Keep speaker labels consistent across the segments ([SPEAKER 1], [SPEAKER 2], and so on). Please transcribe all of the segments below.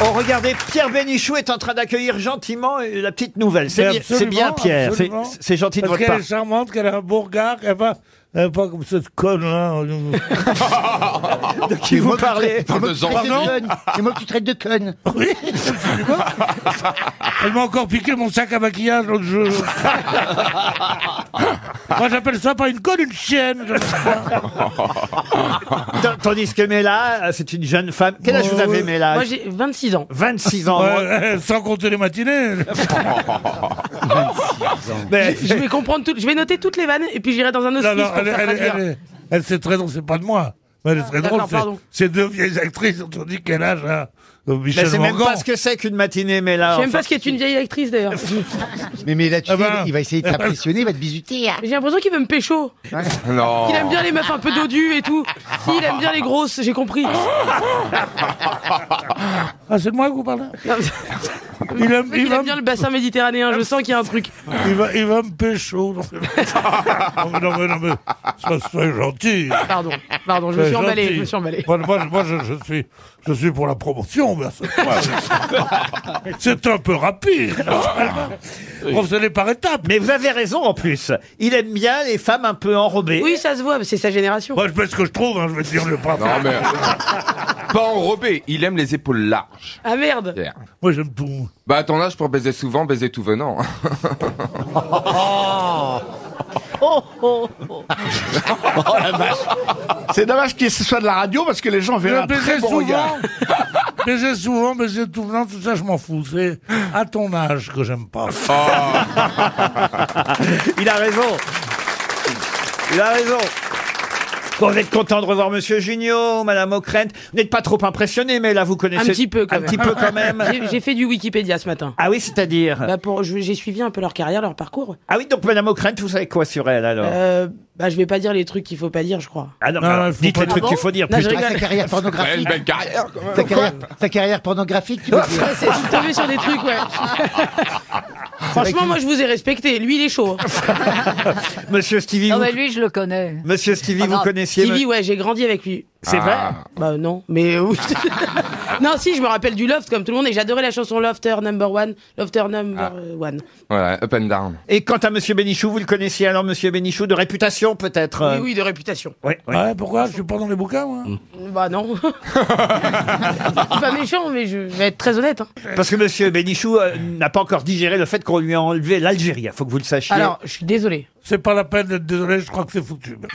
[SPEAKER 1] Oh, regardez, Pierre Bénichou est en train d'accueillir gentiment euh, la petite nouvelle. C'est bien, c'est bien, Pierre. C'est- C'est gentil de
[SPEAKER 2] Parce
[SPEAKER 1] votre
[SPEAKER 2] qu'elle
[SPEAKER 1] part.
[SPEAKER 2] est charmante, qu'elle a un beau regard, qu'elle va. Elle est pas comme cette conne là.
[SPEAKER 1] De qui vous parlez
[SPEAKER 3] C'est moi qui traite de conne.
[SPEAKER 2] Oui. Elle m'a encore piqué mon sac à maquillage l'autre jour. Moi j'appelle ça pas une conne, une chienne.
[SPEAKER 1] T- Tandis que Mela, euh, c'est une jeune femme. Quel âge
[SPEAKER 2] Oh,
[SPEAKER 1] vous avez,
[SPEAKER 2] ouais.
[SPEAKER 1] Mela
[SPEAKER 4] Moi, j'ai 26 ans.
[SPEAKER 1] 26 ans.
[SPEAKER 2] Ouais, sans compter les matinées.
[SPEAKER 1] Mais-
[SPEAKER 4] Je vais comprendre tout, je vais noter toutes les vannes et puis j'irai dans un
[SPEAKER 2] Non,
[SPEAKER 4] hospice
[SPEAKER 2] non,
[SPEAKER 4] pour
[SPEAKER 2] elle,
[SPEAKER 4] faire
[SPEAKER 2] elle-
[SPEAKER 4] traduire.
[SPEAKER 2] elle est- elle, c'est très drôle, c'est pas de moi. Mais elle est très
[SPEAKER 4] Ah,
[SPEAKER 2] drôle.
[SPEAKER 4] d'accord,
[SPEAKER 2] c'est-
[SPEAKER 4] pardon.
[SPEAKER 2] C'est deux vieilles actrices, on te dit quel âge, hein, euh,
[SPEAKER 1] Mais
[SPEAKER 2] Michel
[SPEAKER 1] c'est même
[SPEAKER 2] Morgan.
[SPEAKER 1] pas ce que c'est qu'une matinée, Mela.
[SPEAKER 4] Je sais même
[SPEAKER 1] enfin.
[SPEAKER 4] pas ce qu'est une vieille actrice d'ailleurs. Mais
[SPEAKER 3] Mais, mais là, tu
[SPEAKER 2] Ah
[SPEAKER 3] sais,
[SPEAKER 1] bah.
[SPEAKER 2] ben.
[SPEAKER 3] il va essayer de t'impressionner, il va te bisuter.
[SPEAKER 4] J'ai l'impression qu'il veut me pécho.
[SPEAKER 5] Non.
[SPEAKER 4] Il aime bien les meufs un peu dodues et tout. Si, il aime bien les grosses, j'ai compris.
[SPEAKER 2] Ah, c'est de moi que vous parlez
[SPEAKER 4] Non, mais-
[SPEAKER 2] Il aime, il
[SPEAKER 4] Il
[SPEAKER 2] va,
[SPEAKER 4] aime bien le bassin méditerranéen, je sens qu'il y a un truc.
[SPEAKER 2] il va, il va me pécho. Non, mais non, mais non, mais sois, sois gentil.
[SPEAKER 4] Pardon, pardon, je me suis
[SPEAKER 2] Sois
[SPEAKER 4] emballé,
[SPEAKER 2] gentil.
[SPEAKER 4] je me suis emballé.
[SPEAKER 2] Moi, moi, moi, je, je suis, je suis pour la promotion, mais à ce point, c'est un peu rapide.
[SPEAKER 1] Oh,
[SPEAKER 2] Procédez par étapes.
[SPEAKER 1] Mais vous avez raison en plus. Il aime bien les femmes un peu enrobées.
[SPEAKER 4] Oui, ça se voit, mais c'est sa génération.
[SPEAKER 2] Moi, je fais ce que je trouve, hein, je vais te dire le pas.
[SPEAKER 5] Non, mais. euh, Pas enrobé, il aime les épaules larges.
[SPEAKER 4] Ah merde
[SPEAKER 5] Pierre.
[SPEAKER 2] Moi, j'aime tout.
[SPEAKER 5] Bah, à ton âge, pour baiser souvent, baiser tout venant.
[SPEAKER 2] Oh.
[SPEAKER 6] C'est dommage que ce soit de la radio parce que les gens verraient
[SPEAKER 2] Mais
[SPEAKER 6] un très
[SPEAKER 2] baiser
[SPEAKER 6] bon regard.
[SPEAKER 2] souvent, baiser souvent, baiser tout venant, tout ça, je m'en fous. C'est à ton âge que j'aime pas.
[SPEAKER 4] Oh.
[SPEAKER 1] Il a raison. Il a raison. Bon, vous êtes content de revoir Monsieur Gignot, Madame O'Krent. Vous n'êtes pas trop impressionné, mais là, vous connaissez...
[SPEAKER 4] Un petit peu, quand
[SPEAKER 1] Un
[SPEAKER 4] même.
[SPEAKER 1] petit peu quand même.
[SPEAKER 4] J'ai- J'ai fait du Wikipédia ce matin.
[SPEAKER 1] Ah oui, c'est-à-dire
[SPEAKER 4] Bah pour, je- j'ai suivi un peu leur carrière, leur parcours.
[SPEAKER 1] Ah oui, donc Madame O'Krent, vous savez quoi sur elle, alors
[SPEAKER 4] Euh, bah je vais pas dire les trucs qu'il faut pas dire, je crois.
[SPEAKER 1] Ah non,
[SPEAKER 2] Non,
[SPEAKER 1] bah,
[SPEAKER 2] non, il faut
[SPEAKER 1] dites
[SPEAKER 2] pas
[SPEAKER 1] les
[SPEAKER 2] dire.
[SPEAKER 1] trucs
[SPEAKER 4] Ah
[SPEAKER 1] qu'il
[SPEAKER 4] bon
[SPEAKER 1] faut dire.
[SPEAKER 4] Non,
[SPEAKER 1] plus
[SPEAKER 4] je
[SPEAKER 1] tard.
[SPEAKER 3] Ah, sa
[SPEAKER 4] rigole.
[SPEAKER 3] carrière
[SPEAKER 5] Ouais, une
[SPEAKER 3] pornographique.
[SPEAKER 5] belle carrière, quand même.
[SPEAKER 3] Sa carrière, sa carrière pornographique, tu veux dire.
[SPEAKER 4] Ouais, c'est- je suis tombé sur des trucs, ouais. Franchement, moi, je vous ai respecté. Lui, il est chaud. hein.
[SPEAKER 1] Monsieur Stevie,
[SPEAKER 7] Non,
[SPEAKER 1] vous...
[SPEAKER 7] mais Ah, bah, lui, je le connais.
[SPEAKER 1] Monsieur Stevie,
[SPEAKER 7] Ah,
[SPEAKER 1] vous
[SPEAKER 7] non,
[SPEAKER 1] connaissiez...
[SPEAKER 4] Stevie, ouais, j'ai grandi avec lui.
[SPEAKER 1] C'est vrai
[SPEAKER 5] Ah.
[SPEAKER 4] Bah non,
[SPEAKER 8] euh,
[SPEAKER 4] mais oui. non, si, je me rappelle du Loft comme tout le monde et j'adorais la chanson Lofter Number One, Lofter
[SPEAKER 1] Ah.
[SPEAKER 4] Number euh, One.
[SPEAKER 5] Voilà, up and down.
[SPEAKER 1] Et quant à Monsieur Bénichou, vous le connaissiez alors, Monsieur Bénichou, de réputation peut-être euh, Mm.
[SPEAKER 4] Oui, oui, de réputation.
[SPEAKER 1] Oui, oui.
[SPEAKER 2] Ouais, Ah, pourquoi Je suis pas dans les bouquins, moi.
[SPEAKER 4] Bah non. Je suis pas méchant, mais je vais être très honnête. hein.
[SPEAKER 1] Parce que Monsieur Bénichou euh, n'a pas encore digéré le fait qu'on lui a enlevé l'Algérie. Il faut que vous le sachiez.
[SPEAKER 4] Alors, je suis désolé.
[SPEAKER 2] C'est pas la peine d'être désolé, je crois que c'est foutu.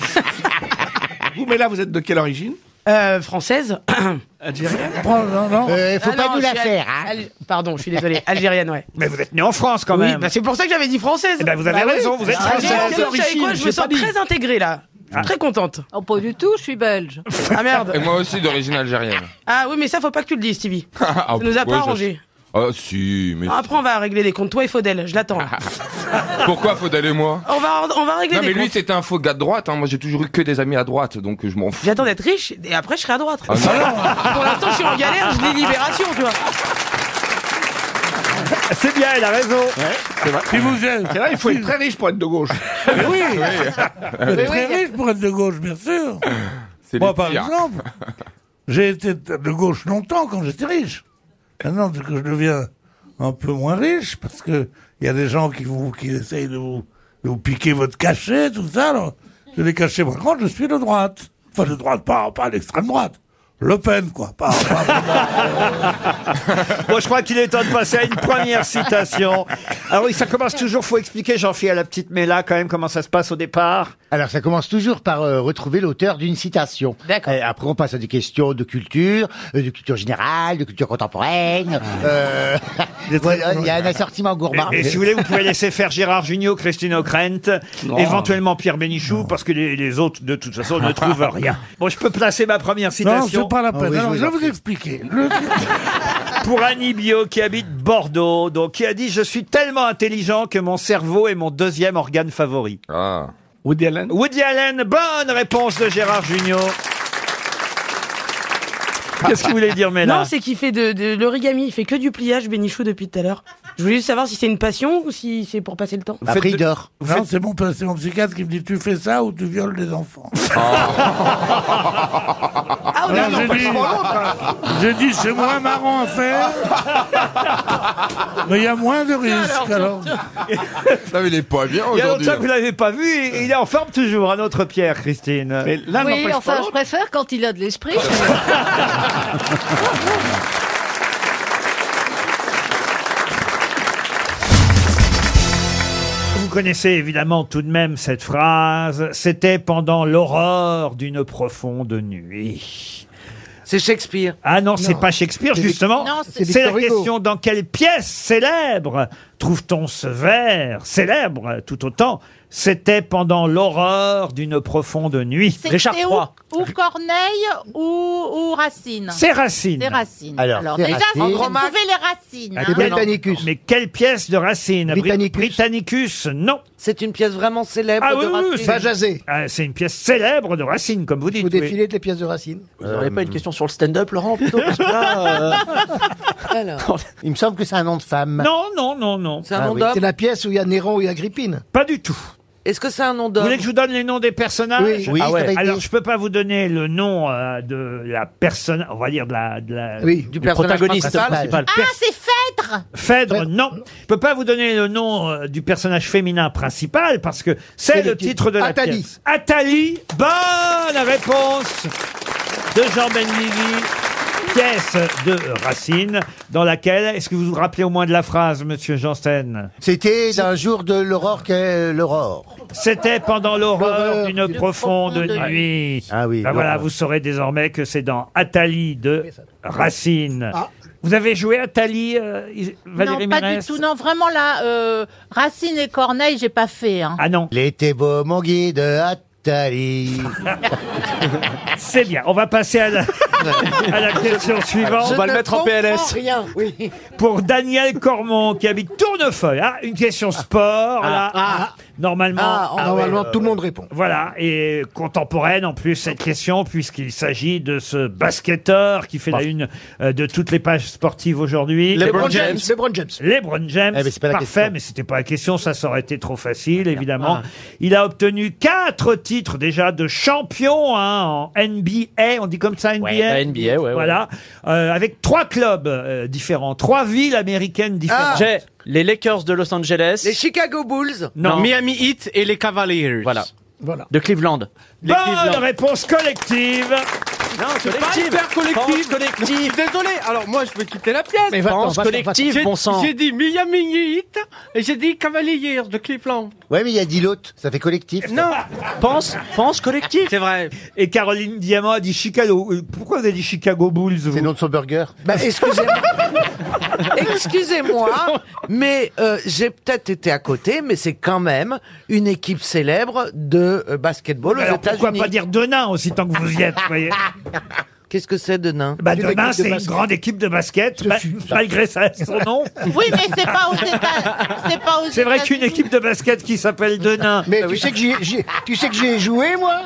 [SPEAKER 6] Vous, mais là, vous êtes de quelle origine
[SPEAKER 4] Euh, française.
[SPEAKER 2] Prends- non, non.
[SPEAKER 3] Euh, faut
[SPEAKER 4] Ah
[SPEAKER 3] pas
[SPEAKER 4] non,
[SPEAKER 3] nous
[SPEAKER 4] je
[SPEAKER 3] la
[SPEAKER 4] suis al-
[SPEAKER 3] faire, hein.
[SPEAKER 4] al- Pardon, je suis désolé. Algérienne, ouais.
[SPEAKER 1] mais vous êtes né en France quand
[SPEAKER 4] Oui,
[SPEAKER 1] même.
[SPEAKER 4] bah c'est pour ça que j'avais dit française.
[SPEAKER 1] Eh ben, vous avez
[SPEAKER 4] Bah oui.
[SPEAKER 1] raison, vous êtes
[SPEAKER 4] Ah, j'ai-
[SPEAKER 1] française. Ah.
[SPEAKER 4] Vous savez quoi, je me sens très intégrée là. Je suis Très contente.
[SPEAKER 7] Oh, pas du tout, je suis belge.
[SPEAKER 4] Ah merde.
[SPEAKER 5] Et moi aussi d'origine algérienne.
[SPEAKER 4] Ah oui, mais ça, faut pas que tu le dises, Stevie.
[SPEAKER 1] Ah,
[SPEAKER 5] Ça
[SPEAKER 4] Ça nous a pas arrangé.
[SPEAKER 5] Ah, si, mais.
[SPEAKER 4] Après, on va régler des comptes. Toi et Faudel, je l'attends.
[SPEAKER 5] Pourquoi faut d'aller moi
[SPEAKER 4] On va, Ah, on va régler
[SPEAKER 5] Non,
[SPEAKER 4] des
[SPEAKER 5] mais lui,
[SPEAKER 4] comptes.
[SPEAKER 5] c'était un faux gars de droite. hein. Moi, j'ai toujours eu que des amis à droite, donc euh, je m'en fous.
[SPEAKER 4] J'attends d'être riche et après, je serai à droite.
[SPEAKER 5] Ah, non.
[SPEAKER 4] Pour l'instant, je suis en galère, je dis libération, tu vois.
[SPEAKER 1] C'est bien, il a raison.
[SPEAKER 2] Si vous êtes,
[SPEAKER 6] C'est là, il faut être très riche pour être de gauche.
[SPEAKER 2] vous êtes très riche pour être de gauche, bien sûr.
[SPEAKER 5] C'est
[SPEAKER 2] Moi,
[SPEAKER 5] les
[SPEAKER 2] par
[SPEAKER 5] pires.
[SPEAKER 2] exemple, j'ai été de gauche longtemps quand j'étais riche. Maintenant que je deviens un peu moins riche, parce que il y a des gens qui vous, qui essayent de vous, de vous piquer votre cachet, tout ça, alors, je les cachets. Par contre, je suis de droite. Enfin, de droite, pas, pas l'extrême droite. Le Pen, quoi. Pas, pas-
[SPEAKER 1] Bon, je crois qu'il est temps de passer à une première citation. Alors oui, ça commence toujours, faut expliquer, j'en fais à la petite Méla quand même comment ça se passe au départ.
[SPEAKER 3] Alors, ça commence toujours par euh, retrouver l'auteur d'une citation.
[SPEAKER 4] D'accord.
[SPEAKER 3] Et après, on passe à des questions de culture, euh, de culture générale, de culture contemporaine. euh, voilà, il y a un assortiment gourmand.
[SPEAKER 1] Et, et si vous voulez, vous pouvez laisser faire Gérard Jugnot, Christine O'Krent, éventuellement Pierre Bénichou, parce que les, les autres, de toute façon, ne trouvent rien. Bon, je peux placer ma première
[SPEAKER 2] non,
[SPEAKER 1] citation
[SPEAKER 2] c'est pas la
[SPEAKER 3] Ah
[SPEAKER 2] peine.
[SPEAKER 3] oui, je
[SPEAKER 2] alors,
[SPEAKER 3] vous
[SPEAKER 2] je vais
[SPEAKER 3] en
[SPEAKER 2] vous
[SPEAKER 3] prie.
[SPEAKER 2] expliquer. Le-
[SPEAKER 1] pour Annie Bio, qui habite Bordeaux, donc qui a dit « Je suis tellement intelligent que mon cerveau est mon deuxième organe favori ».
[SPEAKER 5] Ah.
[SPEAKER 6] Woody Allen
[SPEAKER 1] Woody Allen, bonne réponse de Gérard Jugnot. Qu'est-ce que vous voulez dire, Méla
[SPEAKER 4] Non, c'est qu'il fait de, de l'origami, il fait que du pliage, Bénichou, depuis tout à l'heure. Je voulais juste savoir si c'est une passion ou si c'est pour passer le temps.
[SPEAKER 3] Après, il dort.
[SPEAKER 2] Non, c'est mon patient psychiatre qui me dit tu fais ça ou tu violes des enfants.
[SPEAKER 4] Ah, on a-
[SPEAKER 2] Alors, j'ai dit,
[SPEAKER 1] hein.
[SPEAKER 2] j'ai dit, c'est moins marrant à faire. Mais il y a moins de risques alors.
[SPEAKER 5] Non, mais il est pas bien
[SPEAKER 1] Il y a
[SPEAKER 5] aujourd'hui. hein.
[SPEAKER 1] longtemps que vous l'avez pas vu, il est en forme toujours, un autre Pierre, Christine.
[SPEAKER 6] Mais l'un
[SPEAKER 7] Oui,
[SPEAKER 6] n'empêche pas
[SPEAKER 7] enfin, je
[SPEAKER 6] l'autre.
[SPEAKER 7] préfère quand il a de l'esprit.
[SPEAKER 1] Vous connaissez évidemment tout de même cette phrase. C'était pendant l'aurore d'une profonde nuit.
[SPEAKER 8] C'est Shakespeare.
[SPEAKER 1] Ah non, c'est pas Shakespeare, justement.
[SPEAKER 8] Non, c'est-
[SPEAKER 1] C'est la
[SPEAKER 8] Victor Hugo.
[SPEAKER 1] question dans quelle pièce célèbre trouve-t-on ce vers célèbre tout autant C'était pendant l'aurore d'une profonde nuit.
[SPEAKER 9] C'est-
[SPEAKER 8] Richard
[SPEAKER 9] c'est
[SPEAKER 8] III.
[SPEAKER 9] Ou, ou Corneille ou, ou Racine.
[SPEAKER 1] C'est Racine. Ah,
[SPEAKER 9] C'est Racine.
[SPEAKER 3] Alors, c'est
[SPEAKER 9] déjà,
[SPEAKER 3] Racine.
[SPEAKER 9] vous
[SPEAKER 3] Grand
[SPEAKER 9] trouvez les racines.
[SPEAKER 8] Ah,
[SPEAKER 9] hein.
[SPEAKER 1] Mais non.
[SPEAKER 3] Britannicus.
[SPEAKER 1] Mais quelle pièce de Racine Bri-
[SPEAKER 3] Britannicus.
[SPEAKER 1] Britannicus, non.
[SPEAKER 8] C'est une pièce vraiment célèbre
[SPEAKER 1] Ah
[SPEAKER 8] de
[SPEAKER 1] oui, oui, oui,
[SPEAKER 8] Racine.
[SPEAKER 1] ça, Ah, c'est une pièce célèbre de Racine, comme vous dites. oui.
[SPEAKER 3] de les pièces de Racine
[SPEAKER 10] Vous n'aurez pas une question sur le stand-up, Laurent, plutôt Parce que là, euh,
[SPEAKER 8] Alors,
[SPEAKER 3] Il me semble que c'est un nom de femme.
[SPEAKER 1] Non, non, non, non.
[SPEAKER 8] c'est un
[SPEAKER 3] Ah
[SPEAKER 8] nom
[SPEAKER 3] oui.
[SPEAKER 8] d'homme
[SPEAKER 3] la pièce où il y a Néron et Agrippine.
[SPEAKER 1] Pas du tout.
[SPEAKER 8] Est-ce que c'est un nom
[SPEAKER 1] Vous
[SPEAKER 8] d'homme
[SPEAKER 1] voulez que je vous donne les noms des personnages
[SPEAKER 3] Oui, oui,
[SPEAKER 10] Ah ouais.
[SPEAKER 3] ça va aider.
[SPEAKER 1] Alors, je peux pas vous donner le nom euh, de la personne, on va dire de la... de la-
[SPEAKER 3] Oui.
[SPEAKER 8] Du
[SPEAKER 10] protagoniste principal.
[SPEAKER 9] Ah, c'est Phèdre
[SPEAKER 1] Phèdre, non. Je peux pas vous donner le nom euh, du personnage féminin principal, parce que c'est le titre de la
[SPEAKER 3] Athalie.
[SPEAKER 1] pièce. Athalie, bonne réponse de Jean Benguigui. Pièce de Racine, dans laquelle, est-ce que vous vous rappelez au moins de la phrase, monsieur Janssen
[SPEAKER 3] C'était un jour de l'aurore qu'est l'aurore.
[SPEAKER 1] C'était pendant l'horreur d'une profonde
[SPEAKER 9] profonde
[SPEAKER 1] nuit.
[SPEAKER 3] Ah oui,
[SPEAKER 1] Ben voilà,
[SPEAKER 3] l'horreur.
[SPEAKER 1] vous saurez désormais que c'est dans Athalie de Racine.
[SPEAKER 3] Ah.
[SPEAKER 1] Vous avez joué Athalie, euh, Is- Valérie
[SPEAKER 9] Non, pas
[SPEAKER 1] Mérès
[SPEAKER 9] du tout. Non, vraiment là, euh, Racine et Corneille, j'ai pas fait. hein.
[SPEAKER 1] Ah non,
[SPEAKER 3] L'été beau, mon guide, Atali.
[SPEAKER 1] c'est bien. On va passer à la, à la question suivante
[SPEAKER 10] on va le mettre en PLS.
[SPEAKER 8] Rien, oui.
[SPEAKER 1] pour Daniel Cormon qui habite Tournefeuille. Ah, une question sport, là. Normalement.
[SPEAKER 8] Ah, on-
[SPEAKER 3] Ah, Normalement, tout le monde répond.
[SPEAKER 1] Voilà, et contemporaine en plus cette question, puisqu'il s'agit de ce basketteur qui fait la une euh, de toutes les pages sportives aujourd'hui.
[SPEAKER 10] Bah. LeBron James.
[SPEAKER 1] LeBron James,
[SPEAKER 3] Eh ben, c'est pas la
[SPEAKER 1] parfait,
[SPEAKER 3] question.
[SPEAKER 1] mais c'était pas la question, ça, ça aurait été trop facile, évidemment. Il a obtenu quatre titres déjà de champion hein, en NBA, on dit comme ça NBA.
[SPEAKER 10] la NBA, ouais, ouais.
[SPEAKER 1] Voilà, Euh, avec trois clubs euh, différents, trois villes américaines différentes.
[SPEAKER 10] Ah. J'ai les Lakers de Los Angeles.
[SPEAKER 8] Les Chicago Bulls.
[SPEAKER 1] Non.
[SPEAKER 10] Miami Heat et les Cavaliers. Voilà. De Cleveland. Les
[SPEAKER 1] Bonne
[SPEAKER 10] Cleveland.
[SPEAKER 1] réponse collective.
[SPEAKER 10] Non, collective. collective. collective. Désolé. Alors moi, je vais quitter la pièce. Mais Pense collective, bon sang. J'ai dit Miami Heat et j'ai dit Cavaliers de Cleveland.
[SPEAKER 3] Ouais, mais il y a dit l'autre, ça fait collectif.
[SPEAKER 10] Non. pense, pense collective. C'est vrai.
[SPEAKER 1] Et Caroline Diamant a dit Chicago. Euh, Pourquoi vous avez dit Chicago Bulls vous
[SPEAKER 3] C'est le nom de son burger.
[SPEAKER 8] Bah, excusez-moi. excusez-moi, mais euh, j'ai peut-être été à côté, mais c'est quand même une équipe célèbre de euh, basketball aux
[SPEAKER 1] Alors pourquoi
[SPEAKER 8] États-Unis.
[SPEAKER 1] pas dire Denain aussi tant que vous y êtes, vous voyez
[SPEAKER 8] Qu'est-ce que c'est de nain
[SPEAKER 1] bah, Denain, c'est une grande équipe de basket, ma- malgré ça, son nom.
[SPEAKER 9] Oui, mais c'est pas aux États. C'est pas aux
[SPEAKER 1] C'est vrai qu'une
[SPEAKER 9] États-Unis.
[SPEAKER 1] équipe de basket qui s'appelle Denain. Bah
[SPEAKER 3] Mais tu, sais que j'ai, tu sais que j'ai joué, moi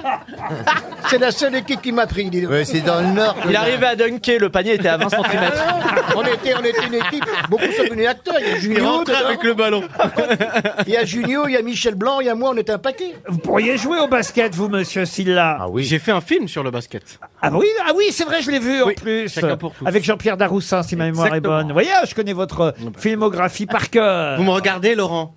[SPEAKER 3] C'est la seule équipe qui m'a pris. Ouais, c'est dans le Nord.
[SPEAKER 10] Il arrivait à dunker, le panier était à 20 cm.
[SPEAKER 3] Ah, on, était, on était une équipe, Ah. beaucoup sont devenus acteurs. Il y a Junio, dedans.
[SPEAKER 10] le ballon.
[SPEAKER 3] il y a Junio, il y a Michel Blanc, il y a moi, on était un paquet.
[SPEAKER 1] Vous pourriez jouer au basket, vous, monsieur Silla. Ah oui.
[SPEAKER 10] J'ai fait un film sur le basket.
[SPEAKER 1] Ah oui, c'est vrai, je l'ai vu en
[SPEAKER 10] Oui,
[SPEAKER 1] plus.
[SPEAKER 10] chacun pour tous.
[SPEAKER 1] Avec Jean-Pierre Daroussin, si ma mémoire est
[SPEAKER 10] Exactement.
[SPEAKER 1] bonne. Vous voyez, je connais votre euh, filmographie par cœur.
[SPEAKER 10] me regardez, Laurent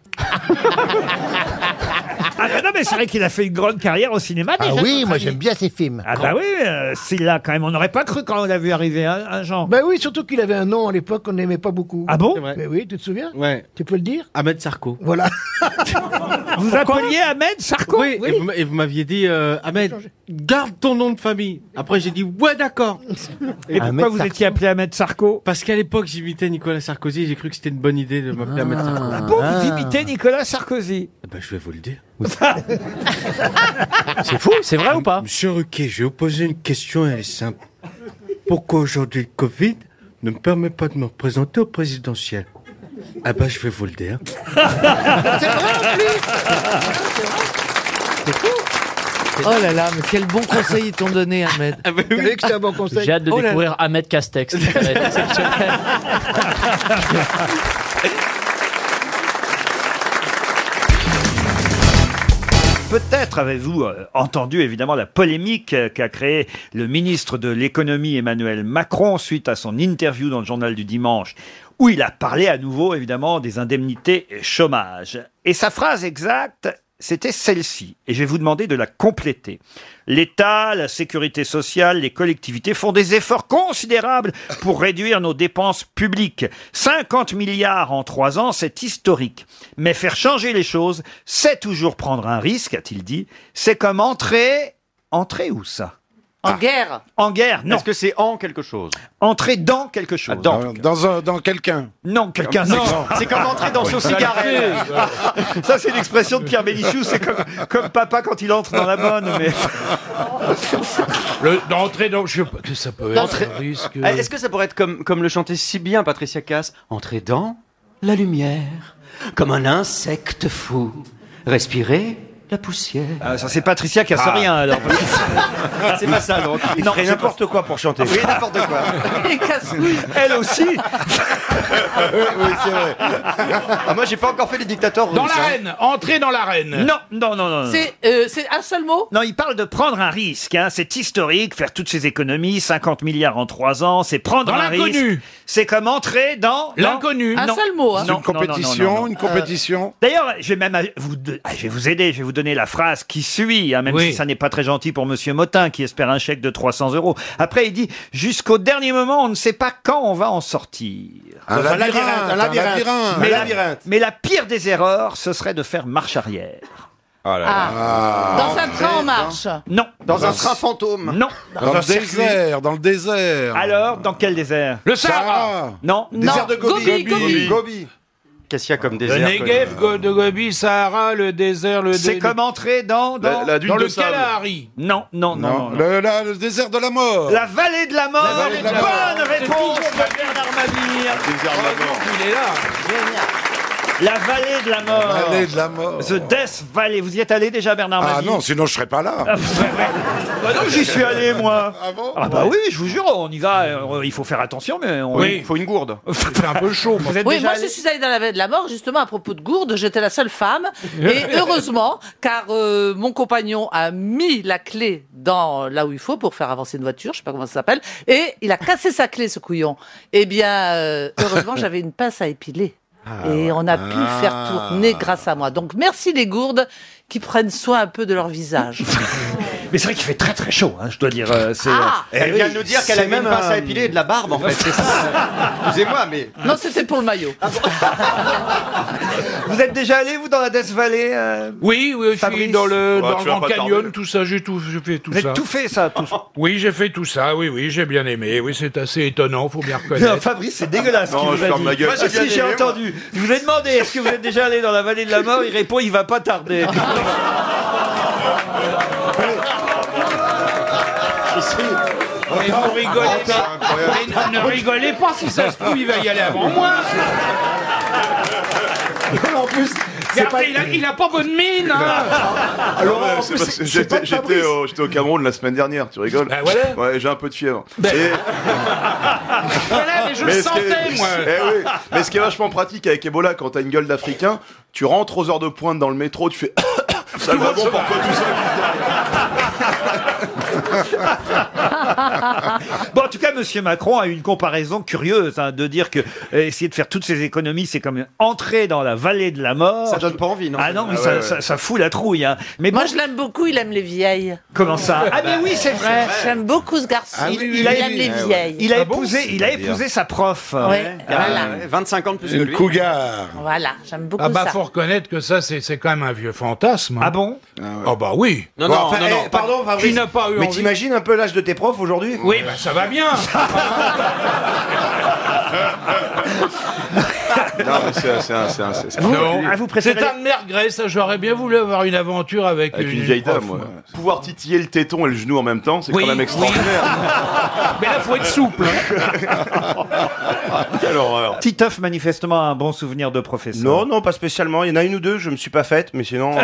[SPEAKER 1] Ah bah non, mais c'est vrai qu'il a fait une grande carrière au cinéma
[SPEAKER 3] Ah
[SPEAKER 1] déjà.
[SPEAKER 3] oui,
[SPEAKER 1] notre
[SPEAKER 3] moi
[SPEAKER 1] ami.
[SPEAKER 3] j'aime bien ces films.
[SPEAKER 1] Ah bah oui, euh, Silla, quand même. On n'aurait pas cru quand on l'a vu arriver, hein, hein, Jean
[SPEAKER 3] Ben oui, surtout qu'il avait un nom à l'époque qu'on n'aimait pas beaucoup.
[SPEAKER 1] Ah bon
[SPEAKER 10] C'est vrai.
[SPEAKER 3] Ben oui, tu te souviens
[SPEAKER 10] Ouais.
[SPEAKER 3] Tu peux le dire
[SPEAKER 10] Ahmed Sarko.
[SPEAKER 3] Voilà.
[SPEAKER 1] Vous appeliez Ahmed Sarko
[SPEAKER 10] Oui, et vous m'a- et vous m'aviez dit, euh, Ahmed, garde ton nom de famille. Après, j'ai dit, ouais, d'accord.
[SPEAKER 1] Et pourquoi
[SPEAKER 3] Ahmed
[SPEAKER 1] vous
[SPEAKER 3] Sarko.
[SPEAKER 1] étiez appelé Ahmed Sarko
[SPEAKER 10] Parce qu'à l'époque, j'imitais Nicolas Sarkozy, j'ai cru que c'était une bonne idée de
[SPEAKER 3] Ah.
[SPEAKER 10] m'appeler Ahmed Sarko.
[SPEAKER 1] Pour Ah vous imiter Nicolas Sarkozy.
[SPEAKER 10] Eh ben, je vais vous le dire. c'est fou, c'est vrai ou pas Monsieur Ruquier, je vais vous poser une question, elle est simple. Pourquoi aujourd'hui le Covid ne me permet pas de me représenter au présidentiel Ah ben, je vais vous le dire.
[SPEAKER 8] Oh là là, mais quel bon conseil ils t'ont donné, Ahmed.
[SPEAKER 10] Ah, bah J'ai hâte de découvrir Ahmed Castex.
[SPEAKER 1] Peut-être avez-vous euh, entendu évidemment la polémique euh, qu'a créée le ministre de l'économie Emmanuel Macron suite à son interview dans le journal du dimanche où il a parlé à nouveau évidemment des indemnités chômage. Et sa phrase exacte, c'était celle-ci, et je vais vous demander de la compléter. L'État, la sécurité sociale, les collectivités font des efforts considérables pour réduire nos dépenses publiques. 50 milliards en trois ans, c'est historique. Mais faire changer les choses, c'est toujours prendre un risque, a-t-il dit. C'est comme entrer... Entrer où ça Ah.
[SPEAKER 11] En guerre
[SPEAKER 1] En guerre, non.
[SPEAKER 11] Est-ce que c'est en quelque chose
[SPEAKER 1] Entrer dans quelque chose.
[SPEAKER 11] dans.
[SPEAKER 1] dans, quelqu'un. Non, quelqu'un.
[SPEAKER 11] Non,
[SPEAKER 1] non.
[SPEAKER 11] c'est comme entrer dans son cigarette.
[SPEAKER 1] Ça, c'est l'expression de Pierre Bénichou. C'est comme, comme papa quand il entre dans la bonne. Mais...
[SPEAKER 2] Le, d'entrer dans, je sais
[SPEAKER 12] Bah,
[SPEAKER 2] pas, que ça peut être
[SPEAKER 11] Entrer-
[SPEAKER 2] un risque.
[SPEAKER 11] Ah, Est-ce que ça pourrait être comme, comme le chantait si bien Patricia Cass Entrer dans la lumière, comme un insecte fou. Respirer la poussière.
[SPEAKER 1] Ah, ça, c'est Patricia Cassorien, alors.
[SPEAKER 11] c'est pas ça, donc.
[SPEAKER 1] Il ferait n'importe
[SPEAKER 11] quoi pour chanter. Oui, n'importe quoi.
[SPEAKER 1] Elle aussi
[SPEAKER 11] oui, c'est vrai.
[SPEAKER 10] Ah,
[SPEAKER 11] moi, j'ai pas encore fait les dictateurs.
[SPEAKER 2] Dans
[SPEAKER 11] russes, hein.
[SPEAKER 2] l'arène, entrer dans l'arène.
[SPEAKER 1] Non, non, non, non. non.
[SPEAKER 4] C'est euh, c'est un seul mot
[SPEAKER 1] Non, il parle de prendre un risque. hein. C'est historique, faire toutes ces économies, 50 milliards en 3 ans, c'est prendre
[SPEAKER 2] Dans
[SPEAKER 1] un
[SPEAKER 2] l'inconnu.
[SPEAKER 1] risque. C'est comme entrer dans...
[SPEAKER 2] L'inconnu.
[SPEAKER 1] Non.
[SPEAKER 4] Un seul mot,
[SPEAKER 1] Non,
[SPEAKER 4] hein.
[SPEAKER 6] Une
[SPEAKER 1] non, non, non,
[SPEAKER 6] compétition,
[SPEAKER 1] non, non.
[SPEAKER 6] une compétition.
[SPEAKER 1] D'ailleurs, je vais même à- vous, de- ah, je vais vous aider, je vais vous donner la phrase qui suit, hein, même
[SPEAKER 2] Oui.
[SPEAKER 1] si ça n'est pas très gentil pour Monsieur Motin qui espère un chèque de 300 euros. Après, il dit jusqu'au dernier moment, on ne sait pas quand on va en sortir.
[SPEAKER 2] Un labyrinthe, un labyrinthe.
[SPEAKER 1] mais, la, mais la pire des erreurs, ce serait de faire marche arrière.
[SPEAKER 2] Ah
[SPEAKER 4] Ah.
[SPEAKER 1] Ah.
[SPEAKER 4] Dans un train en marche.
[SPEAKER 1] Non,
[SPEAKER 11] Dans un train fantôme.
[SPEAKER 1] non.
[SPEAKER 12] Dans le désert, dans le désert.
[SPEAKER 1] Alors, dans quel désert
[SPEAKER 2] Le Sahara.
[SPEAKER 1] Non.
[SPEAKER 4] Non, Gobi, Gobi.
[SPEAKER 11] Gobi. Qu'est-ce qu'il y a comme
[SPEAKER 2] Le
[SPEAKER 11] désert
[SPEAKER 2] Negev, Go- de Gobi, Sahara, le désert, le.
[SPEAKER 1] C'est
[SPEAKER 2] dé-
[SPEAKER 1] comme entrer dans, dans...
[SPEAKER 12] La- la dune
[SPEAKER 2] Dans
[SPEAKER 12] de
[SPEAKER 2] le
[SPEAKER 12] sable.
[SPEAKER 2] Kalahari.
[SPEAKER 1] Non, non, non, non,
[SPEAKER 12] Non,
[SPEAKER 1] non.
[SPEAKER 12] Le, la- le désert de la mort.
[SPEAKER 1] La vallée de la mort.
[SPEAKER 2] vallée de la
[SPEAKER 1] Bonne
[SPEAKER 2] mort. C'est
[SPEAKER 1] réponse
[SPEAKER 2] toujours hein.
[SPEAKER 1] de Bernard Mabille.
[SPEAKER 2] Oh, Il est là.
[SPEAKER 1] La vallée de la mort.
[SPEAKER 12] L'allée de la mort.
[SPEAKER 1] The Death Valley. Vous y êtes allé déjà, Bernard
[SPEAKER 12] Ah
[SPEAKER 1] Mabille
[SPEAKER 6] Oh,
[SPEAKER 1] Ah,
[SPEAKER 12] non, sinon je serais pas là.
[SPEAKER 1] Bah non, j'y suis allé, moi.
[SPEAKER 12] Ah bon
[SPEAKER 1] Ah bah oui, je vous jure, on y va. euh, Il faut faire attention, mais on...
[SPEAKER 2] Oui.
[SPEAKER 11] Il faut une gourde.
[SPEAKER 2] C'est un peu chaud. moi.
[SPEAKER 1] Vous êtes
[SPEAKER 9] Oui,
[SPEAKER 1] déjà
[SPEAKER 9] moi
[SPEAKER 1] allé
[SPEAKER 9] je suis allée dans la veille de la mort, justement à propos de gourde, j'étais la seule femme. Et heureusement, car euh, mon compagnon a mis la clé dans là où il faut pour faire avancer une voiture, je sais pas comment ça s'appelle, et il a cassé sa clé, ce couillon. Eh bien, euh, heureusement, j'avais une pince à épiler.
[SPEAKER 12] Ah,
[SPEAKER 9] Et on a pu faire tourner grâce à moi. Donc merci les gourdes qui prennent soin un peu de leur visage.
[SPEAKER 1] Mais c'est vrai qu'il fait très très chaud, hein, je dois dire. euh, c'est...
[SPEAKER 9] Ah
[SPEAKER 6] Eh
[SPEAKER 11] Elle vient de nous dire qu'elle a
[SPEAKER 8] c'est
[SPEAKER 11] même une
[SPEAKER 8] même
[SPEAKER 11] pince à
[SPEAKER 8] un-
[SPEAKER 11] épiler et de la barbe, en fait. C'est ça. Excusez-moi, mais.
[SPEAKER 9] Non, c'était pour le maillot.
[SPEAKER 1] Ah Vous êtes déjà allé, vous, dans la Death Valley euh,
[SPEAKER 2] Oui, oui, je suis
[SPEAKER 1] Fabrice.
[SPEAKER 2] dans le,
[SPEAKER 12] Bah,
[SPEAKER 2] Euh, dans
[SPEAKER 12] tu vas
[SPEAKER 2] le Grand
[SPEAKER 12] pas
[SPEAKER 2] Canyon,
[SPEAKER 12] tarder.
[SPEAKER 2] tout ça, j'ai tout, j'ai fait tout
[SPEAKER 1] Vous
[SPEAKER 2] ça.
[SPEAKER 1] êtes tout fait, ça. Tout...
[SPEAKER 2] Oui, j'ai fait tout ça, oui, oui, j'ai bien aimé. Oui, c'est assez étonnant, faut bien
[SPEAKER 1] Non,
[SPEAKER 2] reconnaître.
[SPEAKER 1] Fabrice, c'est dégueulasse ce qu'il
[SPEAKER 12] Non,
[SPEAKER 1] vous
[SPEAKER 12] je
[SPEAKER 1] a
[SPEAKER 12] ferme
[SPEAKER 1] dit.
[SPEAKER 12] ma gueule.
[SPEAKER 1] Moi, j'ai,
[SPEAKER 12] Ah,
[SPEAKER 1] si, j'ai entendu. Je vous ai demandé, est-ce que vous êtes déjà allé dans la vallée de la mort Il répond, il va pas tarder.
[SPEAKER 2] Mais vous rigolez pas. Mais ne, ne rigolez pas, si ça se trouve, il va y aller avant moi.
[SPEAKER 6] En plus,
[SPEAKER 2] Regardez, il, a, il a pas bonne mine. hein.
[SPEAKER 6] alors, en
[SPEAKER 12] C'est
[SPEAKER 6] plus,
[SPEAKER 12] parce que
[SPEAKER 6] c'est- c'est pas
[SPEAKER 12] J'étais
[SPEAKER 6] de
[SPEAKER 12] j'étais
[SPEAKER 6] Fabrice.
[SPEAKER 12] au, j'étais au Cameroun la semaine dernière, tu rigoles
[SPEAKER 2] Ben voilà.
[SPEAKER 12] Ouais, j'ai un peu de fièvre. Et-
[SPEAKER 13] Ah,
[SPEAKER 2] Voilà, mais je le
[SPEAKER 12] mais, ce qui
[SPEAKER 2] sentais,
[SPEAKER 12] est...
[SPEAKER 2] moi.
[SPEAKER 12] Eh oui. mais ce qui est vachement pratique avec Ebola, quand t'as une gueule d'Africain, tu rentres aux heures de pointe dans le métro, tu fais... Ça le va bon pour toi tout seul.
[SPEAKER 1] Bon, en tout cas, Monsieur Macron a eu une comparaison curieuse hein, de dire que euh, essayer de faire toutes ces économies, c'est comme entrer dans la vallée de la mort.
[SPEAKER 11] Ça donne pas envie, non
[SPEAKER 1] Ah non, mais ça, ça- ça fout la trouille. Hein. Mais
[SPEAKER 9] Moi
[SPEAKER 1] bon,
[SPEAKER 9] je l'aime beaucoup, il aime les vieilles.
[SPEAKER 1] comment ça Ah mais oui, c'est vrai.
[SPEAKER 9] J'aime beaucoup ce garçon,
[SPEAKER 12] Ah oui,
[SPEAKER 9] il,
[SPEAKER 12] oui,
[SPEAKER 9] il
[SPEAKER 12] oui,
[SPEAKER 9] aime
[SPEAKER 12] oui.
[SPEAKER 9] les
[SPEAKER 12] Ah ouais.
[SPEAKER 9] vieilles.
[SPEAKER 1] Il a épousé, il a
[SPEAKER 12] c'est-à-dire
[SPEAKER 1] épousé sa prof.
[SPEAKER 9] Ouais, voilà.
[SPEAKER 11] Ah ouais, 25 ans de plus que lui.
[SPEAKER 12] cougar.
[SPEAKER 9] Voilà, j'aime beaucoup
[SPEAKER 2] Ah bah,
[SPEAKER 9] ça.
[SPEAKER 2] faut reconnaître que ça, c'est c'est quand même un vieux fantasme. hein.
[SPEAKER 1] Ah bon
[SPEAKER 2] Ah bah oui.
[SPEAKER 11] Non,
[SPEAKER 6] Bon,
[SPEAKER 11] non,
[SPEAKER 6] enfin,
[SPEAKER 11] non,
[SPEAKER 6] eh,
[SPEAKER 11] non, pas-
[SPEAKER 6] pardon, Fabrice.
[SPEAKER 2] Qui n'a pas eu
[SPEAKER 6] Mais
[SPEAKER 2] envie
[SPEAKER 6] t'imagines un peu l'âge de tes profs aujourd'hui
[SPEAKER 2] Oui, bah ça va bien.
[SPEAKER 12] Non, mais c'est c'est un... c'est un- c'est- c'est un-
[SPEAKER 2] Non.
[SPEAKER 1] Ah, vous préférez-
[SPEAKER 2] C'est un de mes regrets, ça. J'aurais bien voulu avoir une aventure avec,
[SPEAKER 12] Avec une vieille
[SPEAKER 2] prof,
[SPEAKER 12] dame,
[SPEAKER 2] moi.
[SPEAKER 12] ouais. Pouvoir titiller le téton et le genou en même temps, c'est
[SPEAKER 2] Oui,
[SPEAKER 12] quand même extraordinaire.
[SPEAKER 2] Mais là, faut être souple. hein.
[SPEAKER 12] Quelle horreur.
[SPEAKER 1] Titoff manifestement a un bon souvenir de professeur.
[SPEAKER 11] Non, non, pas spécialement. Il y en a une ou deux, je me suis pas faite, mais sinon. euh,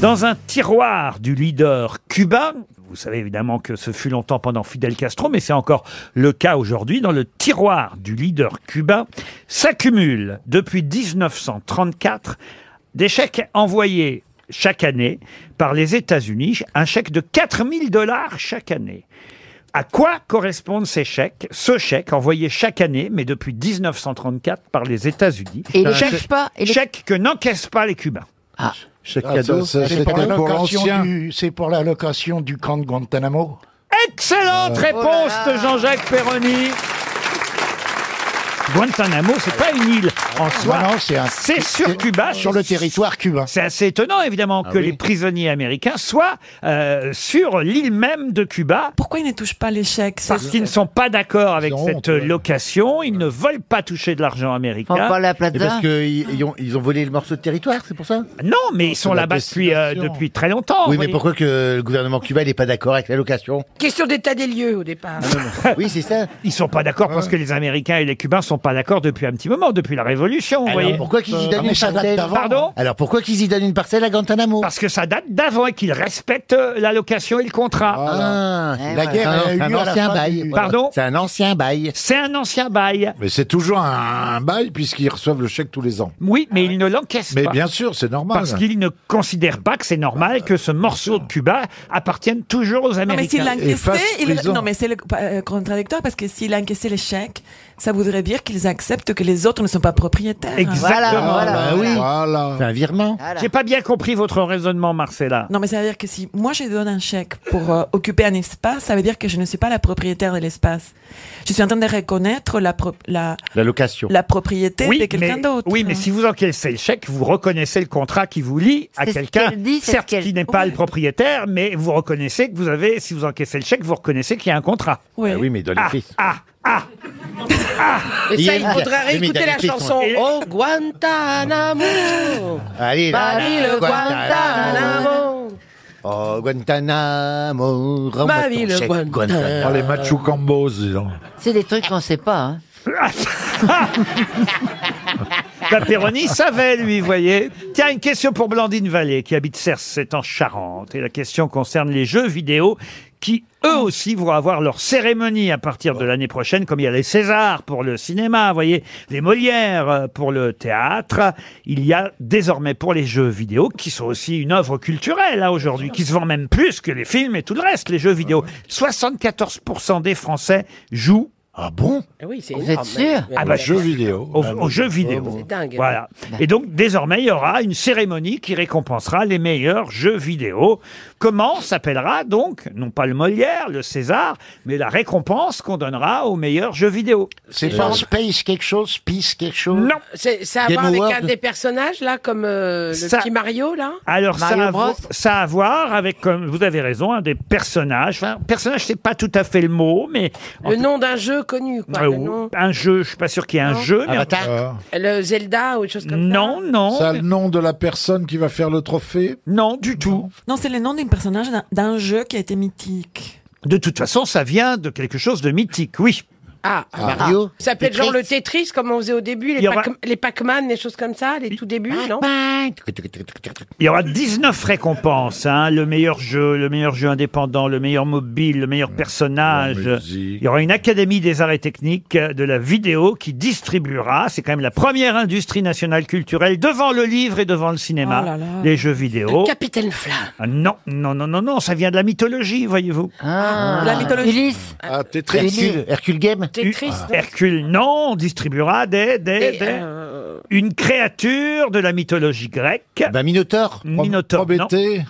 [SPEAKER 1] Dans un tiroir du leader cubain, vous savez évidemment que ce fut longtemps pendant Fidel Castro, mais c'est encore le cas aujourd'hui, dans le tiroir du leader cubain, s'accumulent depuis 1934 des chèques envoyés chaque année par les États-Unis, un chèque de 4000 dollars chaque année. À quoi correspondent ces chèques Ce chèque envoyé chaque année, mais depuis 1934 par les États-Unis.
[SPEAKER 14] Et les
[SPEAKER 1] Chèque-
[SPEAKER 14] cache pas- et les-
[SPEAKER 1] chèque que n'encaissent pas les Cubains.
[SPEAKER 14] Chèque
[SPEAKER 1] Ah, cadeau. ça, ça,
[SPEAKER 14] C'est
[SPEAKER 1] c'était
[SPEAKER 14] pour la
[SPEAKER 1] pour
[SPEAKER 14] location
[SPEAKER 1] l'ancien.
[SPEAKER 14] du- c'est pour la location du camp de Guantanamo.
[SPEAKER 1] Excellente
[SPEAKER 14] Euh,
[SPEAKER 1] réponse
[SPEAKER 14] oh là là.
[SPEAKER 1] de Jean-Jacques Perroni. Guantanamo, c'est pas une île en soi.
[SPEAKER 14] non, c'est un-
[SPEAKER 1] sur Cuba, sur le
[SPEAKER 14] territoire cubain.
[SPEAKER 1] C'est assez étonnant, évidemment, que
[SPEAKER 14] oui.
[SPEAKER 1] les prisonniers américains soient euh, sur l'île même de Cuba.
[SPEAKER 15] Pourquoi ils ne touchent pas les chèques c'est-
[SPEAKER 1] Parce qu'ils ne sont pas d'accord avec
[SPEAKER 15] ont
[SPEAKER 1] cette
[SPEAKER 15] honte,
[SPEAKER 1] location, ils ne veulent pas toucher de l'argent américain.
[SPEAKER 11] Mais Parce qu'ils ont, ils ont volé le morceau de territoire, c'est pour ça
[SPEAKER 1] Non, mais ils sont
[SPEAKER 11] la
[SPEAKER 1] là-bas depuis, euh,
[SPEAKER 11] destination.
[SPEAKER 1] depuis très longtemps.
[SPEAKER 11] Oui,
[SPEAKER 1] vous
[SPEAKER 11] mais
[SPEAKER 1] voyez.
[SPEAKER 11] pourquoi que le gouvernement cubain n'est pas d'accord avec la location
[SPEAKER 13] Question d'état des lieux au départ.
[SPEAKER 11] Ah, Oui, c'est ça.
[SPEAKER 1] Ils sont pas d'accord parce que les Américains et les Cubains sont pas d'accord depuis un petit moment, depuis la Révolution. vous
[SPEAKER 11] Alors,
[SPEAKER 1] voyez.
[SPEAKER 11] pourquoi qu'ils y donnent une parcelle
[SPEAKER 1] Pardon
[SPEAKER 11] Alors pourquoi qu'ils y donnent une parcelle à Guantanamo
[SPEAKER 1] Parce que ça date d'avant et qu'ils respectent euh, la location et le contrat.
[SPEAKER 11] Ah, la guerre elle a eu lieu à la fin du-
[SPEAKER 1] Pardon
[SPEAKER 11] C'est un ancien bail.
[SPEAKER 1] C'est un ancien bail.
[SPEAKER 10] Mais c'est toujours un, un bail puisqu'ils reçoivent le chèque tous les ans.
[SPEAKER 1] Oui, mais ils ne l'encaissent
[SPEAKER 10] Mais
[SPEAKER 1] pas.
[SPEAKER 10] bien sûr, c'est normal.
[SPEAKER 1] Parce qu'ils ne considèrent pas que c'est normal que ce morceau de Cuba appartienne toujours aux
[SPEAKER 15] Non mais s'il
[SPEAKER 1] Américains.
[SPEAKER 15] encaissait, il- non mais c'est le- euh, contradictoire parce que s'il encaissait les chèques, ça voudrait dire qu'ils acceptent que les autres ne sont pas propriétaires.
[SPEAKER 1] Exactement. Ben
[SPEAKER 15] Bah oui.
[SPEAKER 11] C'est un virement.
[SPEAKER 1] J'ai pas bien compris votre raisonnement, Marcella.
[SPEAKER 15] Non mais ça veut dire que si moi je donne un chèque pour euh, occuper un espace, ça veut dire que je ne suis pas la propriétaire de l'espace. Je suis en train de reconnaître la pro- la,
[SPEAKER 11] La location.
[SPEAKER 15] la propriété de
[SPEAKER 1] Oui,
[SPEAKER 15] quelqu'un
[SPEAKER 1] mais,
[SPEAKER 15] d'autre.
[SPEAKER 1] oui, mais si vous encaissez le chèque, vous reconnaissez le contrat qui vous lie à
[SPEAKER 15] C'est ce
[SPEAKER 1] quelqu'un,
[SPEAKER 15] qu'elle dit, c'est ce
[SPEAKER 1] certes qui n'est pas le propriétaire, mais vous reconnaissez que vous avez, si vous encaissez le chèque, vous reconnaissez qu'il y a un contrat.
[SPEAKER 15] Oui,
[SPEAKER 11] mais dans
[SPEAKER 1] les Ah, ah, ah
[SPEAKER 13] Et ça, il faudrait réécouter la chanson.
[SPEAKER 1] Et-
[SPEAKER 13] Oh, Guantanamo.
[SPEAKER 11] Allez, là,
[SPEAKER 13] Paris,
[SPEAKER 11] là,
[SPEAKER 13] le Guantanamo.
[SPEAKER 11] Oh, Guantanamo, rends-moi
[SPEAKER 13] Ma
[SPEAKER 11] ton
[SPEAKER 13] ville,
[SPEAKER 11] chèque,
[SPEAKER 13] Guantanamo.
[SPEAKER 10] Oh, les Machu Cambos, dis donc.
[SPEAKER 16] C'est des trucs qu'on sait pas. hein.
[SPEAKER 1] Perroni savait, lui, vous voyez. Tiens, une question pour Blandine Vallée, qui habite Cerces, c'est en Charente. Et la question concerne les jeux vidéo qui, eux aussi, vont avoir leur cérémonie à partir de l'année prochaine, comme il y a les Césars pour le cinéma, vous voyez, les Molières euh, pour le théâtre. Il y a désormais pour les jeux vidéo, qui sont aussi une œuvre culturelle, hein, aujourd'hui, qui se vend même plus que les films et tout le reste, les jeux vidéo. 74% des Français jouent ah bon
[SPEAKER 13] Eh Oui, c'est
[SPEAKER 1] vous êtes sûr
[SPEAKER 13] Ah, bah,
[SPEAKER 1] jeux vidéo. Aux, aux jeux vidéo.
[SPEAKER 13] C'est dingue. hein.
[SPEAKER 1] Voilà. Et donc, désormais, il y aura une cérémonie qui récompensera les meilleurs jeux vidéo. Comment s'appellera donc, non pas le Molière, le César, mais la récompense qu'on donnera aux meilleurs jeux vidéo
[SPEAKER 14] C'est pas Space quelque chose, Peace quelque chose
[SPEAKER 1] Non.
[SPEAKER 13] C'est- Ça a à
[SPEAKER 1] Game
[SPEAKER 13] voir avec
[SPEAKER 1] Award.
[SPEAKER 13] un des personnages, là, comme euh, le
[SPEAKER 1] Ça-
[SPEAKER 13] petit Mario, là
[SPEAKER 1] Alors ça, a,
[SPEAKER 13] Mario Bros.
[SPEAKER 1] vo- ça a à voir avec, comme vous avez raison, un des personnages. Enfin, personnage, c'est pas tout à fait le mot, mais
[SPEAKER 13] Le nom d'un jeu connu, quoi.
[SPEAKER 1] Euh,
[SPEAKER 13] le, nom.
[SPEAKER 1] un jeu. Je suis pas sûr qu'il y ait un jeu. Mais
[SPEAKER 13] Le Zelda ou autre chose comme
[SPEAKER 1] Non,
[SPEAKER 13] ça
[SPEAKER 1] non.
[SPEAKER 10] Ça a le nom de la personne qui va faire le trophée
[SPEAKER 1] Non, du tout.
[SPEAKER 15] Non, c'est le nom d'un personnage d'un- d'un jeu qui a été mythique.
[SPEAKER 1] De toute façon, ça vient de quelque chose de mythique, oui.
[SPEAKER 13] Ah,
[SPEAKER 1] Ah. Mario.
[SPEAKER 13] Ça s'appelait
[SPEAKER 1] Tetris.
[SPEAKER 13] genre le Tetris, comme on faisait au début,
[SPEAKER 1] Il y
[SPEAKER 13] les,
[SPEAKER 1] aura-
[SPEAKER 13] Pac- les Pac-Man, les choses comme ça, les tout débuts, non
[SPEAKER 1] Il y aura 19 récompenses. hein. Le meilleur jeu, le meilleur jeu indépendant, le meilleur mobile, le meilleur personnage. Il y aura une académie des arts et techniques euh, de la vidéo qui distribuera, c'est quand même la première industrie nationale culturelle, devant le livre et devant le cinéma,
[SPEAKER 13] Oh là là.
[SPEAKER 1] les jeux vidéo.
[SPEAKER 13] Capitaine Flamme.
[SPEAKER 1] Ah Non, non, non, non, non, ça vient de la mythologie, voyez-vous.
[SPEAKER 13] Ah, De la mythologie. Ulysse.
[SPEAKER 1] Ah,
[SPEAKER 13] Tetris.
[SPEAKER 1] Hercule,
[SPEAKER 13] Hercule.
[SPEAKER 1] Hercule Game.
[SPEAKER 13] Tetris, non.
[SPEAKER 1] Hercule, non, on distribuera des, des,
[SPEAKER 13] Et, euh,
[SPEAKER 1] des- une créature de la mythologie grecque. Ben, Minotaure. Minotaure, non.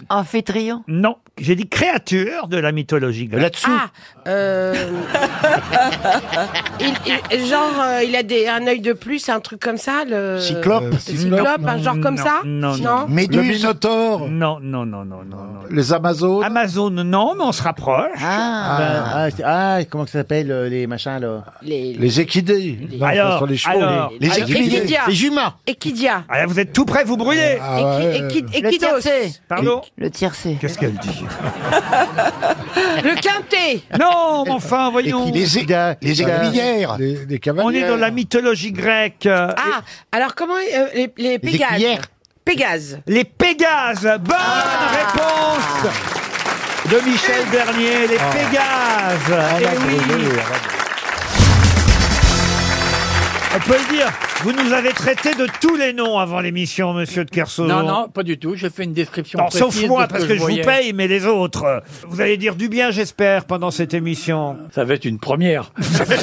[SPEAKER 16] Amphitryon.
[SPEAKER 1] Non, j'ai dit créature de la mythologie grecque. Là-dessous.
[SPEAKER 13] Ah, euh... il, il- genre, euh, il a des, un œil de plus, un truc comme ça, le... Le cyclope, euh, un genre comme ça
[SPEAKER 1] Non, non. Minotaure. Non, non, non, non, non. non.
[SPEAKER 10] Les Amazones
[SPEAKER 1] Amazones, non, mais on se rapproche. Bah,
[SPEAKER 11] Ah, ah, c'est- ah, comment ça s'appelle euh, les machins là
[SPEAKER 13] Les,
[SPEAKER 10] Les équidés. Non,
[SPEAKER 1] Alors,
[SPEAKER 10] ce sont les chevaux.
[SPEAKER 1] alors,
[SPEAKER 10] les
[SPEAKER 1] alors,
[SPEAKER 10] équidés.
[SPEAKER 13] Equidia.
[SPEAKER 10] Les juments.
[SPEAKER 13] Equidia.
[SPEAKER 1] Ah, là, vous êtes tout prêts, vous brûlez.
[SPEAKER 10] Ah ouais.
[SPEAKER 13] Equi- Equidos.
[SPEAKER 1] Pardon
[SPEAKER 16] Le tiercé.
[SPEAKER 1] Qu'est-ce qu'elle dit
[SPEAKER 13] Le quintet.
[SPEAKER 1] Non, mais enfin, voyons.
[SPEAKER 10] Les
[SPEAKER 1] aiguilles,
[SPEAKER 10] les aiguillères. Les, les
[SPEAKER 1] On est dans la mythologie grecque.
[SPEAKER 13] Ah, alors comment euh, les, les Pégases
[SPEAKER 1] écuyères.
[SPEAKER 17] Pégase.
[SPEAKER 1] Les Pégases. Bonne réponse de Michel Bernier. Les Pégases. Eh oui. On peut le dire. Vous nous avez traité de tous les noms avant l'émission, monsieur de Kersauzon.
[SPEAKER 18] Non, non, pas du tout. J'ai fait une description.
[SPEAKER 1] Non, sauf
[SPEAKER 18] précise
[SPEAKER 1] moi,
[SPEAKER 18] de ce
[SPEAKER 1] parce que je vous
[SPEAKER 18] voyais.
[SPEAKER 1] paye, mais les autres. Vous allez dire du bien, j'espère, pendant cette émission.
[SPEAKER 18] Ça va être une première.
[SPEAKER 1] Je vais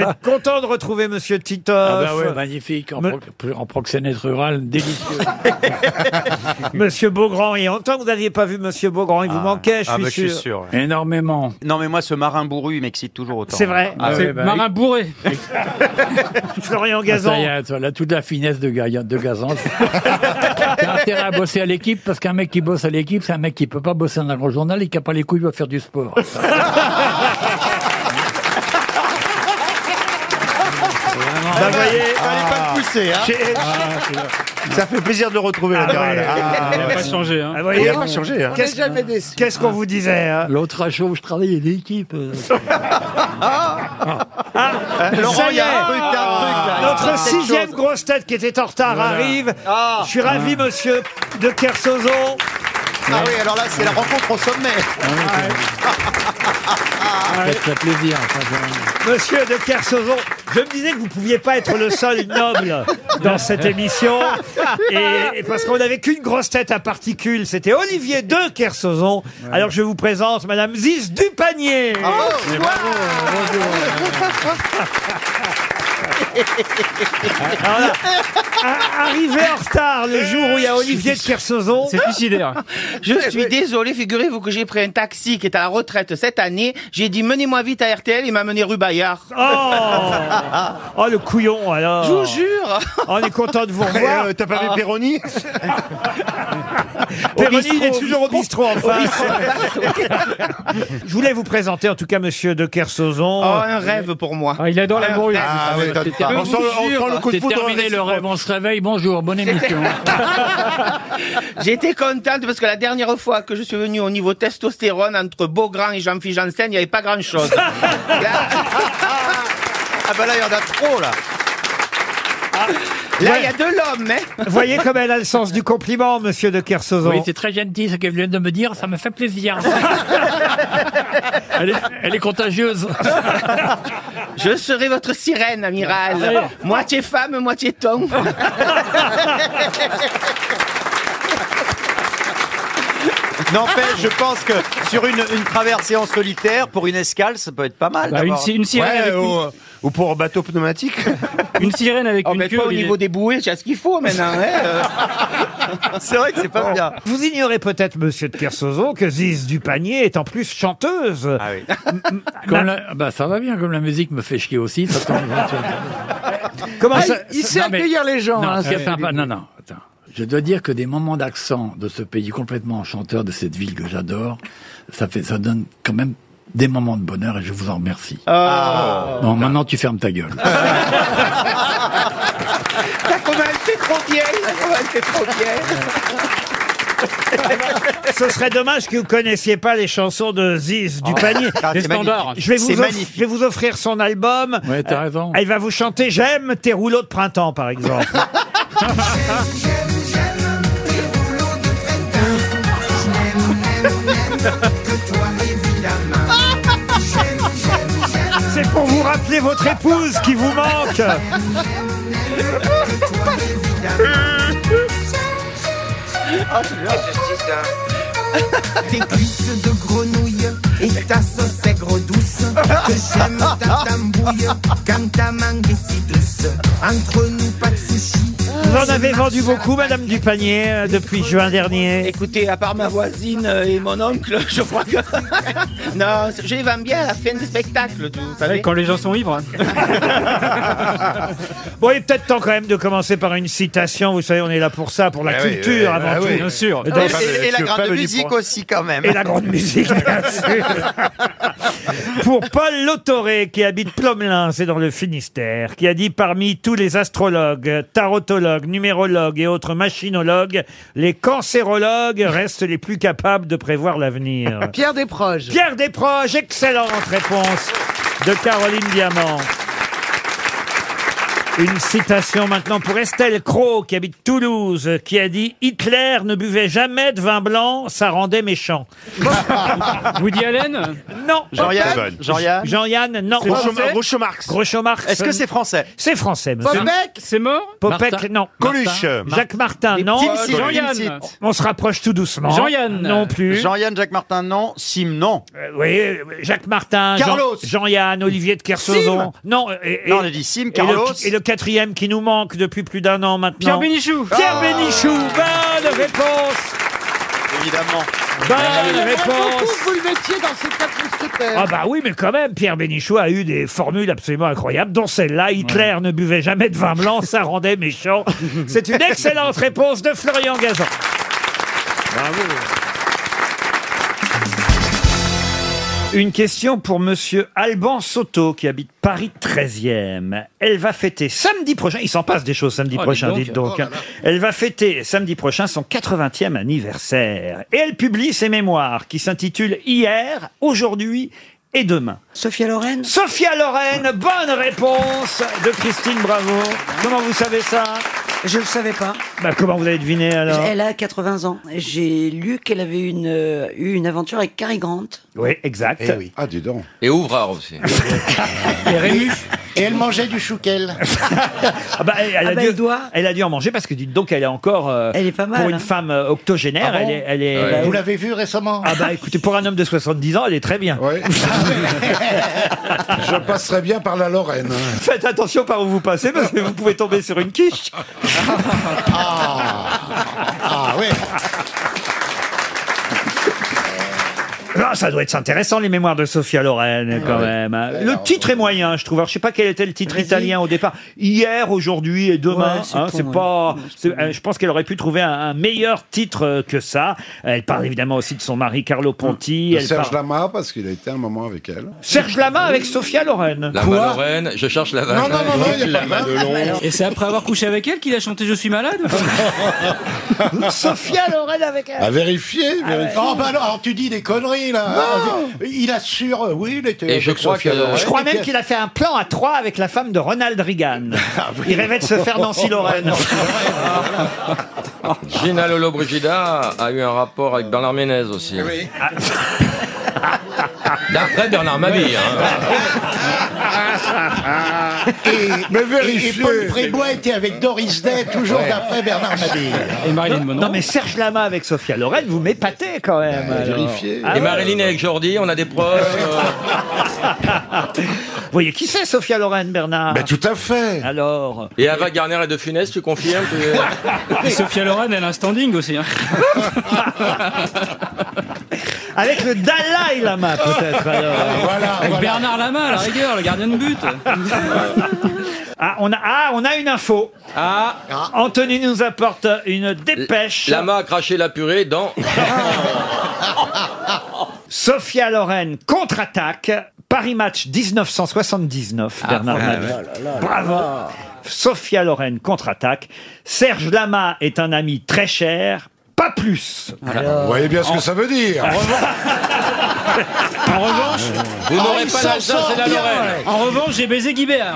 [SPEAKER 1] être content de retrouver Monsieur Titoff.
[SPEAKER 18] Ah bah ouais, magnifique, en, pro- en proxénète rural, délicieux.
[SPEAKER 1] Monsieur Beaugrand, et en temps que vous n'aviez pas vu Monsieur Beaugrand, il vous manquait, je
[SPEAKER 11] ah,
[SPEAKER 1] suis,
[SPEAKER 11] bah, je
[SPEAKER 1] sûr.
[SPEAKER 11] suis sûr.
[SPEAKER 18] Énormément.
[SPEAKER 11] Non, mais moi, ce marin bourru, il m'excite toujours autant.
[SPEAKER 1] C'est vrai
[SPEAKER 11] Ah ouais, bah,
[SPEAKER 18] Marin bourré.
[SPEAKER 1] Florian
[SPEAKER 11] Gazan.
[SPEAKER 18] Ah, ça y est, toi, là, toute la finesse de, Gaïa- de Gazan. T'as intérêt à bosser à l'équipe, parce qu'un mec qui bosse à l'équipe, c'est un mec qui peut pas bosser dans un grand journal et qui a pas les couilles, il va faire du sport.
[SPEAKER 1] Bah, vous voyez,
[SPEAKER 18] pas me pousser, hein.
[SPEAKER 1] Chez-
[SPEAKER 6] Ça fait plaisir de le retrouver,
[SPEAKER 1] Ah,
[SPEAKER 6] général.
[SPEAKER 1] ouais.
[SPEAKER 6] Ah,
[SPEAKER 1] Il a
[SPEAKER 6] ouais.
[SPEAKER 1] pas changé, hein.
[SPEAKER 6] Ah, voyez,
[SPEAKER 1] Il a
[SPEAKER 6] on-
[SPEAKER 1] pas changé, hein.
[SPEAKER 6] Qu'est-ce-
[SPEAKER 1] jamais déçu. Qu'est-ce qu'on vous disait hein
[SPEAKER 18] L'autre à chaud où je travaille, il est équipe.
[SPEAKER 1] Ça Ah, y est,
[SPEAKER 6] il y a
[SPEAKER 1] Notre
[SPEAKER 6] Ah, quelque
[SPEAKER 1] sixième
[SPEAKER 6] chose.
[SPEAKER 1] grosse tête qui était en retard
[SPEAKER 6] Voilà.
[SPEAKER 1] arrive.
[SPEAKER 6] Ah.
[SPEAKER 1] Je suis ravi, monsieur de Kersozo.
[SPEAKER 6] Ah oui, alors là, c'est la rencontre au sommet.
[SPEAKER 18] Ah Ça fait plaisir.
[SPEAKER 1] Monsieur de Kersauzon, je me disais que vous pouviez pas être le seul noble dans cette émission. Et, et parce qu'on n'avait qu'une grosse tête à particules, c'était Olivier de Kersauzon. Alors je vous présente Madame Ziz Dupanier.
[SPEAKER 19] Ah,
[SPEAKER 1] Alors là,
[SPEAKER 13] Ah,
[SPEAKER 1] a- arrivé en retard le jour où il y a Olivier de Kersauzon.
[SPEAKER 19] C'est suicidaire. Je suis désolé, figurez-vous que j'ai pris un taxi qui est à la retraite cette année. J'ai dit menez-moi vite à RTL, il m'a mené rue Bayard.
[SPEAKER 1] Oh, Oh, le couillon alors. Oh,
[SPEAKER 19] Je vous jure.
[SPEAKER 1] On est content
[SPEAKER 13] Oh.
[SPEAKER 1] de vous revoir.
[SPEAKER 19] Euh, t'as pas vu Ah.
[SPEAKER 1] Péroni Péroni, il est toujours au bistrot en face. Je voulais vous présenter en tout cas Monsieur de Kersauzon.
[SPEAKER 19] Oh, un rêve pour moi. Ah, il adore
[SPEAKER 1] la
[SPEAKER 19] bourrue.
[SPEAKER 1] Ah,
[SPEAKER 18] C'est terminé le rêve, on se réveille, bonjour, bonne émission.
[SPEAKER 19] J'étais contente parce que la dernière fois que je suis venu au niveau testostérone entre Beaugrand et Jean-Philippe Janssen, il n'y avait pas grand-chose. ah bah là, il y en a trop, là. Là, il y a de l'homme, hein.
[SPEAKER 1] Vous voyez comme elle a le sens du compliment, Monsieur de Kersauzon.
[SPEAKER 18] Oui, c'est très gentil ce qu'elle vient de me dire, ça me fait plaisir. elle, est, elle est contagieuse.
[SPEAKER 19] Je serai votre sirène,
[SPEAKER 18] Ouais.
[SPEAKER 19] amiral. Moitié femme, moitié ton.
[SPEAKER 6] N'empêche, je pense que sur une, une traversée en solitaire, pour une escale, ça peut être pas
[SPEAKER 10] Ah,
[SPEAKER 6] mal.
[SPEAKER 19] Bah,
[SPEAKER 6] d'avoir-
[SPEAKER 19] une- une sirène
[SPEAKER 6] Ouais,
[SPEAKER 19] avec
[SPEAKER 6] ou,
[SPEAKER 19] une-
[SPEAKER 6] euh, ou pour un bateau pneumatique.
[SPEAKER 19] Une sirène avec une
[SPEAKER 6] queue,
[SPEAKER 19] oh. Pas au
[SPEAKER 6] il
[SPEAKER 19] niveau
[SPEAKER 6] est-
[SPEAKER 19] des bouées, c'est ce qu'il faut maintenant.
[SPEAKER 6] c'est vrai que c'est pas bien.
[SPEAKER 1] Vous ignorez peut-être, monsieur de Kersauzon, que Ziz Dupanier est en plus chanteuse.
[SPEAKER 18] Comme la- bah, ça va bien, comme la musique me fait chier aussi. Ça tombe bien, tu vois.
[SPEAKER 1] Comment
[SPEAKER 18] Ah,
[SPEAKER 1] ça-
[SPEAKER 18] il
[SPEAKER 1] ça-
[SPEAKER 18] sait
[SPEAKER 1] non, mais-
[SPEAKER 18] accueillir les gens.
[SPEAKER 1] Non,
[SPEAKER 18] hein,
[SPEAKER 1] ah
[SPEAKER 18] ce qui est
[SPEAKER 1] oui.
[SPEAKER 18] sympa. Non, non, attends. Je dois dire que des moments d'accent de ce pays complètement enchanteur, de cette ville que j'adore, ça fait, ça donne quand même des moments de bonheur et je vous en remercie. Ah.
[SPEAKER 20] Ah.
[SPEAKER 19] Oh.
[SPEAKER 18] Bon, maintenant tu fermes ta gueule.
[SPEAKER 19] T'as comment elle fait trop bien, t'as comment elle fait trop bien.
[SPEAKER 1] Ce serait dommage que vous connaissiez pas les chansons de Ziz
[SPEAKER 18] Oh,
[SPEAKER 1] Dupanier.
[SPEAKER 18] ça, c'est Des standards. magnifique.
[SPEAKER 1] Je vais, vous
[SPEAKER 18] C'est
[SPEAKER 1] off-
[SPEAKER 18] magnifique.
[SPEAKER 1] je vais vous offrir son album.
[SPEAKER 18] Ouais, t'as
[SPEAKER 1] Euh,
[SPEAKER 18] raison.
[SPEAKER 1] Il va vous chanter J'aime tes rouleaux de printemps, par exemple. C'est pour vous rappeler votre épouse qui vous manque.
[SPEAKER 19] Ah, hein.
[SPEAKER 21] Tes cuisses de grenouille et ta sauce aigre douce. Que j'aime ta tambouille quand ta mangue est si douce. Entre nous, pas de sushi.
[SPEAKER 1] Vous en avez vendu beaucoup, Madame Dupanier, euh, depuis juin dernier.
[SPEAKER 19] Écoutez, à part ma voisine euh, et mon oncle, je crois que. non, je les vends bien à la fin du spectacle, tout. Vous savez.
[SPEAKER 1] les gens sont ivres. bon, il est peut-être temps quand même de commencer par une citation. Vous savez, on est là pour ça, pour la
[SPEAKER 6] Ah oui,
[SPEAKER 1] culture
[SPEAKER 6] euh,
[SPEAKER 1] avant
[SPEAKER 6] ah
[SPEAKER 1] tout.
[SPEAKER 6] oui. Bien sûr.
[SPEAKER 1] Donc-
[SPEAKER 6] Et- et- et la grande musique
[SPEAKER 19] aussi, quand même.
[SPEAKER 1] Et la grande musique, bien sûr. Pour Paul Lautoré, qui habite Plomelin, c'est dans le Finistère, qui a dit parmi tous les astrologues, tarotologues, numérologues et autres machinologues, les cancérologues restent les plus capables de prévoir l'avenir.
[SPEAKER 8] Pierre Desproges.
[SPEAKER 1] Pierre Desproges, excellente réponse de Caroline Diamant. Une citation maintenant pour Estelle Croc, qui habite Toulouse, qui a dit « Hitler ne buvait jamais de vin blanc, ça rendait méchant. » Woody Allen Non.
[SPEAKER 10] Jean-Yann Beethoven. Jean-Yann
[SPEAKER 1] Jean-Yann, non.
[SPEAKER 10] C'est Groucho- français Groucho Marx.
[SPEAKER 1] Groucho Marx.
[SPEAKER 10] Est-ce que c'est
[SPEAKER 1] français C'est français, monsieur.
[SPEAKER 10] Popek
[SPEAKER 1] C'est mort Popek,
[SPEAKER 10] Martin.
[SPEAKER 1] non.
[SPEAKER 10] Coluche.
[SPEAKER 1] Martin. Jacques Martin,
[SPEAKER 10] Les
[SPEAKER 1] non.
[SPEAKER 10] petits messieurs, Jean-Yann. les petits.
[SPEAKER 1] On se rapproche tout doucement. Non plus. Euh,
[SPEAKER 10] Jean-Yann, Jacques Martin, non. Sim, non.
[SPEAKER 1] oui, Jacques Martin, Jean-
[SPEAKER 10] Carlos.
[SPEAKER 1] Jean-Yann, Olivier de Kersauzon.
[SPEAKER 10] Sim.
[SPEAKER 1] Non, euh, et,
[SPEAKER 10] Non,
[SPEAKER 1] et-
[SPEAKER 10] on a dit Sim,
[SPEAKER 1] et le-
[SPEAKER 10] Carlos.
[SPEAKER 1] Et le, quatrième qui nous manque depuis plus d'un an maintenant.
[SPEAKER 10] Pierre Bénichou.
[SPEAKER 1] Pierre
[SPEAKER 10] Ah.
[SPEAKER 1] Bénichou, bonne réponse.
[SPEAKER 10] Évidemment.
[SPEAKER 1] Bonne réponse.
[SPEAKER 22] vous le mettiez dans ces quatre mousquetaires.
[SPEAKER 1] Ah bah oui, mais quand même, Pierre Bénichou a eu des formules absolument incroyables, dont celle-là, Hitler ne buvait jamais de vin blanc, ça rendait méchant. C'est une excellente réponse de Florian Gazan. Bravo. Une question pour Monsieur Alban Soto qui habite Paris 13e. Elle va fêter samedi prochain, il s'en passe des choses samedi
[SPEAKER 10] Oh,
[SPEAKER 1] prochain,
[SPEAKER 10] dis donc.
[SPEAKER 1] dites donc. hein.
[SPEAKER 10] Oh là là.
[SPEAKER 1] Elle va fêter samedi prochain son 80e anniversaire et elle publie ses mémoires qui s'intitulent Hier, aujourd'hui et demain. Sophia Lorraine Sophia Lorraine, bonne réponse de Christine Bravo. Comment vous savez ça
[SPEAKER 14] Je ne le savais pas.
[SPEAKER 1] Bah comment vous avez deviné alors
[SPEAKER 14] Elle a 80 ans. J'ai lu qu'elle avait une, euh, eu une aventure avec Cary Grant.
[SPEAKER 1] Oui, exact.
[SPEAKER 12] Eh oui. Ah, dis donc.
[SPEAKER 7] Et Ouvrard aussi.
[SPEAKER 12] Et elle mangeait du chouquel.
[SPEAKER 1] Ah bah, elle, elle
[SPEAKER 12] Ah
[SPEAKER 1] a
[SPEAKER 12] bah,
[SPEAKER 1] dû,
[SPEAKER 12] elle doit.
[SPEAKER 1] elle a dû en manger parce que dites donc, elle est encore. euh,
[SPEAKER 14] Elle est pas mal,
[SPEAKER 1] Pour une
[SPEAKER 14] hein.
[SPEAKER 1] femme euh, octogénaire,
[SPEAKER 12] Ah bon
[SPEAKER 1] elle est. Elle est Bah,
[SPEAKER 10] Bah
[SPEAKER 12] Ouais. Vous
[SPEAKER 1] l'avez vue récemment Ah bah écoutez, pour un homme de 70 ans, elle est très bien.
[SPEAKER 12] Je passerais bien par la Lorraine.
[SPEAKER 1] Faites attention par où vous passez parce que vous pouvez tomber sur une quiche.
[SPEAKER 12] Ah oui.
[SPEAKER 1] Ah, ça doit être intéressant les mémoires de Sophia Loren quand même. hein. Le titre est moyen, je trouve. Alors, je sais pas quel était le titre italien au départ. Hier, aujourd'hui et demain.
[SPEAKER 10] Ouais, c'est
[SPEAKER 1] hein,
[SPEAKER 10] con,
[SPEAKER 1] c'est
[SPEAKER 10] ouais.
[SPEAKER 1] pas. c'est- euh, je pense qu'elle aurait pu trouver un, un meilleur titre euh, que ça. Elle parle évidemment aussi de son mari Carlo Conti.
[SPEAKER 12] De
[SPEAKER 1] elle
[SPEAKER 12] Serge
[SPEAKER 1] parle-
[SPEAKER 12] Lama, parce qu'il a été un moment avec elle.
[SPEAKER 1] Serge Lama avec Sophia Loren.
[SPEAKER 7] La Malorraine, je cherche la
[SPEAKER 12] Non, non, non, non, il y a
[SPEAKER 7] la
[SPEAKER 12] pas
[SPEAKER 7] Madelon.
[SPEAKER 2] Et c'est après avoir couché avec elle qu'il a chanté Je suis malade
[SPEAKER 1] Sophia Loren avec elle.
[SPEAKER 12] À vérifier, vérifier.
[SPEAKER 19] Oh, bah alors, alors, tu dis des conneries, là.
[SPEAKER 12] Non.
[SPEAKER 19] Il assure, euh, oui, il était.
[SPEAKER 12] Et je
[SPEAKER 19] avec
[SPEAKER 12] crois
[SPEAKER 19] Sophia
[SPEAKER 12] que-
[SPEAKER 19] Loren.
[SPEAKER 1] Je crois même qu'il a fait un plan à trois avec la femme de Ronald Reagan.
[SPEAKER 19] Ah,
[SPEAKER 1] Il rêvait de se faire Nancy Lorraine.
[SPEAKER 7] Gina Lolo Brigida a eu un rapport avec Bernard Ménez aussi. Oui. D'après Bernard Mabille. hein.
[SPEAKER 19] Et,
[SPEAKER 7] Mais
[SPEAKER 19] et-
[SPEAKER 7] vérifiez.
[SPEAKER 19] et Paul Prébois était avec Doris Day, toujours
[SPEAKER 1] Ouais.
[SPEAKER 19] d'après Bernard Mabille.
[SPEAKER 1] non, non, mais Serge Lama avec Sophia Loren, vous m'épatez quand même. alors. Ah
[SPEAKER 7] Et
[SPEAKER 1] ouais.
[SPEAKER 7] Marilyn avec Jordi, on a des euh, preuves.
[SPEAKER 1] Vous voyez qui c'est Sophia Loren, Bernard
[SPEAKER 7] Bah,
[SPEAKER 1] Tout à fait. Alors.
[SPEAKER 7] Et Ava Garner et De Funès, tu confirmes que-
[SPEAKER 2] Et Sophia Loren, elle a un standing aussi. hein.
[SPEAKER 1] Avec le Dalai Lama peut-être. alors.
[SPEAKER 2] Avec Bernard Lama, à la rigueur, le gardien de but.
[SPEAKER 1] Ah on, a, ah, on a une info. Ah. Anthony nous apporte une dépêche.
[SPEAKER 7] Lama a craché la purée dans.
[SPEAKER 1] Sophia Loren contre-attaque. Paris Match
[SPEAKER 12] Ah,
[SPEAKER 1] 1979, Bernard
[SPEAKER 10] ouais,
[SPEAKER 1] Mabille.
[SPEAKER 10] ouais. Oh là là là
[SPEAKER 1] Bravo. Sophia Loren contre-attaque. Serge Lama est un ami très cher, pas plus.
[SPEAKER 12] Vous voyez bien ce que ça veut dire.
[SPEAKER 2] En revanche,
[SPEAKER 12] Vous n'aurez
[SPEAKER 19] Ah,
[SPEAKER 12] pas l'Alsace et la Lorraine.
[SPEAKER 2] En revanche, j'ai baisé Guy Béard.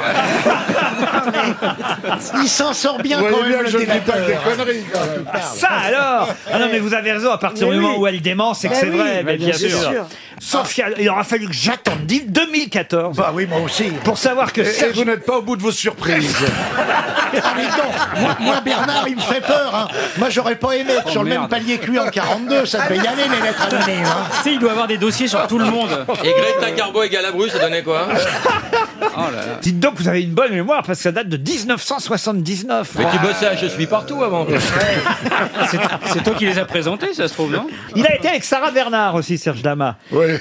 [SPEAKER 19] Il s'en sort bien
[SPEAKER 12] Vous
[SPEAKER 19] quand
[SPEAKER 12] voyez
[SPEAKER 19] même.
[SPEAKER 12] bien
[SPEAKER 19] le
[SPEAKER 12] que je ne dis pas que des
[SPEAKER 19] délateur.
[SPEAKER 12] conneries. quand même.
[SPEAKER 1] Ça alors Ah non mais vous avez raison, à partir
[SPEAKER 12] Mais
[SPEAKER 1] du moment
[SPEAKER 12] oui.
[SPEAKER 1] où elle dément, Oh, c'est que
[SPEAKER 12] Mais
[SPEAKER 1] c'est
[SPEAKER 12] Bah oui.
[SPEAKER 1] vrai,
[SPEAKER 12] Mais
[SPEAKER 1] mais bien,
[SPEAKER 12] bien
[SPEAKER 1] sûr.
[SPEAKER 12] sûr. Ah.
[SPEAKER 1] Sophia, il aura fallu que j'attende 2014. Bah oui, moi aussi. Pour savoir que
[SPEAKER 12] Et- et
[SPEAKER 1] Serge-
[SPEAKER 12] vous n'êtes pas au bout de vos surprises.
[SPEAKER 19] Ah, mais non, moi, moi, Bernard, il me fait peur. hein. Moi, j'aurais pas aimé être
[SPEAKER 2] Oh,
[SPEAKER 19] sur le même
[SPEAKER 2] merde.
[SPEAKER 19] palier que lui en 42. Ça devait Ah, y aller, les lettres à donner. hein.
[SPEAKER 2] Tu sais, il doit avoir des dossiers sur tout le monde.
[SPEAKER 7] Et Greta Garbo et Galabru, ça donnait quoi hein.
[SPEAKER 1] Dites donc, vous avez une bonne mémoire parce que ça date de 1979.
[SPEAKER 7] Mais tu bossais à Je suis partout hein. avant.
[SPEAKER 19] hein.
[SPEAKER 2] C'est- C'est toi qui les as présentés, ça se trouve, non
[SPEAKER 1] Il a été avec Sarah Bernard aussi, Serge Dama. Oui.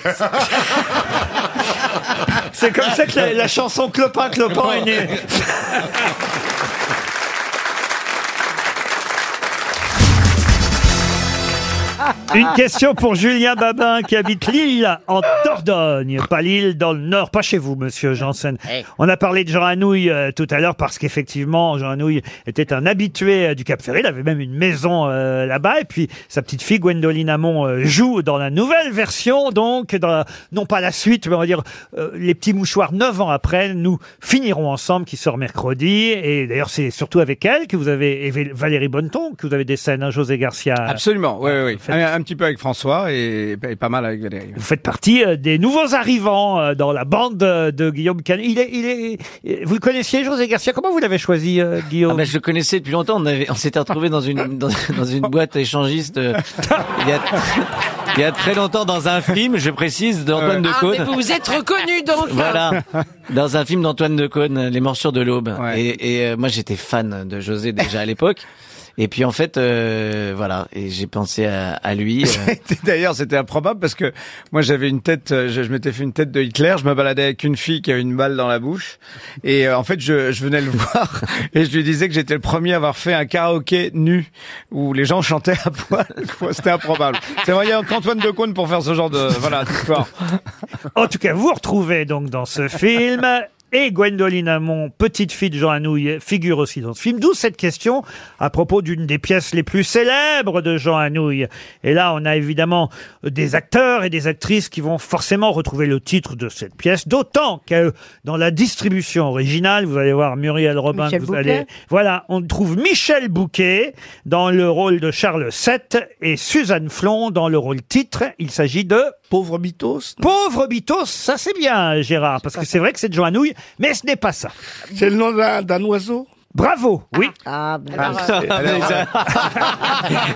[SPEAKER 1] C'est comme ça que la, la chanson Clopin Clopin est née.
[SPEAKER 19] Ah.
[SPEAKER 1] Une question pour Julien Babin qui habite Lille en Dordogne, pas Lille dans le Nord, pas chez vous, Monsieur Janssen.
[SPEAKER 23] Eh.
[SPEAKER 1] On a parlé de Jean Anouilh euh, tout à l'heure parce qu'effectivement Jean Anouilh était un habitué euh, du Cap Ferré, il avait même une maison euh, là-bas et puis sa petite fille Gwendoline Amon euh, joue dans la nouvelle version donc dans la- non pas la suite mais on va dire euh, les petits mouchoirs neuf ans après nous finirons ensemble qui sort mercredi et d'ailleurs c'est surtout avec elle que vous avez et Vé- Valérie Bonneton que vous avez des scènes hein, José Garcia.
[SPEAKER 10] Absolument, oui, oui, oui. Un, un petit peu avec François et, et pas mal avec Valérie.
[SPEAKER 1] Vous faites partie euh, des nouveaux arrivants euh, dans la bande euh, de Guillaume Canet. Il est, il est, vous le connaissiez, José Garcia Comment vous l'avez choisi, euh, Guillaume
[SPEAKER 3] Ah ben, je le connaissais depuis longtemps. On, avait- on s'était retrouvé dans une dans, dans une boîte échangiste euh, il, y a, il y a très longtemps dans un film, je précise, d'Antoine de
[SPEAKER 13] Ah,
[SPEAKER 3] Caunes.
[SPEAKER 13] mais vous vous êtes reconnus donc hein.
[SPEAKER 3] Voilà, dans un film d'Antoine de Caunes, Les Morsures de l'Aube. Et, et, euh, moi, j'étais fan de José déjà à l'époque. Et puis en fait, euh, voilà, et j'ai pensé à, à lui. euh,
[SPEAKER 10] D'ailleurs, c'était improbable parce que moi, j'avais une tête, euh, je, je m'étais fait une tête de Hitler. Je me baladais avec une fille qui avait une balle dans la bouche. Et euh, en fait, je, je venais le voir et je lui disais que j'étais le premier à avoir fait un karaoké nu où les gens chantaient à poil. quoi. C'était improbable. C'est vrai, il y a qu'Antoine de Caunes pour faire ce genre de, voilà, d'histoire.
[SPEAKER 1] En tout cas, vous retrouvez donc dans ce film. Et Gwendoline Amon, petite fille de Jean Anouilh, figure aussi dans ce film. D'où cette question à propos d'une des pièces les plus célèbres de Jean Anouilh. Et là, on a évidemment des acteurs et des actrices qui vont forcément retrouver le titre de cette pièce. D'autant que dans la distribution originale, vous allez voir Muriel Robin,
[SPEAKER 24] Michel
[SPEAKER 1] que vous
[SPEAKER 24] Bouquet.
[SPEAKER 1] allez voilà, on trouve Michel Bouquet dans le rôle de Charles VII et Suzanne Flon dans le rôle titre. Il s'agit de Pauvre Bitos. Pauvre Bitos, ça c'est bien, Gérard, parce que c'est vrai que c'est de Joan Nouille, mais ce n'est pas ça. C'est le nom d'un oiseau. Bravo, oui.
[SPEAKER 16] Ah,
[SPEAKER 3] Alors,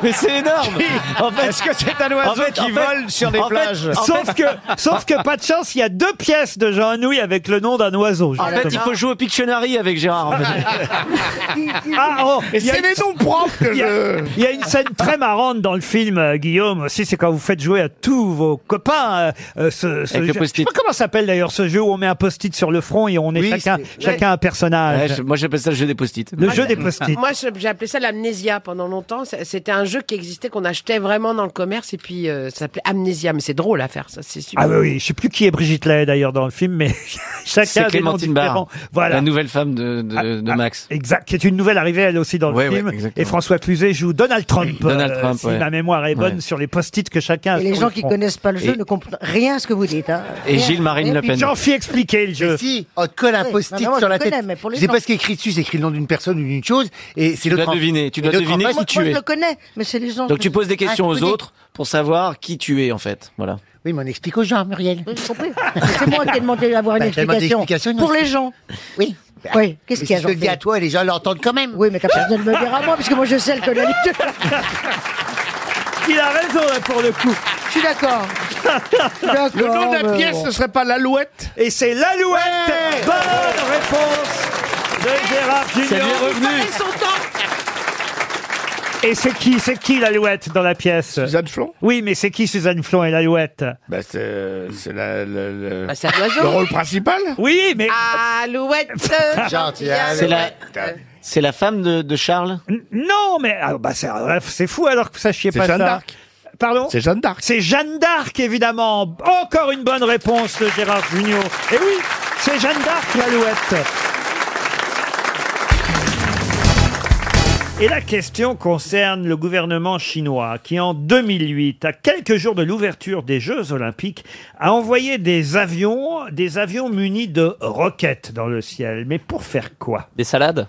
[SPEAKER 3] Mais c'est énorme. En fait,
[SPEAKER 10] Est-ce que c'est un oiseau
[SPEAKER 3] en fait,
[SPEAKER 10] qui
[SPEAKER 3] en fait-
[SPEAKER 10] vole sur des
[SPEAKER 3] en fait-
[SPEAKER 10] plages
[SPEAKER 3] en
[SPEAKER 1] sauf
[SPEAKER 3] fait-
[SPEAKER 1] que, sauf que pas de chance, il y a deux pièces de Jean Nouille avec le nom d'un oiseau.
[SPEAKER 3] En fait, il
[SPEAKER 1] justement.
[SPEAKER 3] faut jouer au Pictionary avec Gérard. en fait.
[SPEAKER 1] Ah, oh,
[SPEAKER 3] Et
[SPEAKER 1] il y a
[SPEAKER 3] c'est
[SPEAKER 1] une-
[SPEAKER 3] les noms propres que
[SPEAKER 1] Il y, a-
[SPEAKER 3] je-
[SPEAKER 1] il y a une scène très marrante dans le film, euh, Guillaume, aussi, c'est quand vous faites jouer à tous vos copains euh, euh, ce, ce jeu.
[SPEAKER 3] Avec le
[SPEAKER 1] Je sais
[SPEAKER 3] post-it.
[SPEAKER 1] pas comment ça s'appelle d'ailleurs ce jeu où on met un post-it sur le front et on est chacun, chacun un personnage.
[SPEAKER 3] Ouais, je- moi, j'appelle ça le jeu des post-it.
[SPEAKER 1] Le jeu des
[SPEAKER 3] Ah,
[SPEAKER 1] post-it.
[SPEAKER 13] Moi, je- j'ai appelé ça l'amnésia pendant longtemps. C'est- C'était un jeu qui existait, qu'on achetait vraiment dans le commerce, et puis euh, ça s'appelait amnésia. Mais c'est drôle à faire, ça, c'est super.
[SPEAKER 1] Ah oui, oui, je sais plus qui est Brigitte Lay d'ailleurs dans le film, mais
[SPEAKER 3] C'est
[SPEAKER 1] chacun a des noms
[SPEAKER 3] Clémentine Barre,
[SPEAKER 1] différents. Voilà.
[SPEAKER 3] la nouvelle femme de,
[SPEAKER 10] Ah,
[SPEAKER 3] de- de Max.
[SPEAKER 1] Exact, qui est une nouvelle arrivée elle aussi dans le
[SPEAKER 3] Ouais, ouais,
[SPEAKER 1] film.
[SPEAKER 3] exactement.
[SPEAKER 1] et François Cluzet joue Donald Trump. euh,
[SPEAKER 3] Donald Trump,
[SPEAKER 1] si
[SPEAKER 3] ouais.
[SPEAKER 1] ma mémoire est bonne
[SPEAKER 3] Ouais.
[SPEAKER 1] sur les post-it que chacun. a
[SPEAKER 14] Et les
[SPEAKER 1] sur
[SPEAKER 14] gens
[SPEAKER 1] le
[SPEAKER 14] qui
[SPEAKER 1] front.
[SPEAKER 14] connaissent pas le jeu
[SPEAKER 3] Et-
[SPEAKER 14] ne comprennent rien à ce que vous dites. Hein.
[SPEAKER 3] Et
[SPEAKER 14] Rien.
[SPEAKER 3] Gilles Marine
[SPEAKER 14] Et
[SPEAKER 3] Le
[SPEAKER 14] puis
[SPEAKER 3] Pen.
[SPEAKER 14] Jean-
[SPEAKER 1] Jean-Phi expliquer le jeu.
[SPEAKER 14] Mais
[SPEAKER 11] si, on te colle un
[SPEAKER 14] Oui,
[SPEAKER 11] post-it
[SPEAKER 14] non, mais moi,
[SPEAKER 11] sur
[SPEAKER 14] je
[SPEAKER 11] la
[SPEAKER 14] connais,
[SPEAKER 11] tête.
[SPEAKER 14] mais pour les
[SPEAKER 11] Je sais
[SPEAKER 14] gens.
[SPEAKER 11] pas ce qui est écrit dessus, c'est écrit le nom d'une personne ou d'une chose, et c'est
[SPEAKER 3] Tu
[SPEAKER 11] l'autre
[SPEAKER 3] dois
[SPEAKER 11] en-
[SPEAKER 3] deviner, tu
[SPEAKER 11] et
[SPEAKER 3] dois
[SPEAKER 11] l'autre en
[SPEAKER 3] deviner
[SPEAKER 11] face,
[SPEAKER 3] si
[SPEAKER 14] Moi,
[SPEAKER 3] tu
[SPEAKER 14] moi,
[SPEAKER 3] es.
[SPEAKER 14] je le connais, mais c'est les gens.
[SPEAKER 3] Donc tu poses des questions
[SPEAKER 14] Ah, je
[SPEAKER 3] aux
[SPEAKER 14] connais.
[SPEAKER 3] autres pour savoir qui tu es en fait. Voilà.
[SPEAKER 11] Oui, mais on explique aux gens, Muriel.
[SPEAKER 14] Oui, j'ai compris. Mais C'est moi qui ai demandé d'avoir une
[SPEAKER 11] Bah, t'as demandé
[SPEAKER 14] explication.
[SPEAKER 11] l'explication, non
[SPEAKER 14] Pour les gens. Oui. Oui, qu'est-ce
[SPEAKER 11] Mais si
[SPEAKER 14] qu'il y a
[SPEAKER 11] je le
[SPEAKER 14] Jean-Philippe
[SPEAKER 11] dis à toi, les gens l'entendent quand même.
[SPEAKER 14] Oui, mais t'as pas besoin de me le dire à moi, parce que moi je sais le connaître.
[SPEAKER 1] Il a raison là pour le coup.
[SPEAKER 14] Je suis d'accord.
[SPEAKER 10] Le nom de la pièce, ce serait pas l'alouette
[SPEAKER 1] Et c'est l'alouette Bonne réponse de Gérard Junior.
[SPEAKER 3] C'est bien revenu.
[SPEAKER 1] Et c'est qui, c'est qui l'alouette dans la pièce Suzanne Flon Oui, mais c'est qui Suzanne Flon et l'alouette
[SPEAKER 10] Bah, c'est euh, c'est la- le, le-
[SPEAKER 1] Bah, c'est un oiseau. Ah,
[SPEAKER 10] le rôle principal
[SPEAKER 1] Oui, mais.
[SPEAKER 13] Alouette.
[SPEAKER 3] Gentille C'est la- C'est la femme de, de Charles.
[SPEAKER 1] N- Non, mais ah, bah, c'est ah, c'est fou alors que vous sachiez
[SPEAKER 3] C'est
[SPEAKER 1] pas
[SPEAKER 3] Jeanne
[SPEAKER 1] ça.
[SPEAKER 3] d'Arc.
[SPEAKER 1] Pardon C'est Jeanne d'Arc. C'est Jeanne d'Arc, évidemment. Encore une bonne réponse de Gérard Junior. Et oui, c'est Jeanne d'Arc, l'alouette. Et la question concerne le gouvernement chinois qui, en 2008, à quelques jours de l'ouverture des Jeux Olympiques, a envoyé des avions, des avions munis de roquettes dans le ciel. Mais pour faire quoi
[SPEAKER 3] Des salades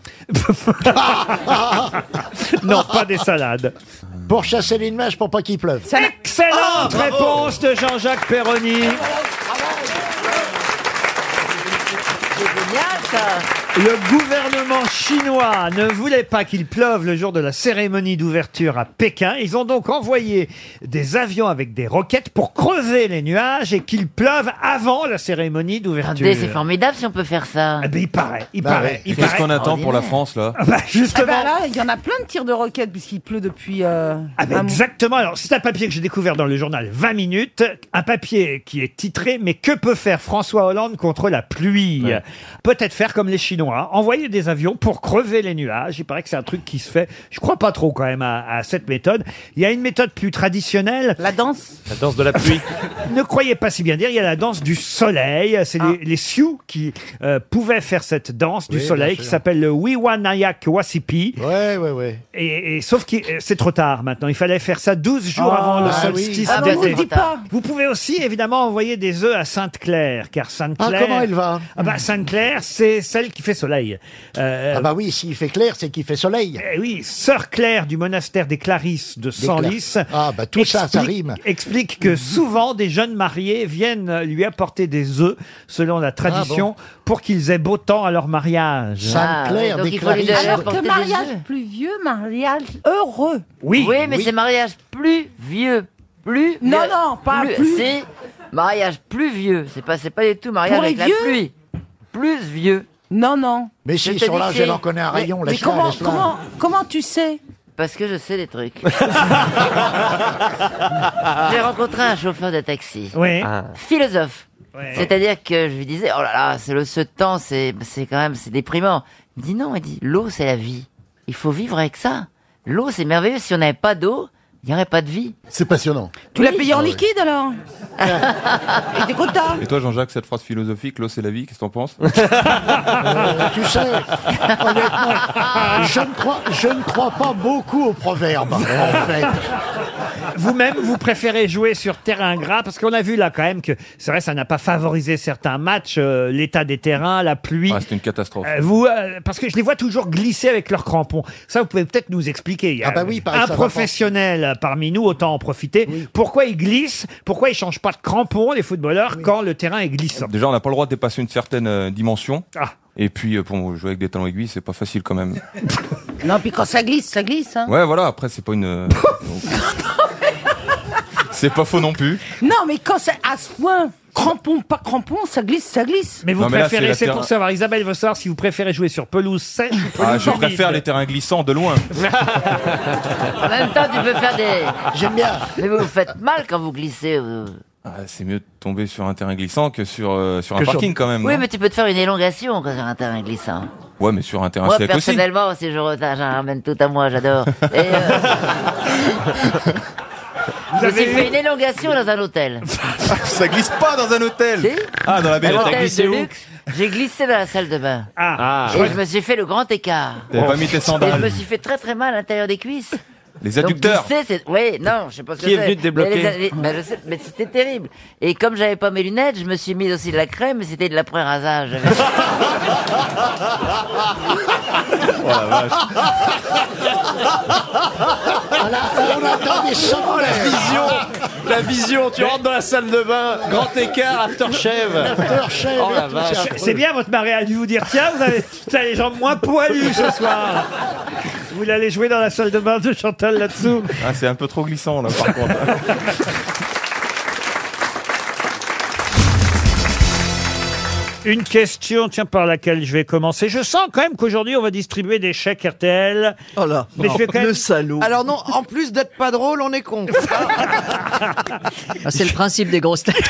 [SPEAKER 1] Non, pas des salades.
[SPEAKER 25] Pour chasser les nuages pour pas qu'il pleuve.
[SPEAKER 1] Excellente réponse de Jean-Jacques Perroni. Le gouvernement chinois ne voulait pas qu'il pleuve le jour de la cérémonie d'ouverture à Pékin. Ils ont donc envoyé des avions avec des roquettes pour creuser les nuages et qu'il pleuve avant la cérémonie d'ouverture.
[SPEAKER 16] Attendez, c'est formidable si on peut faire ça.
[SPEAKER 1] Ah ben, il paraît, il
[SPEAKER 16] Bah
[SPEAKER 1] paraît,
[SPEAKER 16] ouais.
[SPEAKER 1] il
[SPEAKER 16] Qu'est-ce
[SPEAKER 1] paraît.
[SPEAKER 16] qu'on attend pour la
[SPEAKER 1] France là Justement.
[SPEAKER 26] Ah bah là, il y en a plein de tirs de roquettes puisqu'il pleut depuis. euh,
[SPEAKER 1] Ah ben,
[SPEAKER 26] un mois.
[SPEAKER 1] exactement. Alors, c'est un papier que j'ai découvert dans le journal 20 minutes. Un papier qui est titré Mais que peut faire François Hollande contre la pluie Peut-être faire comme les Chinois. avions, hein, envoyer des avions pour crever les nuages. Il paraît que c'est un truc qui se fait. Je crois pas trop quand même à, à cette méthode. Il y a une méthode plus traditionnelle. La danse.
[SPEAKER 2] La danse de la pluie.
[SPEAKER 1] ne croyez pas si bien dire, il y a la danse du soleil. C'est les, les Sioux qui euh, pouvaient faire cette danse
[SPEAKER 27] Ah.
[SPEAKER 1] du
[SPEAKER 27] Oui, bien
[SPEAKER 1] soleil
[SPEAKER 27] sûr.
[SPEAKER 1] qui s'appelle le Wiwanayak Wasipi.
[SPEAKER 27] Ouais, ouais, ouais.
[SPEAKER 1] Et, et- sauf que euh, c'est trop tard maintenant. Il fallait faire ça 12 jours
[SPEAKER 27] Ah,
[SPEAKER 1] avant le
[SPEAKER 27] ah oui.
[SPEAKER 1] solstice
[SPEAKER 27] Ah non, vous
[SPEAKER 1] d'été.
[SPEAKER 27] le dites pas.
[SPEAKER 1] Vous pouvez aussi évidemment envoyer des œufs à Sainte-Claire, car Sainte-Claire.
[SPEAKER 27] Ah, comment elle va
[SPEAKER 1] Ah bah Sainte-Claire, c'est celle qui fait soleil. Ah bah oui, s'il fait clair, c'est qu'il fait soleil. oui, sœur Claire du monastère des Clarisses de Senlis.
[SPEAKER 27] Claires. Ah, bah, tout ça, ça rime.
[SPEAKER 1] Explique que souvent des jeunes mariés viennent lui apporter des œufs, selon la tradition, pour qu'ils aient beau temps à leur mariage.
[SPEAKER 27] Sainte-Claire
[SPEAKER 16] Ah, donc des il faut les Clarisses.
[SPEAKER 13] Alors que mariage plus vieux, mariage heureux.
[SPEAKER 1] Oui.
[SPEAKER 16] Oui, mais c'est mariage plus vieux. Plus.
[SPEAKER 13] Non,
[SPEAKER 16] vieux.
[SPEAKER 13] non, pas plus.
[SPEAKER 16] C'est mariage plus vieux. C'est pas, c'est pas du tout mariage
[SPEAKER 13] Pour les
[SPEAKER 16] avec la
[SPEAKER 13] vieux
[SPEAKER 16] pluie. Plus vieux.
[SPEAKER 13] Non, non.
[SPEAKER 16] Mais
[SPEAKER 27] si,
[SPEAKER 16] ils
[SPEAKER 27] sur l'âge, elle en connaît un
[SPEAKER 13] Mais-
[SPEAKER 16] rayon,
[SPEAKER 13] Mais,
[SPEAKER 16] laisse-la,
[SPEAKER 13] comment,
[SPEAKER 16] laisse-la.
[SPEAKER 13] comment, comment tu sais
[SPEAKER 16] Parce que je sais des trucs.
[SPEAKER 14] Ah.
[SPEAKER 16] J'ai rencontré un chauffeur de taxi.
[SPEAKER 1] Oui. Ah.
[SPEAKER 3] Ah.
[SPEAKER 16] Philosophe.
[SPEAKER 1] Ouais.
[SPEAKER 16] C'est-à-dire que je lui disais, oh là là, c'est le ce temps, c'est, c'est quand même, c'est déprimant. Il me dit non, il dit, l'eau c'est la vie. Il faut vivre avec ça. L'eau c'est merveilleux. Si on n'avait pas d'eau, il n'y aurait pas de vie.
[SPEAKER 27] C'est passionnant.
[SPEAKER 13] Tu l'as
[SPEAKER 1] Ah
[SPEAKER 13] payé en liquide alors Et t'es content
[SPEAKER 5] Et toi, Jean-Jacques, cette phrase philosophique, l'eau c'est la vie, qu'est-ce que t'en penses
[SPEAKER 27] Tu sais, honnêtement, je ne, crois, je ne crois pas beaucoup aux proverbes, en fait.
[SPEAKER 1] Vous-même, vous préférez jouer sur terrain gras parce qu'on a vu là quand même que c'est vrai, ça n'a pas favorisé certains matchs, euh, l'état des terrains, la pluie.
[SPEAKER 5] Ah, C'est une catastrophe.
[SPEAKER 1] Euh, vous, euh, parce que je les vois toujours glisser avec leurs crampons. Ça, vous pouvez peut-être nous expliquer. Il y a
[SPEAKER 27] Ah bah oui, il paraît que
[SPEAKER 1] un
[SPEAKER 27] ça va
[SPEAKER 1] professionnel parmi nous, autant en profiter. Pourquoi ils glissent Pourquoi ils changent pas de crampons les footballeurs quand le terrain est glissant
[SPEAKER 5] Déjà, on n'a pas le droit de dépasser une certaine euh, dimension.
[SPEAKER 1] Ah.
[SPEAKER 5] Et puis, euh, pour jouer avec des talons aiguilles, c'est pas facile quand même.
[SPEAKER 13] Non, puis quand ça glisse, ça glisse. Hein.
[SPEAKER 5] Ouais, voilà, après, c'est pas une. euh, c'est pas faux non plus.
[SPEAKER 13] Non, mais quand c'est à ce point, crampon, pas crampon, ça glisse, ça glisse.
[SPEAKER 1] Mais vous
[SPEAKER 5] Non, mais là, c'est
[SPEAKER 1] préférez,
[SPEAKER 5] la
[SPEAKER 1] c'est
[SPEAKER 5] terre-
[SPEAKER 1] pour savoir, Isabelle veut savoir si vous préférez jouer sur pelouse sèche ou pelouse
[SPEAKER 5] Ah, je
[SPEAKER 1] humide.
[SPEAKER 5] préfère les terrains glissants de loin.
[SPEAKER 16] En même temps, tu peux faire des.
[SPEAKER 27] J'aime bien.
[SPEAKER 16] Mais vous vous faites mal quand vous glissez. euh.
[SPEAKER 5] Ah, c'est mieux de tomber sur un terrain glissant que sur, euh, sur un
[SPEAKER 16] Que sur-
[SPEAKER 5] parking quand même.
[SPEAKER 16] Oui,
[SPEAKER 5] non
[SPEAKER 16] mais tu peux te faire une élongation quand sur un terrain glissant.
[SPEAKER 5] Ouais, mais sur un terrain
[SPEAKER 16] Moi,
[SPEAKER 5] sec aussi.
[SPEAKER 16] personnellement, si je retiens, j'en ramène tout à moi, j'adore. Et, euh, je me suis
[SPEAKER 5] avez eu-
[SPEAKER 16] fait une élongation dans un hôtel.
[SPEAKER 5] ça glisse pas dans un hôtel. Ah, dans la
[SPEAKER 16] Un
[SPEAKER 5] belle
[SPEAKER 16] hôtel de luxe. J'ai glissé dans la salle de bain.
[SPEAKER 5] Ah.
[SPEAKER 16] Et je me suis fait le grand écart.
[SPEAKER 5] T'avais pas mis tes
[SPEAKER 16] Et je
[SPEAKER 5] sandales.
[SPEAKER 16] me suis fait très très mal à l'intérieur des cuisses.
[SPEAKER 5] Les adducteurs.
[SPEAKER 16] Donc, glisser, c'est... Oui, non, je sais pas ce
[SPEAKER 5] Qui
[SPEAKER 16] que
[SPEAKER 5] est
[SPEAKER 16] c'est.
[SPEAKER 5] venu te débloquer
[SPEAKER 16] Mais, les- les- bah, je sais, mais c'était terrible. Et comme j'avais pas mes lunettes, je me suis mis aussi de la crème, mais c'était de l'après-rasage.
[SPEAKER 19] Oh,
[SPEAKER 27] On attend des
[SPEAKER 2] Oh, la vision La vision, tu rentres dans la salle de bain, grand écart, aftershave.
[SPEAKER 27] Aftershave,
[SPEAKER 2] Oh la
[SPEAKER 27] tout
[SPEAKER 2] vache.
[SPEAKER 1] C'est- C'est bien, votre mari a dû vous dire tiens, vous avez t'as les jambes moins poilues ce soir. Vous l'allez jouer dans la salle de bain de Chantal là-dessous.
[SPEAKER 5] Ah, c'est un peu trop glissant là par contre.
[SPEAKER 1] Une question, tiens, par laquelle je vais commencer. Je sens quand même qu'aujourd'hui, on va distribuer des chèques RTL.
[SPEAKER 8] Oh là,
[SPEAKER 1] Mais je vais quand même-
[SPEAKER 8] le salaud. Alors non, en plus d'être pas drôle, on est con.
[SPEAKER 4] Ah, C'est le principe des grosses têtes.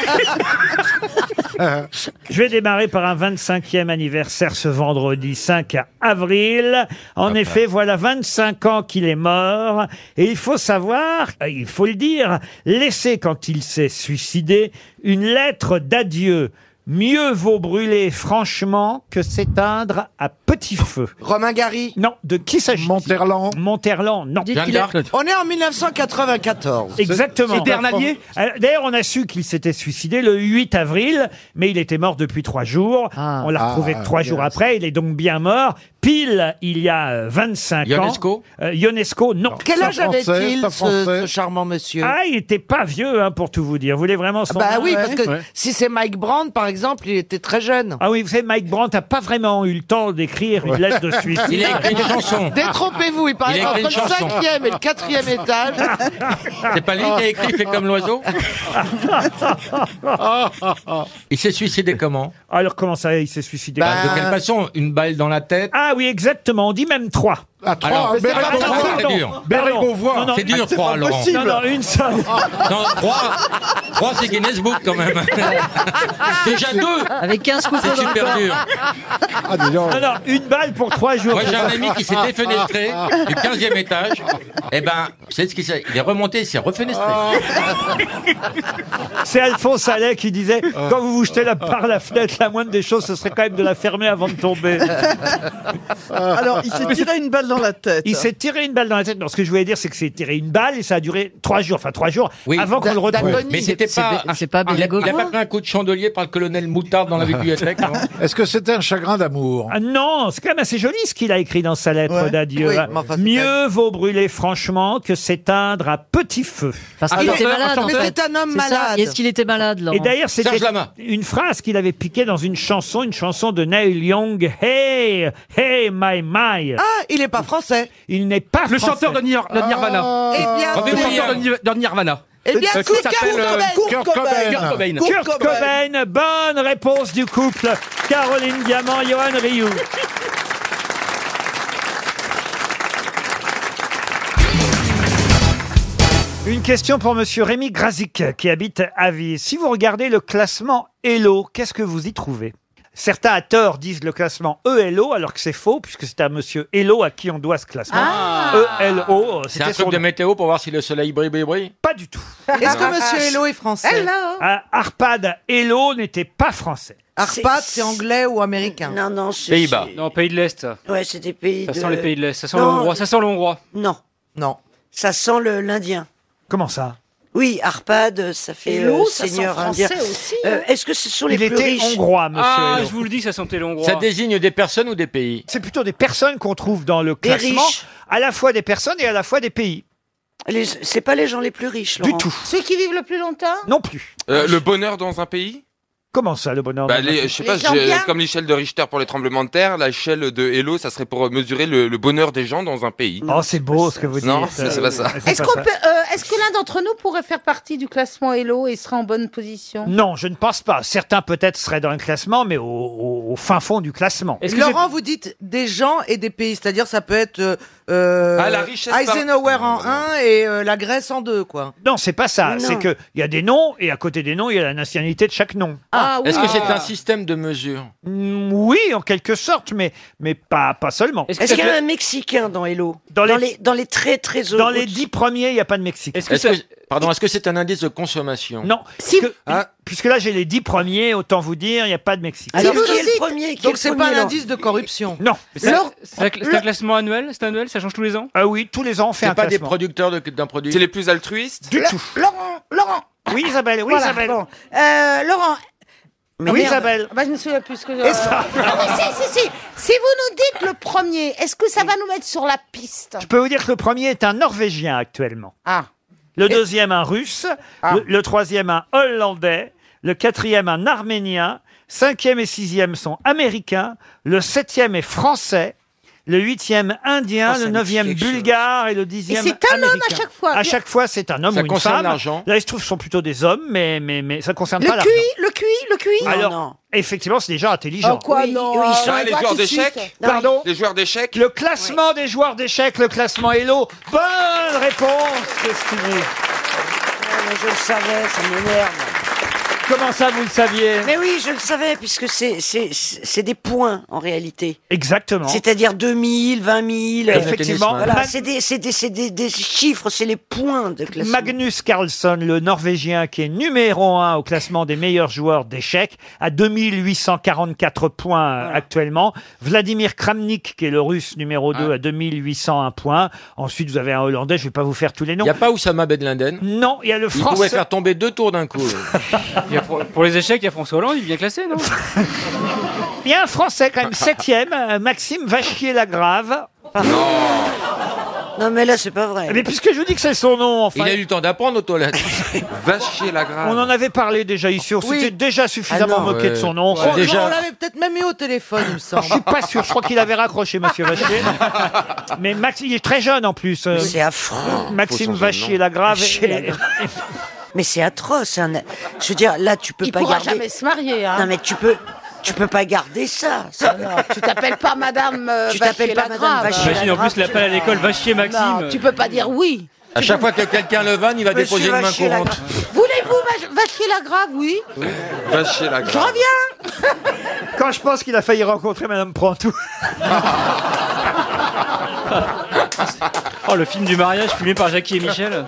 [SPEAKER 1] Je vais démarrer par un 25e anniversaire ce vendredi 5 avril. En effet, voilà 25 ans qu'il est mort. Et il faut savoir, euh, il faut le dire, laisser quand il s'est suicidé une lettre d'adieu. Mieux vaut brûler franchement que s'éteindre à petit feu.
[SPEAKER 8] Romain Gary
[SPEAKER 1] Non, de qui s'agit-il Monterland Monterland, non.
[SPEAKER 8] Dites qu'il a- On est en
[SPEAKER 3] Ah, bah,
[SPEAKER 8] 1994.
[SPEAKER 1] Exactement.
[SPEAKER 8] C'est Bernalier
[SPEAKER 1] Alors, D'ailleurs, on a su qu'il s'était suicidé le 8 avril, mais il était mort depuis trois jours. on l'a retrouvé
[SPEAKER 27] Ah,
[SPEAKER 1] trois
[SPEAKER 27] bien
[SPEAKER 1] jours
[SPEAKER 27] ça.
[SPEAKER 1] après. Il est donc bien mort. Pile, il y a euh, 25 ans.
[SPEAKER 8] Ionesco
[SPEAKER 1] Euh, Ionesco, non.
[SPEAKER 8] Quel âge avait-il,
[SPEAKER 1] pas
[SPEAKER 8] ce-
[SPEAKER 1] français.
[SPEAKER 8] ce, charmant monsieur
[SPEAKER 1] Ah, il était pas vieux, hein, pour tout vous dire. Vous voulez vraiment son
[SPEAKER 8] Bah
[SPEAKER 1] nom
[SPEAKER 8] oui, parce que si c'est Mike Brand, par exemple, il était très jeune.
[SPEAKER 1] Ah oui, vous savez, Mike Brandt n'a pas vraiment eu le temps d'écrire une lettre de suicide.
[SPEAKER 8] Il a écrit une chanson. Détrompez-vous, il paraît
[SPEAKER 1] Il a
[SPEAKER 8] qu'entre le
[SPEAKER 1] écrit une chanson.
[SPEAKER 8] cinquième et le quatrième étage.
[SPEAKER 2] C'est pas lui qui a écrit Fait comme l'oiseau Il s'est suicidé comment
[SPEAKER 1] Alors comment ça, il s'est suicidé
[SPEAKER 2] Bah, De quelle façon Une balle dans la tête
[SPEAKER 1] Ah oui, exactement. On dit même trois.
[SPEAKER 27] À trois,
[SPEAKER 4] Alors,
[SPEAKER 27] hein,
[SPEAKER 4] mais
[SPEAKER 27] Berry
[SPEAKER 4] c'est pas
[SPEAKER 27] Beauvoir,
[SPEAKER 4] possible,
[SPEAKER 27] c'est
[SPEAKER 4] non.
[SPEAKER 27] dur.
[SPEAKER 4] Berry
[SPEAKER 27] Non,
[SPEAKER 4] Beauvoir,
[SPEAKER 27] non, non,
[SPEAKER 4] c'est dur,
[SPEAKER 27] c'est
[SPEAKER 4] trois,
[SPEAKER 27] pas
[SPEAKER 4] Laurent.
[SPEAKER 27] possible.
[SPEAKER 4] Non, non, une seule.
[SPEAKER 7] Non, trois, trois c'est Guinness Book quand même. Déjà deux.
[SPEAKER 1] Avec 15
[SPEAKER 7] C'est super dur.
[SPEAKER 19] Ah,
[SPEAKER 27] Ah,
[SPEAKER 1] Non, non, une balle pour trois jours.
[SPEAKER 7] Moi, j'ai un ami qui s'est défenestré du 15e étage. Eh ben, c'est ce qu'il s'est. Il est remonté, il s'est refenestré.
[SPEAKER 1] Ah. C'est Alphonse Allais qui disait quand vous vous jetez la, par la fenêtre, la moindre des choses, ce serait quand même de la fermer avant de tomber.
[SPEAKER 9] Alors, il s'est tiré une balle dans la tête.
[SPEAKER 1] Il s'est tiré une balle dans la tête. Non, ce que je voulais dire, c'est que c'est tiré une balle et ça a duré trois jours, enfin trois jours, avant qu'on le retrouve.
[SPEAKER 7] Mais c'était pas. un- un- il a, il a pas pris un coup de chandelier par le colonel Moutard dans la bibliothèque. non
[SPEAKER 1] Est-ce que c'était un chagrin d'amour ah Non, c'est quand même assez joli ce qu'il a écrit dans sa lettre
[SPEAKER 9] Ouais.
[SPEAKER 1] d'adieu.
[SPEAKER 9] Oui,
[SPEAKER 1] hein.
[SPEAKER 9] mais enfin, c'est
[SPEAKER 1] Mieux vaut brûler franchement que s'éteindre à petit feu.
[SPEAKER 9] Parce qu'il était malade. en
[SPEAKER 12] Ah Mais
[SPEAKER 9] fait.
[SPEAKER 12] c'est un homme
[SPEAKER 9] C'est ça.
[SPEAKER 12] malade.
[SPEAKER 9] Et Est-ce qu'il était malade, Laurent
[SPEAKER 12] Laurent
[SPEAKER 1] Et d'ailleurs, c'était une phrase qu'il avait piquée dans une chanson, une chanson de Neil Young. Hey, hey, my, my.
[SPEAKER 12] Ah, il n'est pas français.
[SPEAKER 1] Il n'est pas
[SPEAKER 28] Le
[SPEAKER 1] français.
[SPEAKER 28] chanteur de, Nir- de Nirvana.
[SPEAKER 12] Eh bien,
[SPEAKER 28] le
[SPEAKER 12] c'est-
[SPEAKER 28] chanteur de, Nir- de Nirvana.
[SPEAKER 12] Eh bien,
[SPEAKER 28] Euh, qui
[SPEAKER 12] c'est
[SPEAKER 28] s'appelle,
[SPEAKER 12] Kurt
[SPEAKER 28] euh,
[SPEAKER 12] Cobain.
[SPEAKER 28] Kurt
[SPEAKER 12] Kurt
[SPEAKER 28] Cobain.
[SPEAKER 12] Cobain.
[SPEAKER 28] Kurt Cobain.
[SPEAKER 1] Kurt Cobain. Bonne réponse du couple. Caroline Diamant, Johan Rioux. Une question pour Monsieur Rémi Grazik qui habite Avis. Si vous regardez le classement Hello, qu'est-ce que vous y trouvez Certains à tort disent le classement ELO alors que c'est faux puisque c'est à Monsieur Hello à qui on doit ce classement.
[SPEAKER 14] Ah.
[SPEAKER 1] E ELO,
[SPEAKER 7] C'est un truc de météo pour voir si le soleil brille, brille, brille
[SPEAKER 1] Pas du tout.
[SPEAKER 12] Est-ce que Monsieur Hello est français
[SPEAKER 1] Ah, Arpad Hello n'était pas français.
[SPEAKER 12] Arpad, c'est anglais ou américain
[SPEAKER 14] Non, non, c'est.
[SPEAKER 28] Non, pays de l'Est. ça.
[SPEAKER 14] Ouais, c'est des pays.
[SPEAKER 28] Ça
[SPEAKER 14] de-
[SPEAKER 28] sent les pays de l'Est. Ça sent
[SPEAKER 14] Non,
[SPEAKER 28] l'hongrois. Ça sent l'hongrois.
[SPEAKER 14] Non.
[SPEAKER 12] Non.
[SPEAKER 14] Ça sent le- l'Indien.
[SPEAKER 1] Comment ça
[SPEAKER 14] Oui, Arpad, ça fait
[SPEAKER 28] Hello,
[SPEAKER 14] euh,
[SPEAKER 28] ça sent
[SPEAKER 14] seigneur
[SPEAKER 28] français
[SPEAKER 14] indien.
[SPEAKER 28] aussi,
[SPEAKER 14] Euh, Est-ce que ce sont les plus riches
[SPEAKER 28] Ah, je vous le dis, ça sentait l'hongrois.
[SPEAKER 7] Ça désigne des personnes ou des pays
[SPEAKER 1] C'est plutôt des personnes qu'on trouve dans le
[SPEAKER 14] Des
[SPEAKER 1] classement,
[SPEAKER 14] riches.
[SPEAKER 1] à la fois des personnes et à la fois des pays.
[SPEAKER 14] Les- C'est pas les gens les plus riches, Laurent.
[SPEAKER 1] tout.
[SPEAKER 12] Ceux qui vivent le plus longtemps
[SPEAKER 1] Non plus.
[SPEAKER 5] Euh, le bonheur dans un pays
[SPEAKER 1] Comment ça, le bonheur
[SPEAKER 5] bah,
[SPEAKER 1] dans
[SPEAKER 5] les-
[SPEAKER 1] un
[SPEAKER 5] Je sais
[SPEAKER 1] pays
[SPEAKER 5] pas,
[SPEAKER 1] Les gens
[SPEAKER 5] j'ai-
[SPEAKER 1] bien
[SPEAKER 5] comme l'échelle de Richter pour les tremblements de terre, l'échelle de Hello, ça serait pour mesurer le, le bonheur des gens dans un pays.
[SPEAKER 1] Oh, c'est beau ce que vous dites.
[SPEAKER 5] Non, c'est c'est pas ça.
[SPEAKER 1] C'est
[SPEAKER 13] Est-ce
[SPEAKER 1] pas
[SPEAKER 13] qu'on
[SPEAKER 1] ça.
[SPEAKER 13] peut, euh, est-ce que l'un d'entre nous pourrait faire partie du classement Hello et serait en bonne position
[SPEAKER 1] Non, je ne pense pas. Certains peut-être seraient dans le classement, mais au, au- au fin fond du classement.
[SPEAKER 12] Laurent, vous dites des gens et des pays, c'est-à-dire ça peut être euh, euh,
[SPEAKER 1] Ah, la richesse par-
[SPEAKER 12] Eisenhower en 1 et euh, la Grèce en 2, quoi.
[SPEAKER 1] Non, c'est pas ça.
[SPEAKER 12] Mais non.
[SPEAKER 1] C'est qu'il y a des noms, et à côté des noms, il y a la nationalité de chaque nom.
[SPEAKER 12] Ah,
[SPEAKER 7] Est-ce que c'est un système de mesure
[SPEAKER 1] Mm, Oui, en quelque sorte, mais, mais pas, pas seulement.
[SPEAKER 14] Est-ce qu'il y a un Mexicain dans Hello
[SPEAKER 1] Dans les-
[SPEAKER 14] dans les très très
[SPEAKER 1] Dans les dix premiers, il n'y a pas de Mexique.
[SPEAKER 7] Est-ce que- Pardon, est-ce que c'est un indice de consommation
[SPEAKER 1] Non. Puisque, puisque là, j'ai les dix premiers, autant vous dire, il n'y a pas de Mexique.
[SPEAKER 14] Alors, qui est Ah, le premier qui est
[SPEAKER 12] Donc
[SPEAKER 14] le
[SPEAKER 12] c'est pas
[SPEAKER 14] premier,
[SPEAKER 12] un
[SPEAKER 14] Laurent
[SPEAKER 12] indice de corruption.
[SPEAKER 1] Non.
[SPEAKER 28] C'est un- c'est un, c'est un classement annuel C'est annuel Ça change tous les ans
[SPEAKER 1] Ah oui, tous les ans on fait
[SPEAKER 7] C'est pas des producteurs de- d'un produit C'est les plus altruistes
[SPEAKER 1] Du tout.
[SPEAKER 13] Laurent, Laurent.
[SPEAKER 1] Oui, Isabelle, oui,
[SPEAKER 13] Voilà,
[SPEAKER 1] Isabelle.
[SPEAKER 13] bon. Euh, Laurent.
[SPEAKER 1] Mais oui,
[SPEAKER 13] Ah, merde.
[SPEAKER 1] Isabelle.
[SPEAKER 13] Ah Bah, je me souviens plus ce que
[SPEAKER 1] Et ça
[SPEAKER 13] Ah, mais si, si, si. Si vous nous dites le premier, est-ce que ça va nous mettre sur la piste
[SPEAKER 1] Je peux vous dire que le premier est un Norvégien actuellement.
[SPEAKER 13] Ah.
[SPEAKER 1] Le deuxième, un Russe. Le, le troisième, un Hollandais. Le quatrième, un Arménien. Cinquième et sixième sont Américains. Le septième est Français. Le huitième, Indien.
[SPEAKER 13] Oh, ça
[SPEAKER 1] le
[SPEAKER 13] me
[SPEAKER 1] neuvième,
[SPEAKER 13] dit quelque
[SPEAKER 1] Bulgare. Et le dixième,
[SPEAKER 13] Et c'est un homme à
[SPEAKER 1] Américain.
[SPEAKER 13] chaque fois.
[SPEAKER 1] À chaque fois, c'est un homme
[SPEAKER 7] Ça
[SPEAKER 1] ou une
[SPEAKER 7] concerne
[SPEAKER 1] femme.
[SPEAKER 7] l'argent
[SPEAKER 1] Là, il se trouve, ce sont plutôt des hommes, mais, mais, mais ça ne concerne pas
[SPEAKER 13] Le
[SPEAKER 1] l'argent.
[SPEAKER 13] QI, le QI, le QI.
[SPEAKER 1] Alors, effectivement, c'est des gens intelligents.
[SPEAKER 13] Oh, quoi, Oui, non, oui, ils sont
[SPEAKER 5] Ah, les
[SPEAKER 13] Toi,
[SPEAKER 5] joueurs
[SPEAKER 13] tout de suite.
[SPEAKER 5] d'échecs
[SPEAKER 1] Non, Pardon
[SPEAKER 5] Les joueurs d'échecs
[SPEAKER 1] Le classement des joueurs d'échecs, le classement Hello. Bonne réponse, Stevie.
[SPEAKER 14] Je le savais, ça m'énerve.
[SPEAKER 1] Comment ça, vous le saviez
[SPEAKER 14] Mais oui, je le savais, puisque c'est- c'est c'est des points en réalité.
[SPEAKER 1] Exactement.
[SPEAKER 14] C'est-à-dire 2000, 20 000. euh,
[SPEAKER 1] Effectivement.
[SPEAKER 14] voilà,
[SPEAKER 1] Mag-
[SPEAKER 14] c'est des, c'est des- c'est des- des chiffres, c'est les points de classement.
[SPEAKER 1] Magnus Carlsen, le Norvégien qui est numéro un au classement des meilleurs joueurs d'échecs, à 2844 points euh, actuellement. Vladimir Kramnik, qui est le Russe numéro
[SPEAKER 7] Ah.
[SPEAKER 1] 2, à 2801 points. Ensuite, vous avez un Hollandais, je ne vais pas vous faire tous les noms. Il n'y a
[SPEAKER 7] pas Oussama Ben Laden
[SPEAKER 1] Non, il y a le
[SPEAKER 7] Il pouvait
[SPEAKER 1] Français.
[SPEAKER 7] faire tomber deux tours d'un coup.
[SPEAKER 28] Il y a pour, pour les échecs, il y a François Hollande, il est bien classé, non
[SPEAKER 1] Il y a un Français quand même, septième, euh, Maxime Vachier-Lagrave.
[SPEAKER 7] Ah.
[SPEAKER 1] Eh,
[SPEAKER 14] Non, mais là, c'est pas vrai.
[SPEAKER 1] Mais puisque je vous dis que c'est son nom, enfin...
[SPEAKER 7] Il a eu le temps d'apprendre aux toilettes. Va chier la grave.
[SPEAKER 1] On en avait parlé déjà ici, on s'était déjà suffisamment
[SPEAKER 7] Ah non.
[SPEAKER 1] moqué de son nom.
[SPEAKER 12] On,
[SPEAKER 1] Déjà-
[SPEAKER 12] on l'avait peut-être même eu au téléphone, il me semble.
[SPEAKER 1] Je suis pas sûr, je crois qu'il avait raccroché, monsieur Vachier. Mais Max, il est très jeune en plus. euh,
[SPEAKER 14] C'est affreux.
[SPEAKER 1] Maxime
[SPEAKER 14] Faut changer de
[SPEAKER 1] Vachier,
[SPEAKER 14] nom.
[SPEAKER 1] la grave.
[SPEAKER 14] Vachier Lagrave. Mais c'est atroce. hein. Je veux dire, là, tu peux
[SPEAKER 13] Il
[SPEAKER 14] pas
[SPEAKER 13] pourra
[SPEAKER 14] garder.
[SPEAKER 13] jamais se marier. Hein. Ah,
[SPEAKER 14] Non, mais tu peux. Tu peux pas garder ça. ça non.
[SPEAKER 4] Tu t'appelles pas Madame. euh,
[SPEAKER 14] Tu
[SPEAKER 4] Vachier
[SPEAKER 14] t'appelles pas
[SPEAKER 4] la
[SPEAKER 14] Madame
[SPEAKER 4] Grave.
[SPEAKER 14] Vachier
[SPEAKER 7] Imagine, en plus, l'appel à l'école, va chier
[SPEAKER 13] Bah,
[SPEAKER 7] Maxime.
[SPEAKER 4] Non, tu peux pas dire oui.
[SPEAKER 7] À chaque fois que quelqu'un le vanne, il va
[SPEAKER 4] Monsieur
[SPEAKER 7] déposer une main
[SPEAKER 4] Vachier, la-
[SPEAKER 7] courante.
[SPEAKER 4] Voulez-vous ma- Vachier la Grave, oui
[SPEAKER 5] Va chier la
[SPEAKER 4] Je
[SPEAKER 5] grave.
[SPEAKER 4] reviens
[SPEAKER 1] Quand je pense qu'il a failli rencontrer Madame Prantou.
[SPEAKER 28] Oh, le film du mariage filmé par Jackie et Michel.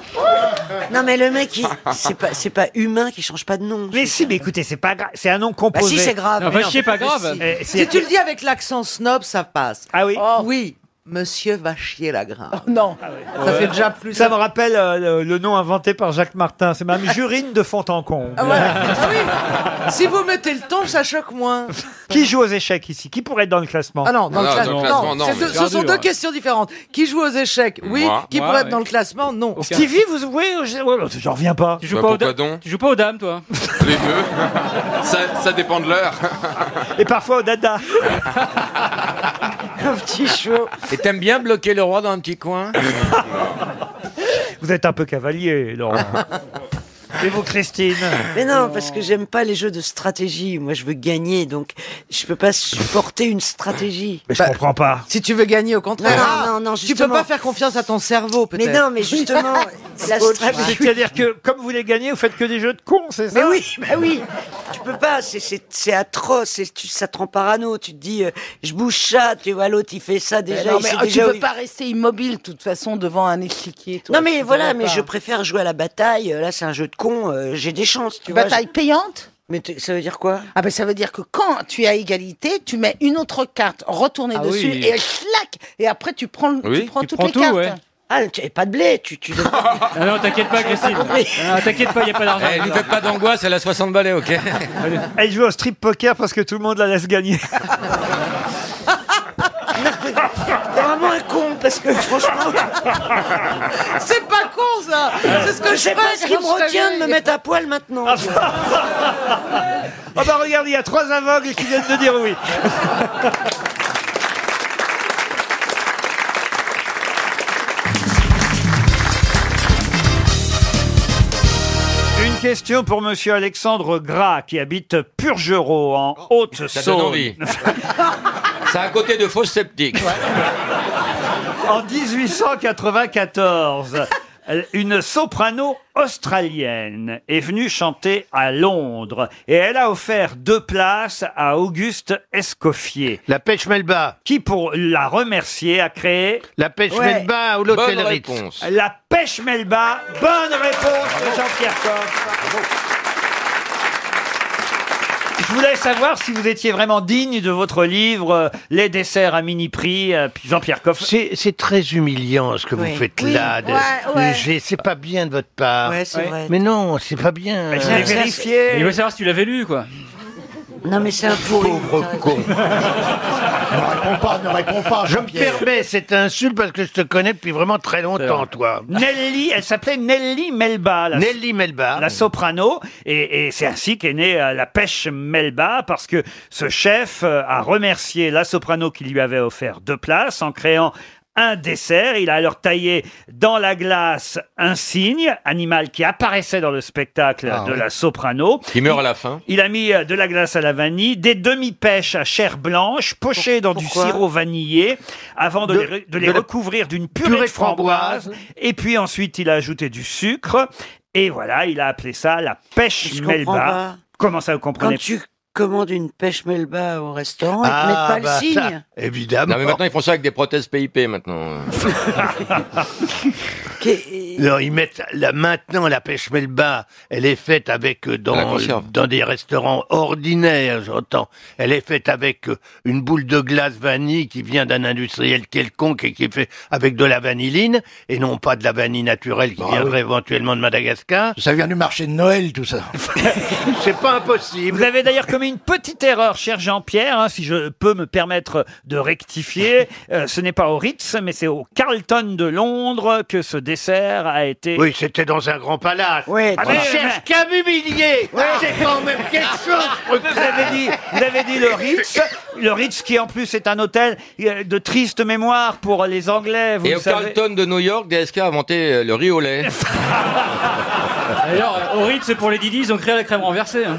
[SPEAKER 14] Non, mais le mec, il- c'est pas, c'est pas humain qui change pas de nom.
[SPEAKER 1] Mais si, mais écoutez, c'est pas grave. C'est un nom composé.
[SPEAKER 14] Bah, si, c'est grave.
[SPEAKER 1] Non,
[SPEAKER 14] Mais
[SPEAKER 1] Vachier, pas grave.
[SPEAKER 14] Si.
[SPEAKER 1] Eh, c'est-
[SPEAKER 14] Si tu le dis avec l'accent snob, ça passe. Oh.
[SPEAKER 1] Ah oui
[SPEAKER 14] Oui. Monsieur va chier la grave.
[SPEAKER 13] non.
[SPEAKER 14] Ça fait déjà plus.
[SPEAKER 1] Ah Ça me rappelle euh, le, le nom inventé par Jacques Martin. C'est Madame Jurine de Fontencombe.
[SPEAKER 14] Ah Si vous mettez le ton, ça choque moins.
[SPEAKER 1] Qui joue aux échecs ici Qui pourrait être dans le classement
[SPEAKER 14] Ah non, dans le classement. non. C'est deux- ce sont deux questions différentes. Qui joue aux échecs Oui.
[SPEAKER 1] Moi.
[SPEAKER 14] Qui
[SPEAKER 1] Moi,
[SPEAKER 14] pourrait
[SPEAKER 1] ouais.
[SPEAKER 14] être dans le classement Non.
[SPEAKER 1] Stevie, vous jouez aux échecs Oh, J'en reviens pas.
[SPEAKER 28] Tu joues
[SPEAKER 5] Bah,
[SPEAKER 28] pas aux dames Tu joues pas aux dames, toi
[SPEAKER 5] Les deux. ça, ça dépend de l'heure.
[SPEAKER 1] Et parfois au dada.
[SPEAKER 7] Un petit chaud. Et t'aimes bien bloquer le roi dans un petit coin
[SPEAKER 1] Vous êtes un peu cavalier, Laurent. Et vous, Christine
[SPEAKER 14] Mais non, parce que j'aime pas les jeux de stratégie. Moi, je veux gagner, donc je peux pas supporter une stratégie.
[SPEAKER 1] Mais je comprends pas.
[SPEAKER 14] Si tu veux gagner, au contraire.
[SPEAKER 1] Ah,
[SPEAKER 14] Non, non, non.
[SPEAKER 1] tu peux pas
[SPEAKER 14] faire confiance à ton cerveau,
[SPEAKER 1] peut-être.
[SPEAKER 14] Mais non, mais justement, la stratégie.
[SPEAKER 1] C'est-à-dire que, comme vous voulez gagner, vous faites que des jeux de cons, c'est ça
[SPEAKER 14] Mais oui, bah oui. Tu peux pas, c'est- c'est c'est atroce, c'est- tu, ça te rend parano. Tu te dis, euh, je bouge ça, tu vois, l'autre il fait ça déjà.
[SPEAKER 13] non,
[SPEAKER 14] il
[SPEAKER 13] mais oh,
[SPEAKER 14] sait
[SPEAKER 13] tu
[SPEAKER 14] déjà où
[SPEAKER 13] peux
[SPEAKER 14] il-
[SPEAKER 13] pas rester immobile, de toute façon, devant un échiquier. toi,
[SPEAKER 14] Non,
[SPEAKER 13] tu
[SPEAKER 14] mais
[SPEAKER 13] peux
[SPEAKER 14] voilà,
[SPEAKER 13] pas.
[SPEAKER 14] mais je préfère jouer à la bataille. Là, c'est un jeu de con, euh, j'ai des chances, tu vois.
[SPEAKER 13] Bataille payante
[SPEAKER 14] Mais t- ça veut dire quoi
[SPEAKER 13] Ah ben ça veut dire que quand tu es à égalité, tu mets une autre carte retournée
[SPEAKER 14] Ah
[SPEAKER 13] dessus
[SPEAKER 14] oui.
[SPEAKER 13] et schlac Et après tu prends, le- tu prends toutes les cartes.
[SPEAKER 14] Ah, tu pas de blé, tu. tu...
[SPEAKER 28] Ah non, t'inquiète pas, Christine. Ah non, t'inquiète pas, y a pas d'argent.
[SPEAKER 7] Eh, lui faites pas d'angoisse, elle a 60 balais, ok
[SPEAKER 1] Elle joue au strip poker parce que tout le monde la laisse gagner.
[SPEAKER 14] T'es vraiment un con, parce que franchement. c'est pas con, ça
[SPEAKER 1] Ah.
[SPEAKER 14] C'est ce que je sais pas ce qui me retient de me mettre à poil maintenant.
[SPEAKER 1] Oh Ah, bah regarde, il y a trois aveugles qui viennent de dire oui. Une question pour monsieur Alexandre Gras qui habite Purgerot en
[SPEAKER 7] Oh, Ça donne envie.
[SPEAKER 1] Haute-Saône.
[SPEAKER 7] C'est à côté de fausses sceptiques.
[SPEAKER 1] En 1894, une soprano australienne est venue chanter à Londres et elle a offert deux places à Auguste Escoffier. La pêche Melba. Qui, pour la remercier, a créé... La pêche
[SPEAKER 11] Melba ou l'hôtel Bonne Ritz. réponse.
[SPEAKER 1] La pêche Melba. Bonne réponse de Jean-Pierre Coff. Je voulais savoir si vous étiez vraiment digne de votre livre euh, Les desserts à mini prix, euh, puis Jean-Pierre Coff.
[SPEAKER 11] C'est c'est très humiliant ce que
[SPEAKER 1] Oui.
[SPEAKER 11] vous faites
[SPEAKER 1] Oui,
[SPEAKER 11] là. de-
[SPEAKER 1] ouais, ouais.
[SPEAKER 11] j'ai- C'est pas bien de votre part.
[SPEAKER 14] Ouais, c'est Ouais. vrai.
[SPEAKER 11] Mais non, c'est pas bien.
[SPEAKER 28] Je
[SPEAKER 1] Ah,
[SPEAKER 28] l'ai vérifié. Il veut savoir si tu l'avais lu, quoi.
[SPEAKER 14] Non, mais c'est un pourri.
[SPEAKER 11] Pauvre con.
[SPEAKER 27] réponds pas, ne réponds pas.
[SPEAKER 11] Je me
[SPEAKER 27] Jean-Pierre.
[SPEAKER 11] permets cette insulte parce que je te connais depuis vraiment très longtemps, toi.
[SPEAKER 1] Nelly, elle s'appelait Nelly Melba. La,
[SPEAKER 11] Nelly Melba.
[SPEAKER 1] La soprano. Et, et c'est ainsi qu'est née euh, la pêche Melba, parce que ce chef euh, a remercié la soprano qui lui avait offert deux places en créant un dessert. Il a alors taillé dans la glace un cygne, animal qui apparaissait dans le spectacle
[SPEAKER 7] Ah,
[SPEAKER 1] de
[SPEAKER 7] oui.
[SPEAKER 1] la soprano.
[SPEAKER 7] Qui meurt à la fin.
[SPEAKER 1] Il a mis euh, de la glace à la vanille, des demi-pêches à chair blanche, pochées dans
[SPEAKER 11] pourquoi
[SPEAKER 1] du sirop vanillé, avant de,
[SPEAKER 11] De-
[SPEAKER 1] les, re- de les
[SPEAKER 11] de la-
[SPEAKER 1] recouvrir d'une purée, de framboise. Et puis ensuite, il a ajouté du sucre. Et voilà, il a appelé ça la pêche
[SPEAKER 14] Je comprends
[SPEAKER 1] Melba.
[SPEAKER 14] pas.
[SPEAKER 1] Comment ça, vous comprenez
[SPEAKER 14] Quand tu commandes une pêche Melba au restaurant,
[SPEAKER 7] Ah,
[SPEAKER 14] ils te mettent pas
[SPEAKER 7] bah,
[SPEAKER 14] le signe.
[SPEAKER 7] ça.
[SPEAKER 11] Évidemment.
[SPEAKER 7] Non, mais maintenant, ils font ça avec des prothèses PIP, maintenant.
[SPEAKER 11] Non, ils mettent là maintenant la pêche melba. Elle est faite avec euh,
[SPEAKER 7] La
[SPEAKER 11] dans
[SPEAKER 7] conserve.
[SPEAKER 11] dans des restaurants ordinaires, j'entends. Elle est faite avec euh, une boule de glace vanille qui vient d'un industriel quelconque et qui est fait avec de la vanilline et non pas de la vanille naturelle qui viendrait éventuellement de Madagascar.
[SPEAKER 27] Ça vient du marché de Noël, tout ça.
[SPEAKER 11] C'est pas impossible.
[SPEAKER 1] Vous avez d'ailleurs commis une petite erreur, cher Jean-Pierre, hein, si je peux me permettre de rectifier. Euh, ce n'est pas au Ritz, mais c'est au Carlton de Londres que ce dessert a été...
[SPEAKER 11] Oui, c'était dans un grand palace. Ah,
[SPEAKER 1] Oui,
[SPEAKER 11] On cherche qu'à m'humilier. C'est quand même quelque chose.
[SPEAKER 1] Oh, Vous avez dit, vous avez dit le Ritz, le Ritz qui en plus est un hôtel euh, de triste mémoire pour les Anglais. Vous
[SPEAKER 7] Et
[SPEAKER 1] le
[SPEAKER 7] au
[SPEAKER 1] savez.
[SPEAKER 7] Carlton de New York, DSK a inventé euh, le riz au lait.
[SPEAKER 28] D'ailleurs, au Ritz, c'est pour les Didi, ils ont créé la crème renversée. hein.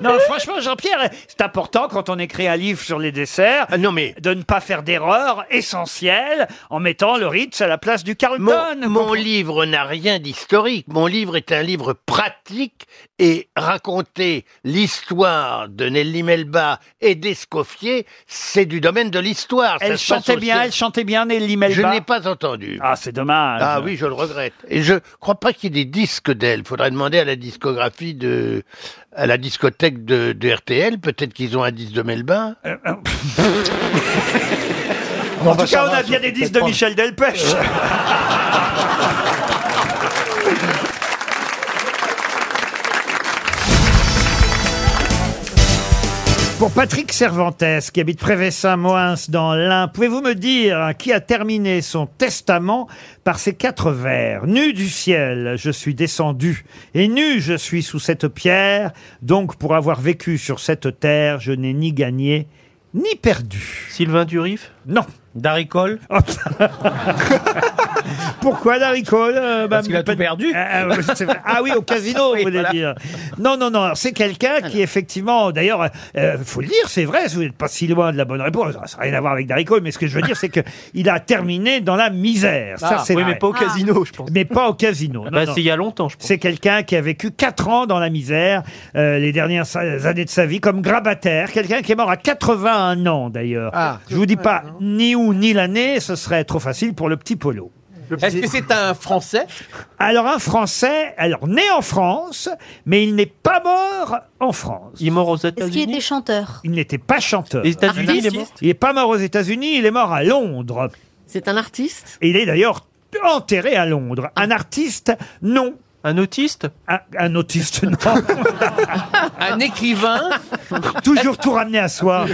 [SPEAKER 1] Non, franchement, Jean-Pierre, c'est important quand on écrit un livre sur les desserts
[SPEAKER 11] Ah,
[SPEAKER 1] de ne pas faire d'erreur essentielle en mettant le Ritz à la place du Carlton.
[SPEAKER 11] Mon, mon livre n'a rien d'historique. Mon livre est un livre pratique et raconter l'histoire de Nelly Melba et d'Escoffier, c'est du domaine de l'histoire.
[SPEAKER 1] Elle chantait bien, elle chantait bien, Nelly Melba.
[SPEAKER 11] Je n'ai pas entendu.
[SPEAKER 1] Ah, c'est dommage.
[SPEAKER 11] Ah oui, je le regrette. Et je crois pas qu'il y ait des disques d'elle. Faudrait demander à la discographie de, à la discothèque de, de RTL. Peut-être qu'ils ont un disque de Melba.
[SPEAKER 19] Euh,
[SPEAKER 1] En tout cas, on a bien des disques de Michel Delpech. Pour Patrick Cervantes, qui habite Prévey-Saint-Moins dans l'Ain, pouvez-vous me dire hein, qui a terminé son testament par ces quatre vers Nu du ciel, je suis descendu, et nu je suis sous cette pierre, donc pour avoir vécu sur cette terre, je n'ai ni gagné ni perdu. Sylvain Durif Non. Oh, Daricole Pourquoi euh, Daricole Parce qu'il a tout perdu. ah oui, au casino, vous voulez dire. Non, non, non. C'est quelqu'un qui, effectivement, d'ailleurs, euh, faut le dire, c'est vrai, vous n'êtes pas si loin de la bonne réponse. Ça n'a rien à voir avec Daricole, mais ce que je veux dire, c'est qu'il a terminé dans la misère. Ça,
[SPEAKER 2] Ah,
[SPEAKER 1] c'est
[SPEAKER 2] oui,
[SPEAKER 1] vrai.
[SPEAKER 2] mais pas au casino, je pense.
[SPEAKER 1] Mais pas au casino.
[SPEAKER 2] bah, c'est il y a
[SPEAKER 1] longtemps, je pense. C'est quelqu'un qui a vécu 4 ans dans la misère, euh, les dernières sa- années de sa vie, comme grabataire. Quelqu'un qui est mort à 81 ans, d'ailleurs. je vous dis pas ni où ni l'année, ce serait trop facile pour le petit polo.
[SPEAKER 2] Est-ce que c'est un Français
[SPEAKER 1] Alors, un Français, alors né en France, mais il n'est pas mort en France. Il est mort aux États-Unis.
[SPEAKER 6] Est-ce qu'il était chanteur
[SPEAKER 1] Il n'était pas chanteur.
[SPEAKER 6] Les États-Unis, il est mort Artiste
[SPEAKER 1] Il n'est pas mort aux États-Unis, il est mort à Londres.
[SPEAKER 6] C'est un artiste Ah.
[SPEAKER 1] Et il est d'ailleurs enterré à Londres. Un artiste, non. Un autiste un, autiste, non.
[SPEAKER 2] Un écrivain
[SPEAKER 1] Toujours tout ramené à soi.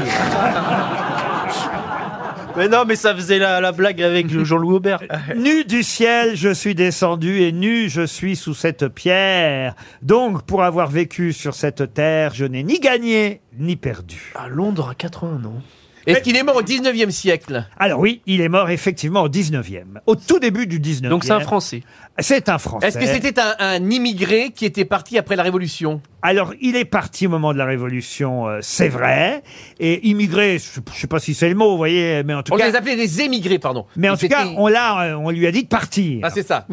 [SPEAKER 2] Mais non, mais ça faisait la, la blague avec Jean-Louis Aubert.
[SPEAKER 1] Nu du ciel, je suis descendu et nu, je suis sous cette pierre. Donc, pour avoir vécu sur cette terre, je n'ai ni gagné ni perdu. À Londres, à 80 ans.
[SPEAKER 2] Est-ce qu'il est mort au 19e siècle
[SPEAKER 1] Alors oui, il est mort effectivement au 19e, au tout début du 19e.
[SPEAKER 2] Donc c'est un Français.
[SPEAKER 1] C'est un Français.
[SPEAKER 2] Est-ce que c'était un, un immigré qui était parti après la Révolution
[SPEAKER 1] Alors, il est parti au moment de la Révolution, euh, c'est vrai. Et immigré, je ne sais pas si c'est le mot, vous voyez, mais en tout
[SPEAKER 2] On
[SPEAKER 1] cas...
[SPEAKER 2] les appelait des émigrés, pardon.
[SPEAKER 1] Mais en
[SPEAKER 2] Ils
[SPEAKER 1] tout cas,
[SPEAKER 2] étaient-
[SPEAKER 1] on, l'a, euh, on lui a dit de partir.
[SPEAKER 2] Ah, c'est ça.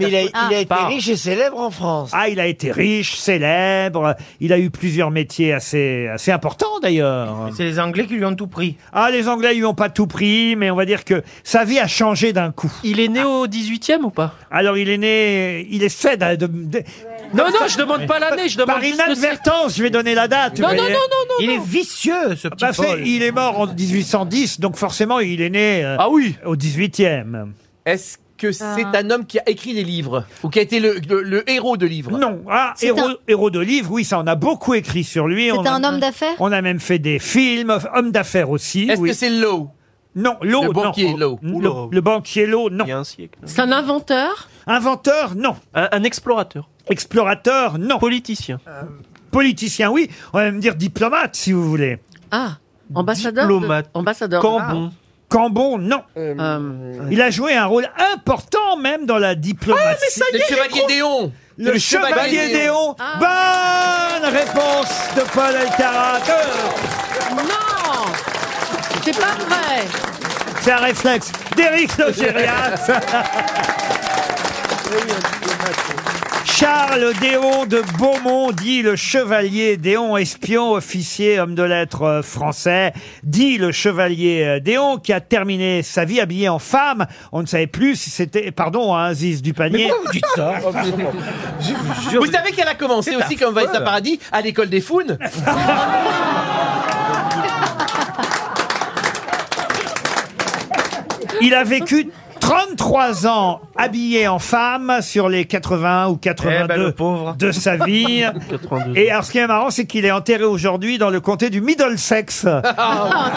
[SPEAKER 1] Par-
[SPEAKER 8] et célèbre en France.
[SPEAKER 1] Ah, il a été riche, célèbre. Il a eu plusieurs métiers assez, assez importants d'ailleurs. C'est les Anglais qui lui ont tout pris. Ah, les Anglais lui ont pas tout pris, mais on va dire que sa vie a changé d'un coup. Il est né au 18e ou pas Alors, il est né. Il essaie de.
[SPEAKER 2] Non, non, je demande pas l'année, je demande
[SPEAKER 1] Par
[SPEAKER 2] juste le siècle.
[SPEAKER 1] inadvertance, je vais donner la date.
[SPEAKER 2] Non,
[SPEAKER 1] vous
[SPEAKER 2] non,
[SPEAKER 1] voyez.
[SPEAKER 2] non, non, non,
[SPEAKER 1] Il est vicieux, ce petit Ah bah, Il est mort en 1810, donc forcément, il est né ah oui. au 18e.
[SPEAKER 2] Est-ce que c'est un homme qui a écrit des livres Ou qui a été le, le- le héros de livres
[SPEAKER 1] Non. Ah,
[SPEAKER 2] C'est
[SPEAKER 1] héros,
[SPEAKER 2] un-
[SPEAKER 1] héros de livre, oui, ça, on a beaucoup écrit sur lui.
[SPEAKER 6] C'est
[SPEAKER 1] On a-
[SPEAKER 6] un homme d'affaires
[SPEAKER 1] On a même fait des films, homme d'affaires aussi. Est-ce que c'est
[SPEAKER 2] Lowe
[SPEAKER 1] Non, Lowe,
[SPEAKER 2] Le
[SPEAKER 1] non.
[SPEAKER 2] banquier Lowe.
[SPEAKER 1] Le, le banquier Lowe, non.
[SPEAKER 6] C'est un inventeur
[SPEAKER 1] Inventeur, non. Un, explorateur. Explorateur, non. Politicien. Politicien, oui. On va même dire diplomate, si vous voulez.
[SPEAKER 6] Ah, ambassadeur de- Euh,
[SPEAKER 1] Diplomate.
[SPEAKER 6] Ambassadeur.
[SPEAKER 1] Cambon. Cambon, non. Il a joué un rôle important même dans la diplomatie.
[SPEAKER 2] Ah, mais ça y est, Le j'ai chevalier trouvé. Déon.
[SPEAKER 1] Le,
[SPEAKER 2] Le
[SPEAKER 1] chevalier,
[SPEAKER 2] chevalier
[SPEAKER 1] Déon.
[SPEAKER 2] Déon.
[SPEAKER 6] Ah.
[SPEAKER 1] Bonne réponse de Paul Alcarat.
[SPEAKER 6] Non C'est pas vrai
[SPEAKER 1] C'est un réflexe d'Éric
[SPEAKER 19] Oh,
[SPEAKER 1] Logérias. Charles Déon de Beaumont, dit le chevalier Déon, espion, officier, homme de lettres euh, français, dit le chevalier euh, Déon, qui a terminé sa vie habillé en femme. On ne savait plus si c'était, pardon, hein, Ziz du panier.
[SPEAKER 2] Vous savez qu'elle a commencé
[SPEAKER 1] Hein C'est
[SPEAKER 2] aussi comme
[SPEAKER 1] affreux.
[SPEAKER 2] Vanessa Paradis à l'école des founes
[SPEAKER 1] Il a vécu 33 ans habillé en femme sur les 80 ou 82
[SPEAKER 10] Eh ben, le pauvre.
[SPEAKER 1] de sa vie.
[SPEAKER 10] 82.
[SPEAKER 1] Et alors, ce qui est marrant, c'est qu'il est enterré aujourd'hui dans le comté du Middlesex.
[SPEAKER 10] Ah,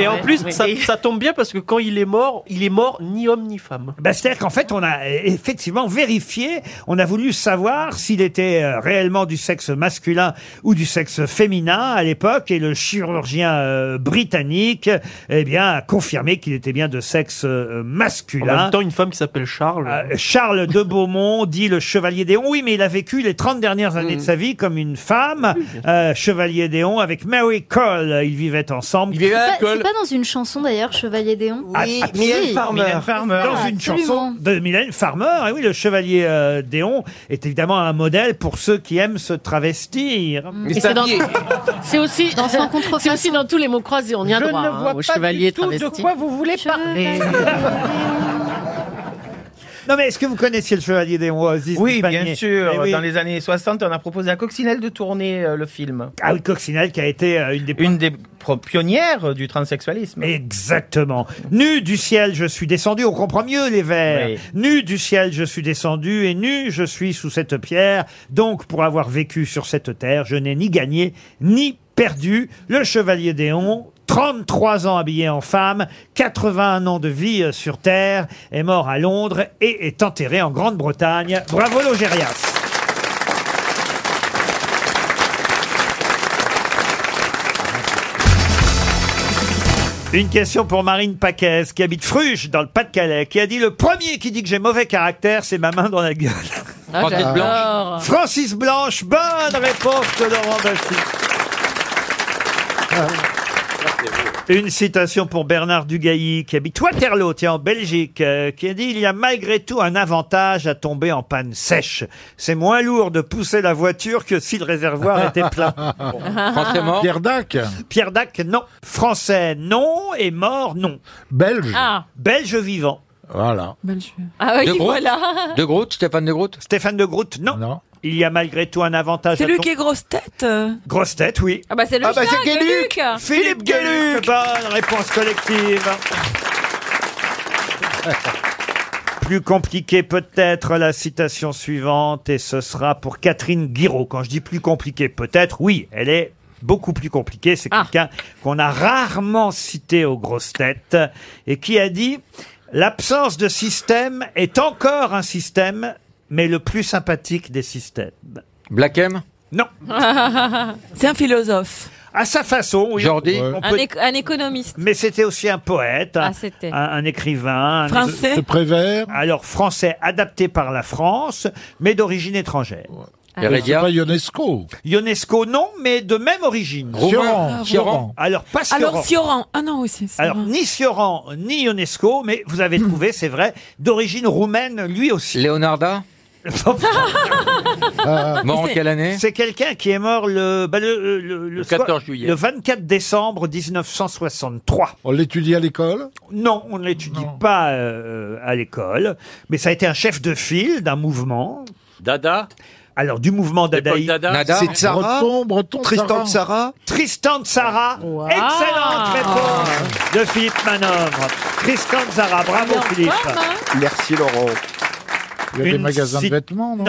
[SPEAKER 2] Et en plus, ça, ça tombe bien parce que quand il est mort, il est mort ni homme ni femme.
[SPEAKER 1] Bah, C'est-à-dire qu'en fait, on a eh, effectivement vérifié, on a voulu savoir s'il était euh, réellement du sexe masculin ou du sexe féminin à l'époque, et le chirurgien euh, britannique eh bien, a confirmé qu'il était bien de sexe euh, masculin. Masculin.
[SPEAKER 3] En même temps, une femme qui s'appelle Charles.
[SPEAKER 1] Euh, Charles de Beaumont, dit le Chevalier d'Éon. Oui, mais il a vécu les 30 dernières années
[SPEAKER 2] Mm.
[SPEAKER 1] de sa vie comme une femme, euh, Chevalier d'Éon, avec Mary Cole. Ils vivaient ensemble. Ils vivaient
[SPEAKER 15] C'est pas- C'est pas dans une chanson d'ailleurs, Chevalier Déon
[SPEAKER 1] Ah,
[SPEAKER 3] Ah,
[SPEAKER 1] Si. Dans une chanson de Mylène Farmer. Et oui, le Chevalier euh, d'Éon est évidemment un modèle pour ceux qui aiment se travestir.
[SPEAKER 6] Et c'est dans- C'est aussi, c'est aussi dans tous les mots croisés, on y a
[SPEAKER 1] Je
[SPEAKER 6] droit.
[SPEAKER 1] ne
[SPEAKER 6] hein,
[SPEAKER 1] vois
[SPEAKER 6] au
[SPEAKER 1] pas
[SPEAKER 6] chevalier
[SPEAKER 1] du tout de
[SPEAKER 6] travesti.
[SPEAKER 1] quoi
[SPEAKER 6] vous voulez parler.
[SPEAKER 1] Non, mais est-ce que vous connaissiez le Chevalier d'Éon, Aziz
[SPEAKER 3] Oui,
[SPEAKER 1] Panier
[SPEAKER 3] bien sûr.
[SPEAKER 1] Eh oui.
[SPEAKER 3] Dans les années 60, on a proposé à Coccinelle de tourner euh, le film.
[SPEAKER 1] Ah oui, Coccinelle qui a été euh, une des,
[SPEAKER 3] pro- pionnières euh, du transsexualisme.
[SPEAKER 1] Exactement. Nu du ciel, je suis descendu. On comprend mieux les vers. Nu du ciel, je suis descendu et nu, je suis sous cette pierre. Donc, pour avoir vécu sur cette terre, je n'ai ni gagné ni perdu. Le chevalier d'Éon. 33 ans habillé en femme, 81 ans de vie euh, sur Terre, est mort à Londres et est enterré en Grande-Bretagne. Bravo Logérias Une question pour Marine Paquez, qui habite Fruges, dans le Pas-de-Calais, qui a dit Le premier qui dit que j'ai mauvais caractère, c'est ma main dans la gueule.
[SPEAKER 6] Ah, Francis j'adore. Blanche.
[SPEAKER 1] Francis Blanche, bonne réponse de Laurent Bassi. Une citation pour Bernard Dugailly, qui habite Waterloo, tiens, en Belgique, euh, qui a dit « Il y a malgré tout un avantage à tomber en panne sèche. C'est moins lourd de pousser la voiture que si le réservoir était plein. »
[SPEAKER 7] Français mort Pierre
[SPEAKER 1] Dac Pierre Dac, non. Français, non. Et mort, non. Belge
[SPEAKER 18] Ah.
[SPEAKER 1] Belge vivant. Voilà.
[SPEAKER 18] Ah oui, voilà.
[SPEAKER 1] De Groot, Stéphane De Groot Stéphane De Groot, non. Il y a malgré tout un avantage
[SPEAKER 18] C'est
[SPEAKER 1] à
[SPEAKER 18] lui
[SPEAKER 1] tom-
[SPEAKER 18] qui est grosse tête. euh.
[SPEAKER 1] Grosse tête, oui.
[SPEAKER 18] Ah bah c'est le
[SPEAKER 1] Ah bah,
[SPEAKER 18] chat,
[SPEAKER 1] c'est
[SPEAKER 18] Gueluc.
[SPEAKER 1] Philippe Gueluc, bonne réponse collective. Plus compliqué peut-être la citation suivante et ce sera pour Catherine Guiraud. Quand je dis plus compliqué peut-être, oui, elle est beaucoup plus compliquée. C'est
[SPEAKER 18] Ah.
[SPEAKER 1] quelqu'un qu'on a rarement cité aux grosses têtes et qui a dit l'absence de système est encore un système, mais le plus sympathique des systèmes. Black M Non.
[SPEAKER 18] c'est un philosophe.
[SPEAKER 1] À sa façon, oui.
[SPEAKER 18] Jordi
[SPEAKER 1] On
[SPEAKER 18] un,
[SPEAKER 1] peut-
[SPEAKER 18] éco- un économiste.
[SPEAKER 1] mais c'était aussi un poète,
[SPEAKER 18] Ah,
[SPEAKER 1] un-
[SPEAKER 18] c'était.
[SPEAKER 1] un, un écrivain. un-
[SPEAKER 18] Français De
[SPEAKER 1] Prévert. Alors, français adapté par la France, mais d'origine étrangère.
[SPEAKER 18] Ah. Heredia. C'est pas
[SPEAKER 1] Ionesco. Ionesco, non, mais de même origine.
[SPEAKER 18] Sioran. Sioran.
[SPEAKER 1] Alors, pas Sioran.
[SPEAKER 18] Ah, Alors Sioran. Ah non, oui, c'est Sioran.
[SPEAKER 1] Alors, ni Sioran, ni Ionesco, mais vous avez trouvé, c'est vrai, d'origine roumaine, lui aussi. Leonarda
[SPEAKER 7] Mort en quelle année
[SPEAKER 1] C'est quelqu'un qui est mort le, bah, le, le- le-
[SPEAKER 7] 14 juillet.
[SPEAKER 1] Le 24 décembre 1963. On l'étudie à l'école Non, on ne l'étudie pas euh, à l'école. Mais ça a été un chef de file d'un mouvement. Dada alors, du mouvement dadaïste.
[SPEAKER 2] Dada Nada C'est Tsara Breton, Breton, Tristan Tsara Tsara
[SPEAKER 1] Tristan Tsara. Excellente
[SPEAKER 2] Ah.
[SPEAKER 1] réponse de Philippe Manœuvre. Tristan Tsara. Bravo, Philippe.
[SPEAKER 2] Merci Laurent.
[SPEAKER 1] Il y a des Une magasins de cit-
[SPEAKER 2] vêtements, non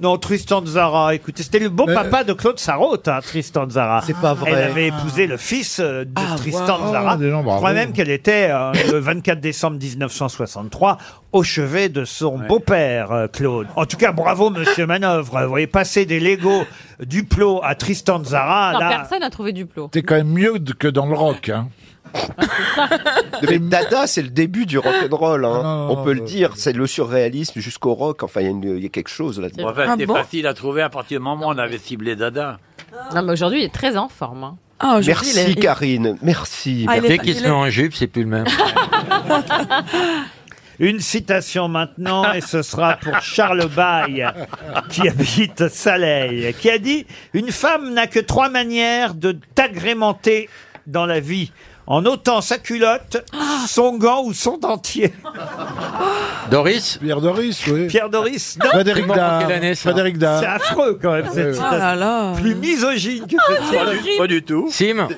[SPEAKER 1] Non, Tristan Zara, écoutez, c'était le beau papa de Claude Sarraute, hein, Tristan Zara. C'est pas
[SPEAKER 2] Euh, vrai.
[SPEAKER 1] Elle avait épousé le fils euh, de Tristan
[SPEAKER 2] wow.
[SPEAKER 1] Zara.
[SPEAKER 2] Ah, dis donc,
[SPEAKER 1] Je crois
[SPEAKER 2] bravo.
[SPEAKER 1] même qu'elle était, euh, le 24 décembre 1963, au chevet de son beau-père, euh, Claude. En tout cas, bravo, monsieur Manœuvre. Vous voyez, passer des Lego Duplo à Tristan Zara,
[SPEAKER 19] Non,
[SPEAKER 1] Ah, là...
[SPEAKER 19] personne n'a trouvé du plot.
[SPEAKER 29] T'es quand même mieux que dans le rock. Hein.
[SPEAKER 21] Mais Dada, c'est le début du rock and roll. hein.
[SPEAKER 29] Non,
[SPEAKER 21] On peut
[SPEAKER 29] euh,
[SPEAKER 21] le dire, c'est le surréalisme jusqu'au rock. Enfin, il y a une- il y, a quelque chose là-dedans.
[SPEAKER 20] Enfin,
[SPEAKER 29] Ah
[SPEAKER 20] c'était facile à trouver à partir du moment où on avait ciblé Dada.
[SPEAKER 19] Non, mais aujourd'hui, il est très en forme. hein.
[SPEAKER 1] Ah,
[SPEAKER 21] Merci Karine, merci.
[SPEAKER 19] Ah, il est-
[SPEAKER 7] Dès qu'il se
[SPEAKER 19] il
[SPEAKER 7] met
[SPEAKER 19] est-
[SPEAKER 7] en jupe, c'est plus le même.
[SPEAKER 1] Une citation maintenant, et ce sera pour Charles Baille, qui habite Saleil, qui a dit « Une femme n'a que trois manières de t'agrémenter dans la vie. En ôtant sa culotte, son gant ou son dentier. »
[SPEAKER 7] Doris
[SPEAKER 1] Pierre Doris, oui. Pierre Doris, non.
[SPEAKER 7] Frédéric Mort en Dard. quelle année, ça Frédéric Dard.
[SPEAKER 1] C'est affreux quand même, cette
[SPEAKER 7] Ah, oui.
[SPEAKER 1] citation.
[SPEAKER 7] Oh là là.
[SPEAKER 1] Plus misogyne que
[SPEAKER 18] Ah,
[SPEAKER 1] cette
[SPEAKER 20] Pas du, pas du tout.
[SPEAKER 7] Sim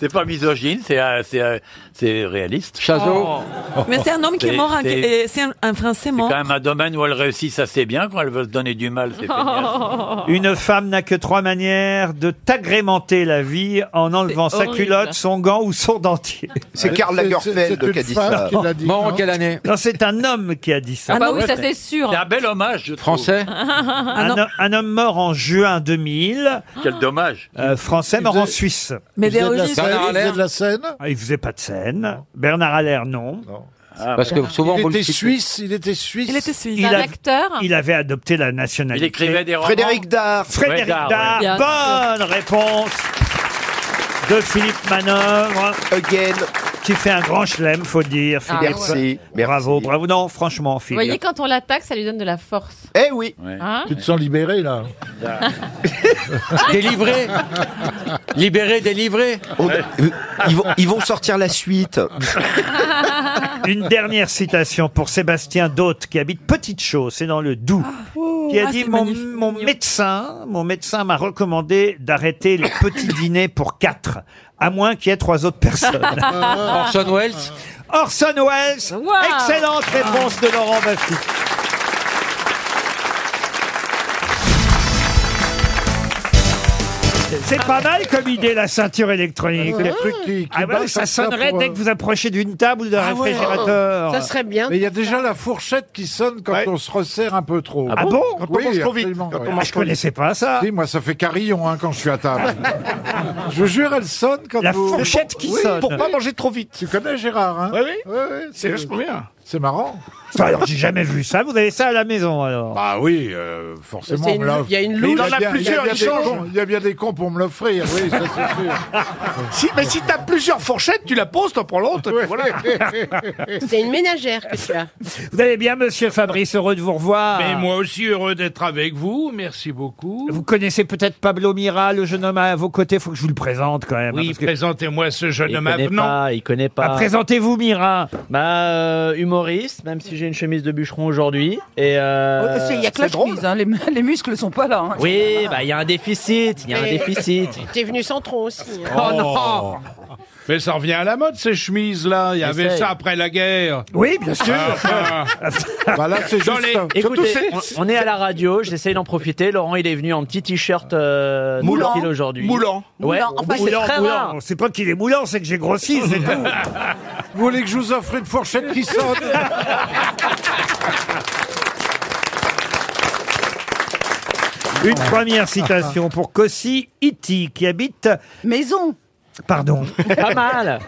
[SPEAKER 20] C'est pas misogyne, c'est euh, c'est, euh, c'est réaliste.
[SPEAKER 18] Chazot. Oh. Mais c'est un homme qui est mort, à-
[SPEAKER 20] C'est
[SPEAKER 18] et c'est un, un Français
[SPEAKER 20] c'est
[SPEAKER 18] mort.
[SPEAKER 20] quand même un domaine où elles réussissent assez bien quand elles veulent se donner du mal. C'est
[SPEAKER 19] Oh.
[SPEAKER 1] Une femme n'a que trois manières de t'agrémenter la vie en enlevant sa
[SPEAKER 21] horrible.
[SPEAKER 1] culotte, son gant ou son dentier.
[SPEAKER 21] C'est Ouais, Karl c'est- Lagerfeld c'est- c'est qui a une dit femme ça. qui l'a dit, Mort en non
[SPEAKER 1] quelle année Non, c'est un homme qui a dit ça.
[SPEAKER 19] Ah bah oui, ça c'est sûr.
[SPEAKER 20] C'est un bel hommage, je trouve.
[SPEAKER 1] Français
[SPEAKER 19] Ah
[SPEAKER 1] un,
[SPEAKER 19] non.
[SPEAKER 1] ho- un homme mort en juin 2000.
[SPEAKER 20] Quel dommage.
[SPEAKER 10] Ah.
[SPEAKER 1] Euh, français mort en Suisse.
[SPEAKER 20] Mais Il faisait de la Véronique, scène.
[SPEAKER 11] Bernard
[SPEAKER 1] il faisait
[SPEAKER 11] Allaire
[SPEAKER 1] de la scène Il faisait pas de scène. Bernard Allaire, non.
[SPEAKER 10] Ah,
[SPEAKER 11] Parce que souvent,
[SPEAKER 10] Il
[SPEAKER 11] on le
[SPEAKER 10] était
[SPEAKER 11] cite-
[SPEAKER 10] suisse, il était suisse.
[SPEAKER 30] Il était suisse.
[SPEAKER 1] Il a- Il avait adopté la nationalité.
[SPEAKER 10] Il écrivait des romans
[SPEAKER 1] Frédéric Dard. Frédéric
[SPEAKER 10] Ouais, Dard,
[SPEAKER 1] Dard.
[SPEAKER 10] ouais.
[SPEAKER 1] Bonne réponse de Philippe Manœuvre. Again. Qui fait un grand chelem, faut dire.
[SPEAKER 31] Ah,
[SPEAKER 1] Philippe.
[SPEAKER 31] Merci,
[SPEAKER 1] Bravo, bravo. Non, franchement,
[SPEAKER 31] Vous
[SPEAKER 1] Philippe.
[SPEAKER 31] voyez, quand on l'attaque, ça lui donne de la force.
[SPEAKER 1] Eh oui.
[SPEAKER 31] Hein
[SPEAKER 10] Tu te sens libéré, là.
[SPEAKER 18] Ah. Délivré Libéré, délivré
[SPEAKER 10] Oh,
[SPEAKER 32] Ils vont, ils vont sortir la suite.
[SPEAKER 1] Une dernière citation pour Sébastien Dôte, qui habite Petite Chaux, c'est dans le Doubs, qui a
[SPEAKER 33] ah,
[SPEAKER 1] dit
[SPEAKER 33] c'est
[SPEAKER 1] mon,
[SPEAKER 33] magnifique,
[SPEAKER 1] mon médecin, mon médecin m'a recommandé d'arrêter les petits dîners pour quatre, à moins qu'il y ait trois autres personnes.
[SPEAKER 18] Orson Welles
[SPEAKER 1] Orson Welles. Excellente réponse de Laurent Baffy. C'est pas mal comme idée la ceinture électronique.
[SPEAKER 10] C'est le truc qui- qui
[SPEAKER 1] Ah ouais,
[SPEAKER 10] bat
[SPEAKER 1] ça
[SPEAKER 10] comme ça
[SPEAKER 1] sonnerait
[SPEAKER 10] pour,
[SPEAKER 1] dès
[SPEAKER 10] euh,
[SPEAKER 1] que vous approchez d'une table ou d'un réfrigérateur.
[SPEAKER 10] Mais il y a déjà la fourchette qui sonne quand on se resserre un peu trop.
[SPEAKER 1] Ah bon
[SPEAKER 10] Quand
[SPEAKER 1] Oui,
[SPEAKER 10] on mange trop vite.
[SPEAKER 1] absolument,
[SPEAKER 10] Quand
[SPEAKER 1] ouais.
[SPEAKER 10] on
[SPEAKER 1] Ah,
[SPEAKER 10] mange
[SPEAKER 1] je
[SPEAKER 10] trop vite.
[SPEAKER 1] connaissais pas ça.
[SPEAKER 10] Si, moi, ça fait carillon hein, quand je suis à table. je vous jure, elle sonne quand
[SPEAKER 1] La
[SPEAKER 10] vous-
[SPEAKER 1] fourchette qui
[SPEAKER 10] Oui,
[SPEAKER 1] sonne.
[SPEAKER 10] Pour pas manger trop vite. Tu connais Gérard, hein Oui, oui.
[SPEAKER 1] C'est vachement bien.
[SPEAKER 10] C'est marrant.
[SPEAKER 1] Enfin, alors, j'ai jamais vu ça. Vous avez ça à la maison, alors
[SPEAKER 10] Bah oui, forcément. on me l'a- Mais
[SPEAKER 34] Il en a
[SPEAKER 10] bien-
[SPEAKER 34] plusieurs,
[SPEAKER 10] il y
[SPEAKER 34] il
[SPEAKER 10] a bien des
[SPEAKER 34] change.
[SPEAKER 10] cons- Il y a bien des cons pour me l'offrir, oui, ça c'est sûr.
[SPEAKER 34] Si, mais si t'as plusieurs fourchettes, tu la poses, t'en prends l'autre, et puis voilà.
[SPEAKER 19] C'est une ménagère que tu as.
[SPEAKER 1] Vous allez bien, monsieur Fabrice Heureux de vous revoir.
[SPEAKER 2] Mais moi aussi heureux d'être avec vous, merci beaucoup.
[SPEAKER 1] Vous connaissez peut-être Pablo Mira, le jeune homme à vos côtés. Faut que je vous le présente quand même. hein,
[SPEAKER 2] Oui,
[SPEAKER 1] parce que-
[SPEAKER 2] présentez-moi ce jeune
[SPEAKER 1] Il
[SPEAKER 2] homme
[SPEAKER 1] connaît
[SPEAKER 2] avenant.
[SPEAKER 1] pas,
[SPEAKER 2] il connaît
[SPEAKER 1] Ah, Présentez-vous, Mira.
[SPEAKER 33] Bah, euh, humoriste, même si j'ai une chemise de bûcheron aujourd'hui. Et
[SPEAKER 10] Oh,
[SPEAKER 33] euh,
[SPEAKER 13] Il n'y a que la
[SPEAKER 33] c'est drôle.
[SPEAKER 13] chemise, hein, les, les muscles sont pas là. hein.
[SPEAKER 33] Oui, bah il y a un déficit, il y a un
[SPEAKER 19] Mais-
[SPEAKER 33] déficit.
[SPEAKER 19] T'es venu sans tronc aussi. hein.
[SPEAKER 2] Oh, non Mais ça revient à la mode ces chemises là, il y avait
[SPEAKER 33] Essaye.
[SPEAKER 2] ça après la guerre.
[SPEAKER 1] Oui, bien sûr. Bah
[SPEAKER 2] Ah, ah.
[SPEAKER 10] Bah
[SPEAKER 2] Dans les-
[SPEAKER 33] Écoutez, on, on est à la radio, j'essaye d'en profiter. Laurent, il est venu en petit t-shirt euh,
[SPEAKER 1] Moulant.
[SPEAKER 33] tranquille aujourd'hui.
[SPEAKER 1] Moulant.
[SPEAKER 33] Ouais.
[SPEAKER 1] Moulant. Enfin, c'est
[SPEAKER 33] moulant,
[SPEAKER 1] très
[SPEAKER 33] moulant.
[SPEAKER 1] rare. C'est pas qu'il est moulant, c'est que j'ai grossi, c'est tout.
[SPEAKER 10] Vous voulez que je vous offre une fourchette qui sonne
[SPEAKER 1] Une première citation pour Kossi Iti, qui habite.
[SPEAKER 13] Maison.
[SPEAKER 1] Pardon.
[SPEAKER 33] Pas mal.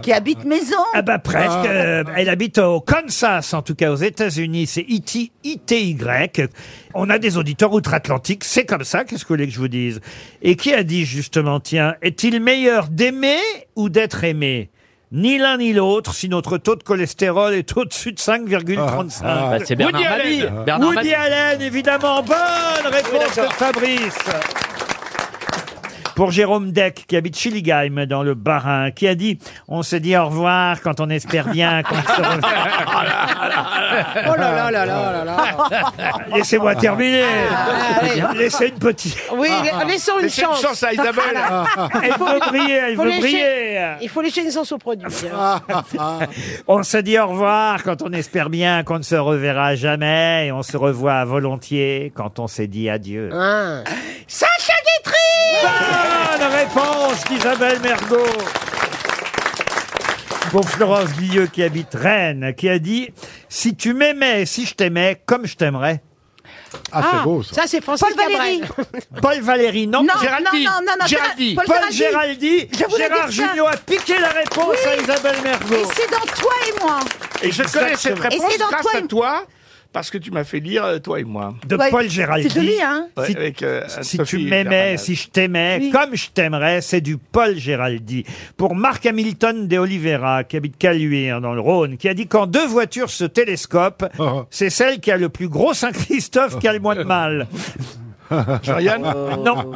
[SPEAKER 13] Qui habite maison.
[SPEAKER 1] Ah bah presque. Euh, elle habite au Kansas, en tout cas aux États-Unis. C'est Iti, I-T-Y. On a des auditeurs outre-Atlantique, c'est comme ça, qu'est-ce que vous voulez que je vous dise Et qui a dit justement, tiens, est-il meilleur d'aimer ou d'être aimé ni l'un ni l'autre, si notre taux de cholestérol est au-dessus de 5,35.
[SPEAKER 33] Ah, bah, c'est Bernard
[SPEAKER 1] Woody
[SPEAKER 33] Mabille.
[SPEAKER 1] Allen.
[SPEAKER 33] Bernard
[SPEAKER 1] Woody
[SPEAKER 33] Mabille.
[SPEAKER 1] Allen, évidemment. Bonne réponse de Fabrice. Pour Jérôme Deck, qui habite Chiligaim dans le Barin, qui a dit On se dit au revoir quand on espère bien qu'on se
[SPEAKER 19] Oh là là là là là là.
[SPEAKER 1] revoit. Laissez-moi terminer.
[SPEAKER 19] Ah,
[SPEAKER 1] Laissez une petite.
[SPEAKER 19] Oui,
[SPEAKER 1] Ah,
[SPEAKER 19] la- laissons ah, une chance.
[SPEAKER 1] hein,
[SPEAKER 19] Ah,
[SPEAKER 1] elle veut briller, elle
[SPEAKER 19] Faut
[SPEAKER 1] veut
[SPEAKER 19] lécher-
[SPEAKER 1] briller.
[SPEAKER 19] Il faut lécher une sens au produit. hein.
[SPEAKER 1] ah.
[SPEAKER 19] Ah.
[SPEAKER 1] On se dit au revoir quand on espère bien qu'on ne se reverra jamais et on se revoit à volontiers quand on s'est dit adieu.
[SPEAKER 19] Ah.
[SPEAKER 10] Ah.
[SPEAKER 19] Sacha Guitry
[SPEAKER 1] Bonne réponse d'Isabelle Mergot. Pour Florence Guilleux qui habite Rennes, qui a dit Si tu m'aimais, si je t'aimais, comme je t'aimerais.
[SPEAKER 19] Ah, c'est Ah, beau, ça. ça, c'est Francis
[SPEAKER 1] Paul Valéry. Paul Valéry, non,
[SPEAKER 19] Non,
[SPEAKER 1] Géraldi.
[SPEAKER 19] non, non, non, non,
[SPEAKER 1] Géraldi.
[SPEAKER 19] Paul
[SPEAKER 1] Paul Géraldi.
[SPEAKER 19] Géraldi. Je voulais
[SPEAKER 1] Gérard
[SPEAKER 19] dire ça.
[SPEAKER 1] Junior a piqué la réponse
[SPEAKER 19] Oui.
[SPEAKER 1] à Isabelle Mergot.
[SPEAKER 19] Et c'est dans toi et moi.
[SPEAKER 1] Et
[SPEAKER 19] je connais cette réponse Et c'est dans grâce toi à et-
[SPEAKER 1] toi.
[SPEAKER 35] Parce que tu m'as fait lire euh, toi et moi.
[SPEAKER 1] De Paul Géraldi.
[SPEAKER 35] Ouais,
[SPEAKER 1] Si,
[SPEAKER 35] avec, euh,
[SPEAKER 10] Ah,
[SPEAKER 1] si tu
[SPEAKER 35] Sophie
[SPEAKER 1] m'aimais,
[SPEAKER 35] Vermanaz.
[SPEAKER 1] si je t'aimais, comme je t'aimerais, c'est du Paul Géraldi. Pour Marc Hamilton de Oliveira, qui habite Caluire, dans le Rhône, qui a dit quand deux voitures se télescopent,
[SPEAKER 10] Ah.
[SPEAKER 1] c'est celle qui a le plus gros Saint-Christophe qui a le moins de mal.
[SPEAKER 10] Jean-Yann
[SPEAKER 1] Non.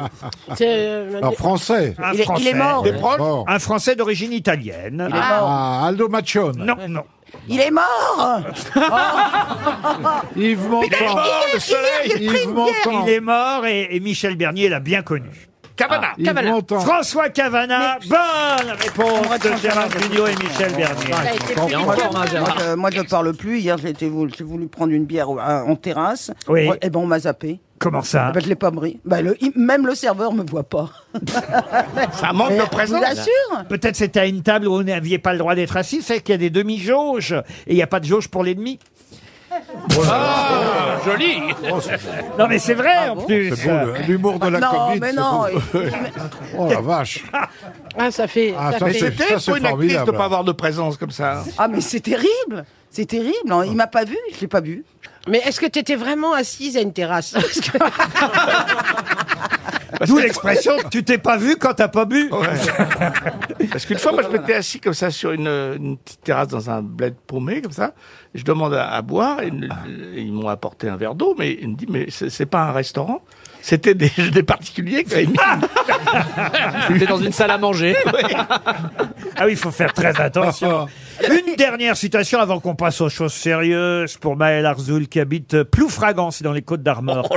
[SPEAKER 4] euh,
[SPEAKER 10] Un Français.
[SPEAKER 1] Un
[SPEAKER 10] Il est- il est
[SPEAKER 1] Français.
[SPEAKER 10] mort. Des proches Mort.
[SPEAKER 1] Un Français d'origine italienne.
[SPEAKER 10] Il est Ah, mort.
[SPEAKER 1] Aldo Maccione. Non, non.
[SPEAKER 13] Il est mort
[SPEAKER 10] Yves Montand. Yves Montand.
[SPEAKER 1] Il est mort et, et Michel Bernier l'a bien connu.
[SPEAKER 13] Cavana.
[SPEAKER 1] Ah,
[SPEAKER 13] Cavana.
[SPEAKER 1] Yves Montand. François Cavana, bonne réponse de Gérard Junior et Michel
[SPEAKER 10] Ah,
[SPEAKER 19] Bah,
[SPEAKER 13] Et
[SPEAKER 1] Bernier.
[SPEAKER 13] encore, hein, Gérard. Euh, moi, je ne parle plus. Hier, j'ai été voulu, j'ai voulu prendre une bière au- à- en terrasse.
[SPEAKER 1] Oui.
[SPEAKER 13] Et ben, on m'a zappé.
[SPEAKER 1] Comment ça
[SPEAKER 13] Eh ben, Je l'ai pas pris. Ben, le- il- même le serveur me voit pas.
[SPEAKER 1] Ça
[SPEAKER 13] manque de présence. Je vous assure.
[SPEAKER 1] Peut-être c'était à une table où vous n'aviez pas le droit d'être assis, c'est qu'il y a des demi-jauges et il n'y a pas de jauge pour l'ennemi.
[SPEAKER 2] Ah, joli
[SPEAKER 1] Non mais Oh, c'est vrai
[SPEAKER 13] Ah,
[SPEAKER 1] en plus.
[SPEAKER 36] C'est beau, le- l'humour de la
[SPEAKER 13] Non,
[SPEAKER 36] comédie.
[SPEAKER 13] mais
[SPEAKER 36] c'est
[SPEAKER 13] non,
[SPEAKER 36] beau. oh la vache.
[SPEAKER 13] Ah, ça fait.
[SPEAKER 36] Ah,
[SPEAKER 13] ça
[SPEAKER 36] ça,
[SPEAKER 13] fait-
[SPEAKER 36] c'est-
[SPEAKER 13] C'était
[SPEAKER 36] ça,
[SPEAKER 13] pour
[SPEAKER 36] c'est
[SPEAKER 13] une actrice
[SPEAKER 36] formidable.
[SPEAKER 13] de pas
[SPEAKER 36] avoir de présence comme ça.
[SPEAKER 13] Ah, mais c'est terrible C'est terrible. Non, il m'a pas vu, je l'ai pas vu.
[SPEAKER 37] Mais est-ce que tu étais vraiment assise à une terrasse Parce que-
[SPEAKER 1] D'où l'expression tu t'es pas vu quand t'as pas bu.
[SPEAKER 36] Parce qu'une fois, moi, je m'étais assis comme ça sur une, une petite terrasse dans un bled paumé, comme ça. Je demande à, à boire. Et le- ils m'ont apporté un verre d'eau, mais ils me disent, mais c'est c'est pas un restaurant. C'était des, des particuliers qui avaient mis.
[SPEAKER 38] C'était dans une salle à manger.
[SPEAKER 1] Ah oui, il faut faire très attention. Une dernière citation avant qu'on passe aux choses sérieuses pour Maël Arzoul qui habite Ploufragan, c'est dans les Côtes d'Armor.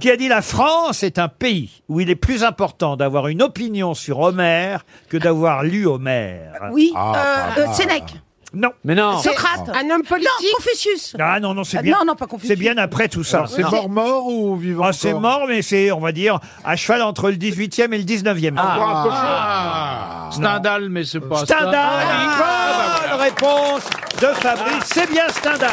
[SPEAKER 1] Qui a dit la France est un pays où il est plus important d'avoir une opinion sur Homère que d'avoir lu Homère.
[SPEAKER 13] Oui, Ah, euh, pas euh, mal. Sénèque.
[SPEAKER 1] Non.
[SPEAKER 38] Mais non.
[SPEAKER 13] Socrate. Un homme politique. Non, Confucius.
[SPEAKER 1] Ah non, non, c'est
[SPEAKER 13] Ah,
[SPEAKER 1] bien.
[SPEAKER 13] non, non, pas Confucius.
[SPEAKER 1] C'est bien après tout ça.
[SPEAKER 13] Non, c'est Non. mort,
[SPEAKER 1] mort ou vivant ah, C'est mort, mais c'est, on va dire, à cheval entre le 18e et le Ah. 19e.
[SPEAKER 19] Stendhal, mais c'est pas
[SPEAKER 1] Euh, Stendhal,
[SPEAKER 10] Ah,
[SPEAKER 1] bonne réponse de Fabrice, c'est bien Stendhal.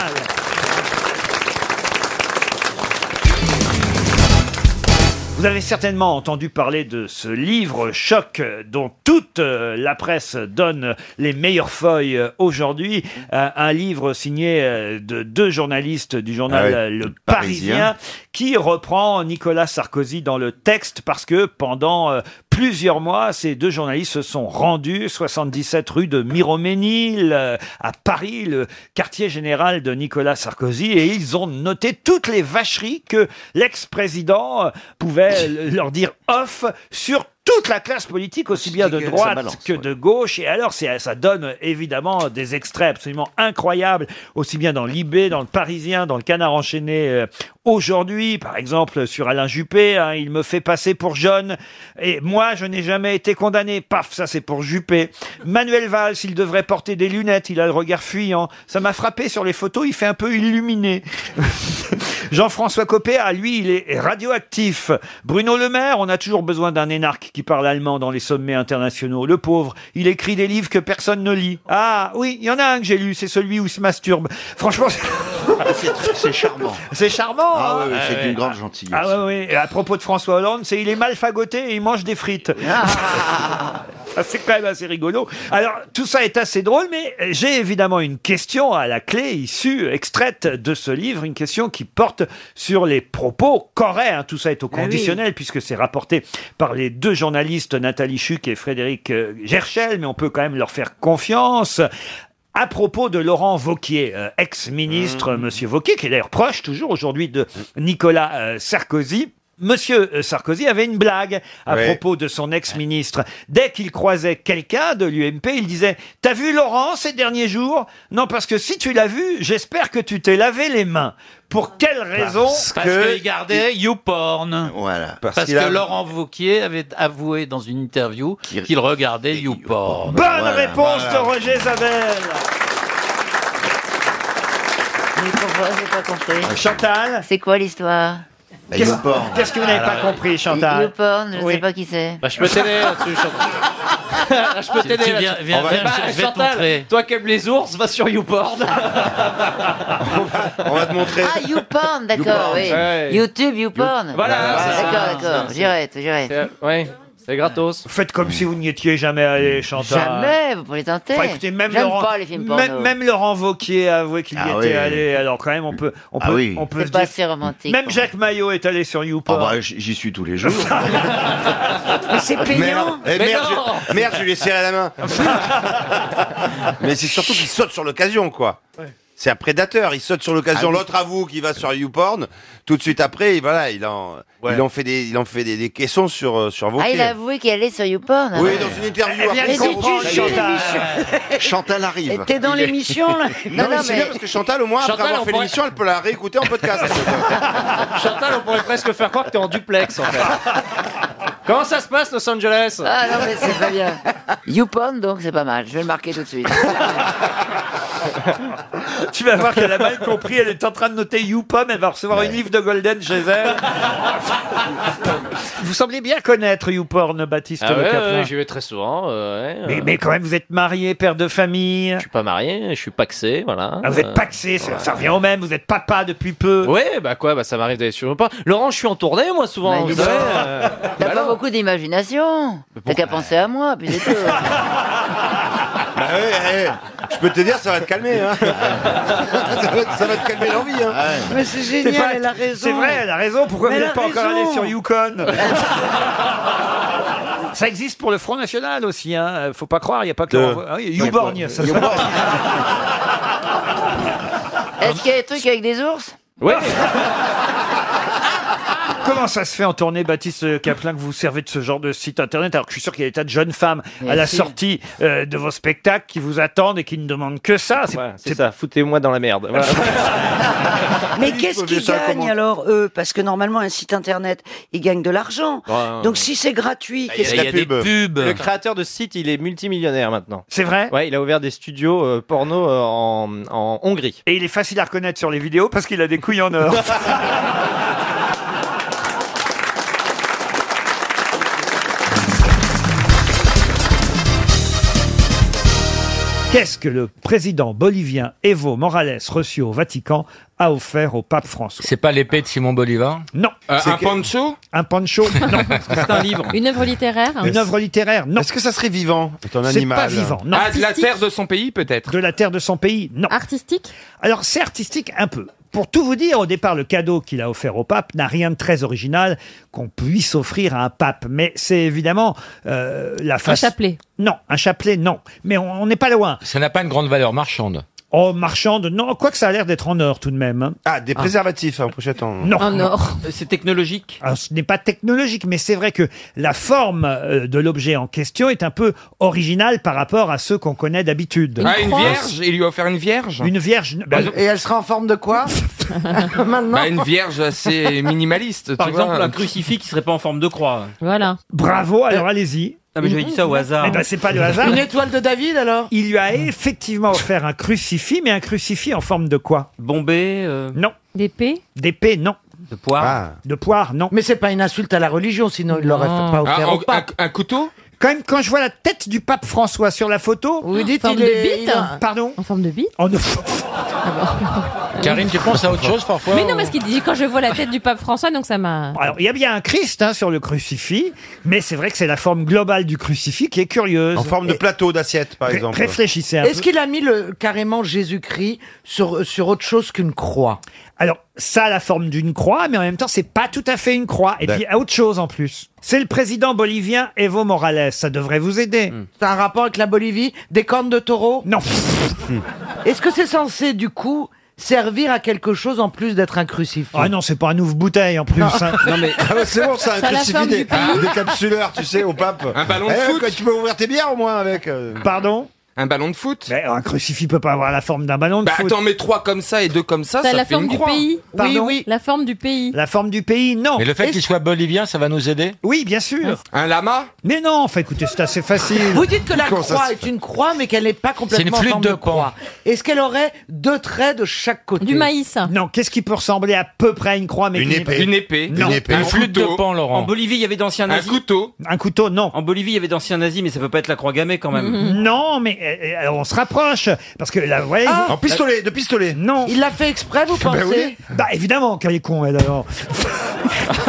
[SPEAKER 1] Vous avez certainement entendu parler de ce livre choc euh, dont toute euh, la presse donne les meilleures feuilles euh, aujourd'hui. Euh, un livre signé euh, de deux journalistes du journal
[SPEAKER 10] Ah ouais,
[SPEAKER 1] euh, Le
[SPEAKER 10] Parisien.
[SPEAKER 1] Parisien qui reprend Nicolas Sarkozy dans le texte parce que pendant euh, plusieurs mois, ces deux journalistes se sont rendus 77 rue de Miroménil euh, à Paris, le quartier général de Nicolas Sarkozy, et ils ont noté toutes les vacheries que l'ex-président euh, pouvait euh, leur dire off sur toute la classe politique, aussi bien de
[SPEAKER 10] dégueulasse, ça
[SPEAKER 1] droite
[SPEAKER 10] balance.
[SPEAKER 1] que de gauche. Et alors, c'est- ça donne évidemment des extraits absolument incroyables, aussi bien dans l'IB, dans le Parisien, dans le Canard enchaîné euh, aujourd'hui, par exemple sur Alain Juppé, hein, il me fait passer pour jeune, et moi, je n'ai jamais été condamné. Paf, ça c'est pour Juppé. Manuel Valls, il devrait porter des lunettes, il a le regard fuyant. Ça m'a frappé sur les photos, il fait un peu illuminé. Jean-François Copéa, lui, il est radioactif. Bruno Le Maire, on a toujours besoin d'un énarque qui parle allemand dans les sommets internationaux. Le pauvre, il écrit des livres que personne ne lit. Ah oui, il y en a un que j'ai lu, c'est celui où il se masturbe. Franchement,
[SPEAKER 10] Ah, C'est charmant.
[SPEAKER 1] c'est charmant.
[SPEAKER 10] Ah
[SPEAKER 1] hein
[SPEAKER 10] ouais, ouais, c'est
[SPEAKER 1] Ah
[SPEAKER 10] d'une
[SPEAKER 1] ouais.
[SPEAKER 10] grande gentillesse.
[SPEAKER 1] Ah ouais, ouais. Et à propos de François Hollande, c'est il est mal fagoté et il mange des frites. Ça, C'est quand même assez rigolo. Alors, tout ça est assez drôle, mais j'ai évidemment une question à la clé issue, extraite de ce livre, une question qui porte sur les propos qu'aurait, hein, tout ça est au
[SPEAKER 10] oui.
[SPEAKER 1] conditionnel, puisque c'est rapporté par les deux journalistes, Nathalie Chuc et Frédéric euh, Gerchel, mais on peut quand même leur faire confiance. À propos de Laurent Vauquier, euh,
[SPEAKER 39] Mmh.
[SPEAKER 1] ex-ministre, monsieur Vauquier, qui est d'ailleurs proche toujours aujourd'hui de Nicolas euh, Sarkozy, Monsieur euh, Sarkozy avait une blague à
[SPEAKER 10] Ouais.
[SPEAKER 1] propos de son ex-ministre. Dès qu'il croisait quelqu'un de l'UMP, il disait « T'as vu Laurent ces derniers jours Non, parce que si tu l'as vu, j'espère que tu t'es lavé les mains. Pour quelle raison ?»
[SPEAKER 39] Parce qu'il gardait YouPorn.
[SPEAKER 10] Voilà.
[SPEAKER 39] Parce,
[SPEAKER 10] qu'il
[SPEAKER 39] que
[SPEAKER 10] a-
[SPEAKER 39] Laurent Vauquier avait avoué dans une interview qu'il regardait YouPorn.
[SPEAKER 1] Bonne réponse de Roger Zabel
[SPEAKER 16] Mais pourquoi j'ai pas compris
[SPEAKER 1] Euh, Chantal
[SPEAKER 16] C'est quoi l'histoire
[SPEAKER 1] Bah, Qu'est-ce- YouPorn. qu'est-ce que vous n'avez pas
[SPEAKER 10] Ah.
[SPEAKER 1] compris, Chantal
[SPEAKER 16] YouPorn, je
[SPEAKER 1] Oui.
[SPEAKER 16] sais pas qui c'est.
[SPEAKER 1] Bah, je peux t'aider
[SPEAKER 39] là-dessus,
[SPEAKER 16] Chantal.
[SPEAKER 39] Ah, Je peux t'aider
[SPEAKER 16] Tu
[SPEAKER 39] là-dessus.
[SPEAKER 16] viens-
[SPEAKER 39] Eh
[SPEAKER 16] viens-
[SPEAKER 39] ben,
[SPEAKER 16] viens, je- je vais te
[SPEAKER 39] Chantal,
[SPEAKER 16] montrer.
[SPEAKER 39] toi qui aimes les ours, va sur YouPorn.
[SPEAKER 10] On va te montrer.
[SPEAKER 16] Ah, YouPorn, d'accord,
[SPEAKER 10] YouPorn,
[SPEAKER 16] oui.
[SPEAKER 10] ouais.
[SPEAKER 16] YouTube, YouPorn. Ah,
[SPEAKER 10] Voilà, c'est ça.
[SPEAKER 16] D'accord, d'accord,
[SPEAKER 10] C'est-
[SPEAKER 16] j'arrête, j'arrête.
[SPEAKER 1] Oui, c'est gratos. Faites comme si vous n'y étiez jamais allé, Chantal.
[SPEAKER 16] Jamais, vous pouvez tenter.
[SPEAKER 1] Enfin, écoutez, même
[SPEAKER 16] J'aime
[SPEAKER 1] Laurent,
[SPEAKER 16] pas les films porno.
[SPEAKER 1] même, même Laurent Wauquiez a avoué qu'il y
[SPEAKER 10] Ah
[SPEAKER 1] était
[SPEAKER 10] oui.
[SPEAKER 1] allé. Alors quand même, on peut, on peut,
[SPEAKER 10] Ah oui.
[SPEAKER 1] on peut
[SPEAKER 16] C'est
[SPEAKER 1] se
[SPEAKER 16] pas
[SPEAKER 1] dire-
[SPEAKER 16] assez romantique.
[SPEAKER 1] Même Jacques Maillot est allé sur YouPorn.
[SPEAKER 10] Ah bah, j- J'y suis tous les jours.
[SPEAKER 16] Mais c'est
[SPEAKER 10] Merde, eh,
[SPEAKER 16] Mais
[SPEAKER 10] merde,
[SPEAKER 16] non.
[SPEAKER 10] je, merde, je lui ai serré la main. Mais c'est surtout qu'il saute sur l'occasion, quoi. C'est un prédateur, il saute sur l'occasion.
[SPEAKER 40] Ah oui.
[SPEAKER 10] L'autre avoue qu'il va sur YouPorn. Tout de suite après, voilà, il en, il en fait des, il en fait des, des caissons sur, euh, sur vos
[SPEAKER 16] Ah, il
[SPEAKER 10] pieds.
[SPEAKER 16] a avoué qu'il allait sur YouPorn.
[SPEAKER 10] Oui,
[SPEAKER 16] hein.
[SPEAKER 10] dans une interview.
[SPEAKER 16] Eh
[SPEAKER 10] après,
[SPEAKER 16] bien,
[SPEAKER 10] il
[SPEAKER 16] c'est
[SPEAKER 10] comprend,
[SPEAKER 16] une
[SPEAKER 10] il est-
[SPEAKER 16] émission.
[SPEAKER 10] Chantal arrive.
[SPEAKER 16] T'es dans
[SPEAKER 10] Il est-
[SPEAKER 16] l'émission, là
[SPEAKER 10] Non,
[SPEAKER 16] Non,
[SPEAKER 10] mais
[SPEAKER 16] non,
[SPEAKER 10] c'est
[SPEAKER 16] mais-
[SPEAKER 10] bien parce que Chantal, au moins,
[SPEAKER 39] Chantal,
[SPEAKER 10] après
[SPEAKER 39] on
[SPEAKER 10] avoir fait
[SPEAKER 39] pourrait-
[SPEAKER 10] l'émission, elle peut la réécouter en podcast.
[SPEAKER 39] Chantal, on pourrait presque faire croire que t'es en duplex en fait. Comment ça se passe Los Angeles
[SPEAKER 16] Ah non, mais c'est pas bien. YouPorn, donc c'est pas mal. Je vais le marquer tout de suite.
[SPEAKER 1] Tu vas voir qu'elle a mal compris. Elle est en train de noter YouPom. Elle va recevoir une livre de Golden chez elle. vous semblez bien connaître YouPorn, Baptiste
[SPEAKER 41] Ah
[SPEAKER 1] Le
[SPEAKER 41] ouais,
[SPEAKER 1] Caplin.
[SPEAKER 41] ouais, j'y vais très souvent. euh, ouais,
[SPEAKER 1] mais,
[SPEAKER 41] euh.
[SPEAKER 1] mais quand même, vous êtes marié, père de famille.
[SPEAKER 41] Je suis pas marié, je suis paxé, voilà.
[SPEAKER 1] Ah, vous êtes paxé, ça- ça revient au même, vous êtes papa depuis peu.
[SPEAKER 41] Ouais, bah quoi, bah ça m'arrive d'aller sur pas. Laurent, je suis en tournée, moi, souvent,
[SPEAKER 28] Bah,
[SPEAKER 14] Mais
[SPEAKER 41] vous
[SPEAKER 14] dis
[SPEAKER 41] savez.
[SPEAKER 14] donc.
[SPEAKER 41] euh,
[SPEAKER 14] T'as pas beaucoup d'imagination. T'as qu'à penser à moi, puis c'est tout.
[SPEAKER 2] Bah ouais, ouais. Je peux te dire, ça va te calmer. Hein. ça, va, ça va te calmer l'envie. Hein.
[SPEAKER 19] Ah
[SPEAKER 12] Mais c'est génial, elle a raison.
[SPEAKER 1] C'est vrai, elle a raison. Pourquoi
[SPEAKER 12] Mais
[SPEAKER 1] vous
[SPEAKER 12] elle
[SPEAKER 1] n'êtes
[SPEAKER 12] a
[SPEAKER 1] pas encore allé
[SPEAKER 12] raison.
[SPEAKER 1] sur Yukon Ça existe pour le Front National aussi, hein. Faut pas croire, il n'y a pas que...
[SPEAKER 2] De-
[SPEAKER 1] le- Ah oui, YouBorgne, ça s'appelle.
[SPEAKER 14] Est-ce qu'il y a des trucs avec des ours
[SPEAKER 1] Ouais. Comment ça se fait en tournée, Baptiste Caplin, que vous vous servez de ce genre de site internet Alors que je suis sûr qu'il y a des tas de jeunes femmes à
[SPEAKER 41] Bien
[SPEAKER 1] la
[SPEAKER 41] sûr.
[SPEAKER 1] sortie euh, de vos spectacles qui vous attendent et qui ne demandent que ça. C'est-
[SPEAKER 41] ouais, c'est ça, foutez-moi dans la merde. voilà.
[SPEAKER 12] Mais qu'est-ce qu'ils gagnent alors, eux Parce que normalement, un site internet, ils gagnent de l'argent.
[SPEAKER 41] Ouais.
[SPEAKER 12] Donc si c'est gratuit,
[SPEAKER 41] Il y a-
[SPEAKER 12] qu'est-ce
[SPEAKER 41] il y a des
[SPEAKER 12] qu'il
[SPEAKER 41] pubs.
[SPEAKER 28] Le créateur de ce site, il est multimillionnaire maintenant.
[SPEAKER 1] C'est vrai
[SPEAKER 28] Ouais, il a ouvert des studios euh, porno euh, en, en Hongrie.
[SPEAKER 1] Et il est facile à reconnaître sur les vidéos parce qu'il a des couilles en or. Qu'est-ce que le président bolivien Evo Morales reçu au Vatican a offert au pape François
[SPEAKER 7] C'est pas l'épée de Simon Bolivar
[SPEAKER 1] Non.
[SPEAKER 7] Euh,
[SPEAKER 1] C'est
[SPEAKER 7] Un
[SPEAKER 1] que-
[SPEAKER 7] pancho
[SPEAKER 1] Un pancho Non.
[SPEAKER 7] C'est un livre.
[SPEAKER 19] Une œuvre
[SPEAKER 7] Ah,
[SPEAKER 19] littéraire
[SPEAKER 1] Une œuvre littéraire Non.
[SPEAKER 2] Est-ce que ça serait vivant un
[SPEAKER 1] C'est pas vivant. Non.
[SPEAKER 7] Ah, de la terre de son pays, peut-être
[SPEAKER 1] De la terre de son pays Non.
[SPEAKER 19] Artistique
[SPEAKER 1] Alors c'est artistique un peu. Pour tout vous dire, au départ, le cadeau qu'il a offert au pape n'a rien de très original qu'on puisse offrir à un pape. Mais c'est évidemment euh, la façon...
[SPEAKER 19] chapelet.
[SPEAKER 1] Non, un chapelet, non. Mais on on n'est pas loin.
[SPEAKER 7] Ça n'a pas une grande valeur marchande.
[SPEAKER 1] Oh, marchande, non, quoique ça a l'air d'être en or tout de même. hein.
[SPEAKER 2] Ah, des préservatifs en pochette en.
[SPEAKER 1] Non.
[SPEAKER 7] Euh,
[SPEAKER 28] C'est technologique.
[SPEAKER 1] Alors, Ah, ce n'est pas technologique, mais c'est vrai que la forme euh, de l'objet en question est un peu originale par rapport à ceux qu'on connaît d'habitude.
[SPEAKER 7] ah, une vierge Il lui a offert une vierge
[SPEAKER 1] Une vierge. n- bah,
[SPEAKER 3] Ben, Et elle sera en forme de quoi Maintenant
[SPEAKER 7] Bah, Une vierge assez minimaliste.
[SPEAKER 28] Par
[SPEAKER 7] tu
[SPEAKER 28] exemple,
[SPEAKER 7] vois.
[SPEAKER 28] un crucifix qui serait pas en forme de croix.
[SPEAKER 19] Voilà.
[SPEAKER 1] Bravo, alors allez-y.
[SPEAKER 28] Ah, mais j'avais dit ça au hasard.
[SPEAKER 1] Eh ben, c'est pas le hasard.
[SPEAKER 3] Une étoile de David alors
[SPEAKER 1] Il lui
[SPEAKER 7] Hmm.
[SPEAKER 1] a effectivement offert un crucifix, mais un crucifix en forme de quoi
[SPEAKER 28] Bombé,
[SPEAKER 7] euh.
[SPEAKER 1] Non.
[SPEAKER 19] D'épée
[SPEAKER 1] D'épée, non.
[SPEAKER 28] de poire.
[SPEAKER 7] Ah.
[SPEAKER 1] De poire, non.
[SPEAKER 3] Mais c'est pas une insulte à la religion, sinon il l'aurait
[SPEAKER 19] Non.
[SPEAKER 3] pas
[SPEAKER 7] Ah,
[SPEAKER 3] offert
[SPEAKER 7] un-
[SPEAKER 3] au pape.
[SPEAKER 7] un, un couteau
[SPEAKER 1] Quand même, quand je vois la tête du pape François sur la photo.
[SPEAKER 3] Vous dites
[SPEAKER 19] En forme
[SPEAKER 3] il
[SPEAKER 19] de
[SPEAKER 3] est.
[SPEAKER 19] bite
[SPEAKER 3] il a-
[SPEAKER 1] Pardon
[SPEAKER 19] En forme de bite Ah
[SPEAKER 1] Oh, non.
[SPEAKER 7] Karine, tu penses à autre chose parfois
[SPEAKER 19] Mais non, parce qu'il dit quand je vois la tête du pape François, donc ça m'a.
[SPEAKER 1] Alors, il y a bien un Christ hein, sur le crucifix, mais c'est vrai que c'est la forme globale du crucifix qui est curieuse.
[SPEAKER 2] En forme de plateau, d'assiette, par
[SPEAKER 1] Ré-
[SPEAKER 2] exemple.
[SPEAKER 1] Réfléchissez un peu.
[SPEAKER 3] Est-ce qu'il a mis le, carrément Jésus-Christ sur, sur autre chose qu'une croix
[SPEAKER 1] Alors, ça a la forme d'une croix, mais en même temps, c'est pas tout à fait une croix. Et puis, il y a autre chose en plus. C'est le président bolivien Evo Morales. Ça devrait vous aider.
[SPEAKER 3] C'est un rapport avec la Bolivie Des cornes de taureau
[SPEAKER 1] Non.
[SPEAKER 3] Est-ce que c'est censé, du coup, servir à quelque chose en plus d'être un crucifix
[SPEAKER 1] Ah non, c'est pas un ouvre-bouteille en plus. hein.
[SPEAKER 2] Non, mais... ah ouais, c'est bon, ça, un
[SPEAKER 19] Ça a la
[SPEAKER 2] crucifix
[SPEAKER 19] forme
[SPEAKER 2] des,
[SPEAKER 19] du pays.
[SPEAKER 2] des capsuleurs, tu sais, au pape.
[SPEAKER 7] Un ballon de
[SPEAKER 2] Eh,
[SPEAKER 7] foot
[SPEAKER 2] quoi, Tu peux ouvrir tes bières au moins avec. euh.
[SPEAKER 1] Pardon
[SPEAKER 7] Un ballon de foot
[SPEAKER 1] Mais oh, Un crucifix peut pas avoir la forme d'un ballon de
[SPEAKER 7] Bah
[SPEAKER 1] foot.
[SPEAKER 7] attends, mais trois comme ça et deux comme ça,
[SPEAKER 19] Ça a
[SPEAKER 7] ça
[SPEAKER 19] la
[SPEAKER 7] fait
[SPEAKER 19] forme
[SPEAKER 7] une
[SPEAKER 19] du
[SPEAKER 7] croix.
[SPEAKER 19] pays.
[SPEAKER 1] Pardon
[SPEAKER 19] oui, oui. La forme du pays.
[SPEAKER 1] La forme du pays, non.
[SPEAKER 7] Mais le fait
[SPEAKER 1] Est-ce-
[SPEAKER 7] qu'il soit bolivien, ça va nous aider
[SPEAKER 1] Oui, bien sûr.
[SPEAKER 7] Un lama
[SPEAKER 1] Mais non, enfin, écoutez, c'est assez facile.
[SPEAKER 3] Vous dites que la
[SPEAKER 2] Comment ça
[SPEAKER 3] croix
[SPEAKER 2] se
[SPEAKER 3] est une croix, mais qu'elle n'est pas complètement
[SPEAKER 7] flûte
[SPEAKER 3] en forme
[SPEAKER 7] de
[SPEAKER 3] de,
[SPEAKER 7] pan.
[SPEAKER 3] croix. Est-ce qu'elle aurait deux traits de chaque côté
[SPEAKER 19] Du maïs.
[SPEAKER 1] Non, qu'est-ce qui peut ressembler à peu près à une croix mais
[SPEAKER 2] Une
[SPEAKER 1] qui n'est
[SPEAKER 2] épée.
[SPEAKER 7] Une épée
[SPEAKER 1] Non.
[SPEAKER 2] Une épée.
[SPEAKER 7] Un
[SPEAKER 28] Un
[SPEAKER 7] flûte de
[SPEAKER 28] couteau.
[SPEAKER 7] pan, Laurent.
[SPEAKER 28] En Bolivie, il y avait d'anciens
[SPEAKER 7] Un
[SPEAKER 28] nazis.
[SPEAKER 7] couteau
[SPEAKER 1] pas- Un couteau, non.
[SPEAKER 28] En Bolivie, il y avait d'anciens nazis, mais ça peut pas être la croix gammée quand même.
[SPEAKER 19] Mm-hmm.
[SPEAKER 1] Non, mais euh, euh, alors, on se rapproche. Parce que là, vous voyez.
[SPEAKER 2] En pistolet, de pistolet. Ben
[SPEAKER 1] vous- Non.
[SPEAKER 3] Ah Il l'a fait exprès, vous pensez
[SPEAKER 2] oui.
[SPEAKER 1] Bah évidemment, qu'elle est con, elle alors.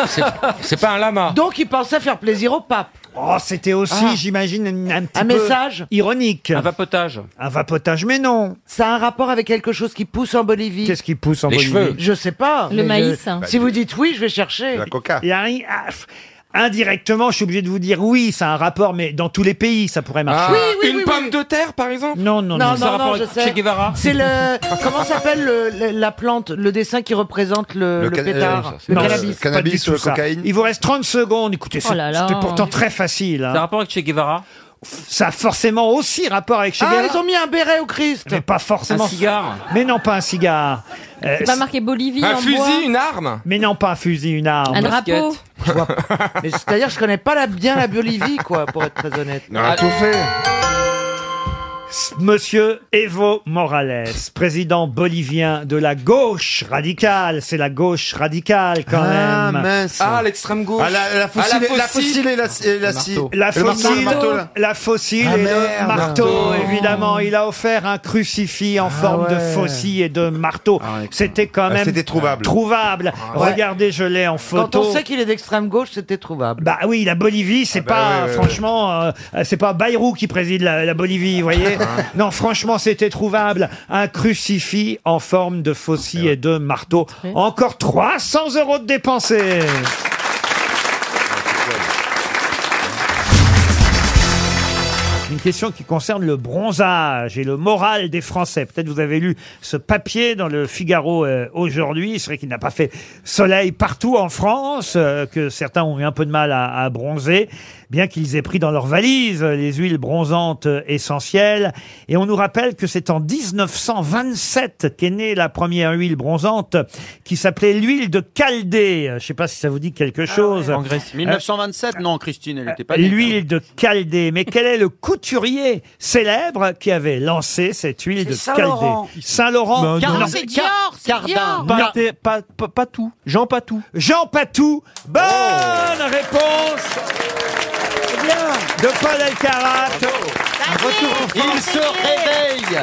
[SPEAKER 7] C'est- C'est pas un lama.
[SPEAKER 3] Donc il pensait faire plaisir au pape.
[SPEAKER 1] Oh, c'était aussi,
[SPEAKER 3] Ah.
[SPEAKER 1] j'imagine, un, un petit
[SPEAKER 3] Un
[SPEAKER 1] peu
[SPEAKER 3] message
[SPEAKER 1] ironique.
[SPEAKER 28] Un vapotage.
[SPEAKER 1] Un vapotage, mais non.
[SPEAKER 3] Ça a un rapport avec quelque chose qui pousse en Bolivie
[SPEAKER 1] Qu'est-ce qui pousse en
[SPEAKER 7] Les
[SPEAKER 1] Bolivie
[SPEAKER 7] cheveux.
[SPEAKER 3] Je sais pas.
[SPEAKER 19] Le
[SPEAKER 3] mais je-
[SPEAKER 19] maïs.
[SPEAKER 42] hein.
[SPEAKER 19] Bah,
[SPEAKER 3] Si vous dites oui, je vais chercher.
[SPEAKER 2] La coca.
[SPEAKER 1] Il y a rien- ah, pff, Indirectement, je suis obligé de vous dire oui, ça a un rapport, mais dans tous les pays, ça pourrait marcher.
[SPEAKER 7] Ah,
[SPEAKER 3] oui,
[SPEAKER 7] une
[SPEAKER 3] oui,
[SPEAKER 7] pomme de terre, par exemple
[SPEAKER 1] Non, non, non.
[SPEAKER 3] Non,
[SPEAKER 28] Ça a
[SPEAKER 3] non,
[SPEAKER 28] rapport
[SPEAKER 3] non, je
[SPEAKER 28] avec
[SPEAKER 3] sais.
[SPEAKER 28] Che Guevara
[SPEAKER 3] C'est le. Comment s'appelle le- le- la plante, le dessin qui représente le, le
[SPEAKER 2] can-
[SPEAKER 3] pétard
[SPEAKER 2] euh,
[SPEAKER 3] Le
[SPEAKER 1] Non,
[SPEAKER 3] cannabis.
[SPEAKER 1] pas
[SPEAKER 2] cannabis
[SPEAKER 1] du tout
[SPEAKER 2] ou la
[SPEAKER 1] ça.
[SPEAKER 2] cocaïne
[SPEAKER 1] Il vous reste 30 secondes. Écoutez, c'est-
[SPEAKER 19] Oh là là.
[SPEAKER 1] c'était pourtant très facile. hein.
[SPEAKER 28] Ça a rapport avec Che Guevara
[SPEAKER 1] Ça a forcément aussi rapport avec chez
[SPEAKER 3] Ah, ils ont mis un béret au Christ
[SPEAKER 1] Mais pas
[SPEAKER 28] Un
[SPEAKER 1] forcément.
[SPEAKER 28] cigare
[SPEAKER 1] Mais non, pas un cigare. Euh,
[SPEAKER 19] C'est pas marqué Bolivie
[SPEAKER 7] Un
[SPEAKER 19] en bois.
[SPEAKER 7] fusil, une arme
[SPEAKER 1] mais non, pas un fusil, une arme.
[SPEAKER 19] Un drapeau.
[SPEAKER 3] Mais c'est-à-dire, je connais pas la, bien la Bolivie, quoi, pour être très honnête.
[SPEAKER 2] On a tout fait.
[SPEAKER 1] Monsieur Evo Morales, président bolivien de la gauche radicale. C'est la gauche radicale quand
[SPEAKER 43] Ah,
[SPEAKER 1] même.
[SPEAKER 43] mince. Ah, l'extrême gauche. Ah, la- la fossile et- la fossile et la- et la scie. Le
[SPEAKER 1] La
[SPEAKER 43] marteau.
[SPEAKER 1] fossile,
[SPEAKER 43] Le marteau, là.
[SPEAKER 1] la fossile
[SPEAKER 43] Ah,
[SPEAKER 1] et le
[SPEAKER 43] merde.
[SPEAKER 1] marteau,
[SPEAKER 43] Marteau. Ah
[SPEAKER 1] évidemment. Il a offert un crucifix en forme de
[SPEAKER 43] ouais.
[SPEAKER 1] faucille et de marteau. C'était quand
[SPEAKER 43] Ah,
[SPEAKER 1] même
[SPEAKER 43] c'était trouvable. Ah,
[SPEAKER 1] trouvable.
[SPEAKER 44] Ouais.
[SPEAKER 1] Regardez, je l'ai en photo.
[SPEAKER 44] Quand on sait qu'il est d'extrême gauche, c'était trouvable.
[SPEAKER 1] Bah oui, la Bolivie,
[SPEAKER 43] Ah,
[SPEAKER 1] c'est
[SPEAKER 44] bah
[SPEAKER 1] pas
[SPEAKER 44] oui, oui, oui.
[SPEAKER 1] franchement, euh, euh, c'est pas Bayrou qui préside la, la Bolivie, vous voyez.
[SPEAKER 43] Ah.
[SPEAKER 1] non, franchement, c'était trouvable un crucifix en forme de faucille et de marteau. Encore 300 euros de dépensés. Une question qui concerne le bronzage et le moral des Français. Peut-être vous avez lu ce papier dans le Figaro euh, aujourd'hui. C'est vrai qu'il n'a pas fait soleil partout en France, euh, que certains ont eu un peu de mal à, à bronzer, bien qu'ils aient pris dans leurs valises euh, les huiles bronzantes euh, essentielles. Et on nous rappelle que c'est en 1927 qu'est née la première huile bronzante qui s'appelait l'huile de Caldé. Euh, Je ne sais pas si ça vous dit quelque chose.
[SPEAKER 42] Ah En Grèce. 1927, non, Christine, elle n'était pas née.
[SPEAKER 1] L'huile de Caldé. Mais quel est le couturier célèbre qui avait lancé cette huile de
[SPEAKER 42] Saint
[SPEAKER 1] Caldé
[SPEAKER 42] Laurent.
[SPEAKER 1] Saint-Laurent.
[SPEAKER 42] Ben non. Non, c'est Dior, c'est Dior. Pas-
[SPEAKER 1] Patou. Jean Patou. Jean Patou. Bonne
[SPEAKER 42] Oh.
[SPEAKER 1] réponse de Paul Elkarat.
[SPEAKER 42] Il se réveille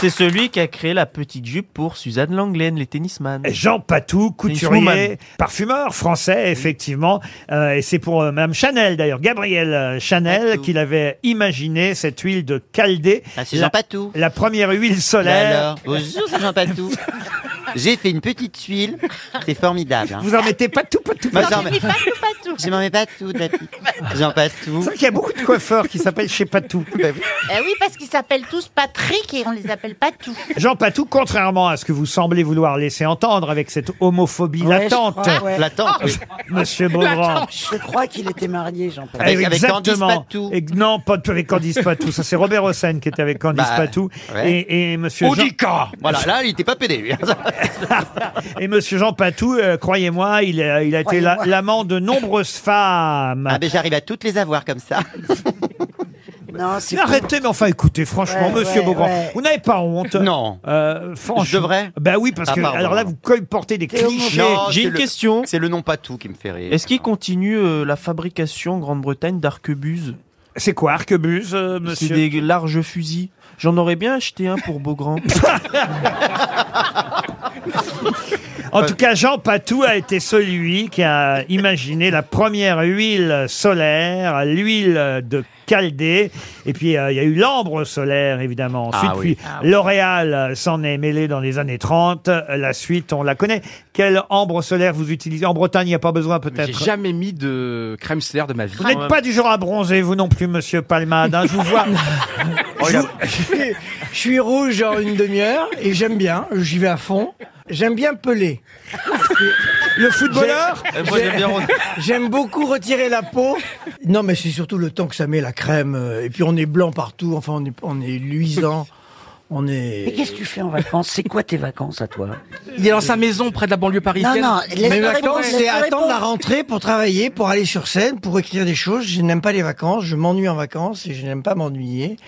[SPEAKER 10] C'est celui qui a créé la petite jupe pour Suzanne Langlaine, les tennisman.
[SPEAKER 1] Jean Patou,
[SPEAKER 10] Tenniswoman.
[SPEAKER 1] couturier, parfumeur français, effectivement. Euh, et c'est pour euh, Madame Chanel, d'ailleurs, Gabrielle euh, Chanel, qu'il avait imaginé cette huile de Caldé.
[SPEAKER 19] Ah, c'est
[SPEAKER 1] La-
[SPEAKER 19] Jean Patou.
[SPEAKER 1] La première huile
[SPEAKER 19] Mais
[SPEAKER 1] solaire.
[SPEAKER 19] alors, bonjour, c'est Jean Patou. J'ai fait une petite huile, c'est formidable. hein.
[SPEAKER 1] Vous en mettez pas tout, pas tout,
[SPEAKER 19] Moi,
[SPEAKER 45] Bah,
[SPEAKER 1] pas
[SPEAKER 19] j'en
[SPEAKER 1] tout.
[SPEAKER 19] mets- Je m'en mets pas tout, de la petite. Jean Patou. Bah
[SPEAKER 1] C'est vrai qu'il y a beaucoup de coiffeurs qui s'appellent chez Patou.
[SPEAKER 14] Eh oui, parce qu'ils s'appellent tous Patrick et on les appelle pas tous.
[SPEAKER 1] Jean Patou, contrairement à ce que vous semblez vouloir laisser entendre avec cette homophobie
[SPEAKER 3] Ouais, je
[SPEAKER 1] latente,
[SPEAKER 3] crois, ouais. Latente, oui.
[SPEAKER 1] Monsieur Beaugrand.
[SPEAKER 3] Je crois qu'il était marié, Jean-Paul.
[SPEAKER 1] Eh oui, exactement. Et, non, pas de- avec Candice Patou. Ça, c'est Robert Hossein qui était avec Candice
[SPEAKER 19] Bah,
[SPEAKER 1] Patou.
[SPEAKER 19] ouais.
[SPEAKER 1] Et, et monsieur Jean-
[SPEAKER 19] Audica Voilà, là, il était pas pédé, lui.
[SPEAKER 1] Et monsieur Jean Patou, euh, croyez-moi, il, a- il a été la-
[SPEAKER 19] Croyez-moi.
[SPEAKER 1] l'amant de nombreuses femmes.
[SPEAKER 19] Ah, ben j'arrive à toutes les avoir comme ça.
[SPEAKER 3] Non, c'est
[SPEAKER 1] Mais Arrêtez, mais enfin, écoutez, franchement,
[SPEAKER 19] Ouais,
[SPEAKER 1] monsieur
[SPEAKER 19] ouais,
[SPEAKER 1] Beaugrand,
[SPEAKER 19] ouais.
[SPEAKER 1] vous n'avez pas honte.
[SPEAKER 19] Non.
[SPEAKER 1] Euh, franchement.
[SPEAKER 19] Je devrais
[SPEAKER 1] Bah oui, parce
[SPEAKER 19] Ah,
[SPEAKER 1] que,
[SPEAKER 19] pardon.
[SPEAKER 1] alors là, vous colportez des clichés.
[SPEAKER 41] Eh,
[SPEAKER 10] Non, J'ai c'est une le- question.
[SPEAKER 19] C'est le nom Patou qui me fait rire.
[SPEAKER 10] Est-ce qu'il continue euh, la fabrication en Grande-Bretagne d'arquebuses
[SPEAKER 1] C'est quoi arquebuses, euh, monsieur
[SPEAKER 10] C'est des larges fusils. J'en aurais bien acheté un pour Beaugrand.
[SPEAKER 1] En tout cas, Jean Patou a été celui qui a imaginé la première huile solaire, l'huile de Caldé. Et puis, euh, il y a eu l'ambre solaire, évidemment. Ensuite,
[SPEAKER 19] Ah oui.
[SPEAKER 1] puis L'Oréal euh, s'en est mêlé dans les années 30. Euh, La suite, on la connaît. Quelle ambre solaire vous utilisez En Bretagne, il n'y a pas besoin,
[SPEAKER 45] J'ai
[SPEAKER 1] peut-être
[SPEAKER 45] jamais mis de crème solaire de ma vie.
[SPEAKER 19] Ah,
[SPEAKER 1] Vous n'êtes pas du genre à bronzer, vous non plus, monsieur Palmade. hein, je vous vois.
[SPEAKER 19] Oh,
[SPEAKER 3] Je suis rouge en une demi-heure et j'aime bien, j'y vais à fond. J'aime bien peler.
[SPEAKER 1] Le footballeur
[SPEAKER 3] J'ai-
[SPEAKER 1] Eh, moi, j'aime bien retirer.
[SPEAKER 3] J'aime beaucoup retirer la peau. Non, mais c'est surtout le temps que ça met la crème. euh, Et puis on est blanc partout, enfin on est, on est luisant. On est...
[SPEAKER 14] Mais qu'est-ce que tu fais en vacances C'est quoi tes vacances à toi
[SPEAKER 45] Il est dans sa maison près de la banlieue parisienne.
[SPEAKER 3] Non, non,
[SPEAKER 45] Mes
[SPEAKER 3] les vacances,
[SPEAKER 45] vacances,
[SPEAKER 3] c'est attendre la rentrée pour travailler, pour aller sur scène, pour écrire des choses. Je n'aime pas les vacances, je m'ennuie en vacances et je n'aime pas m'ennuyer.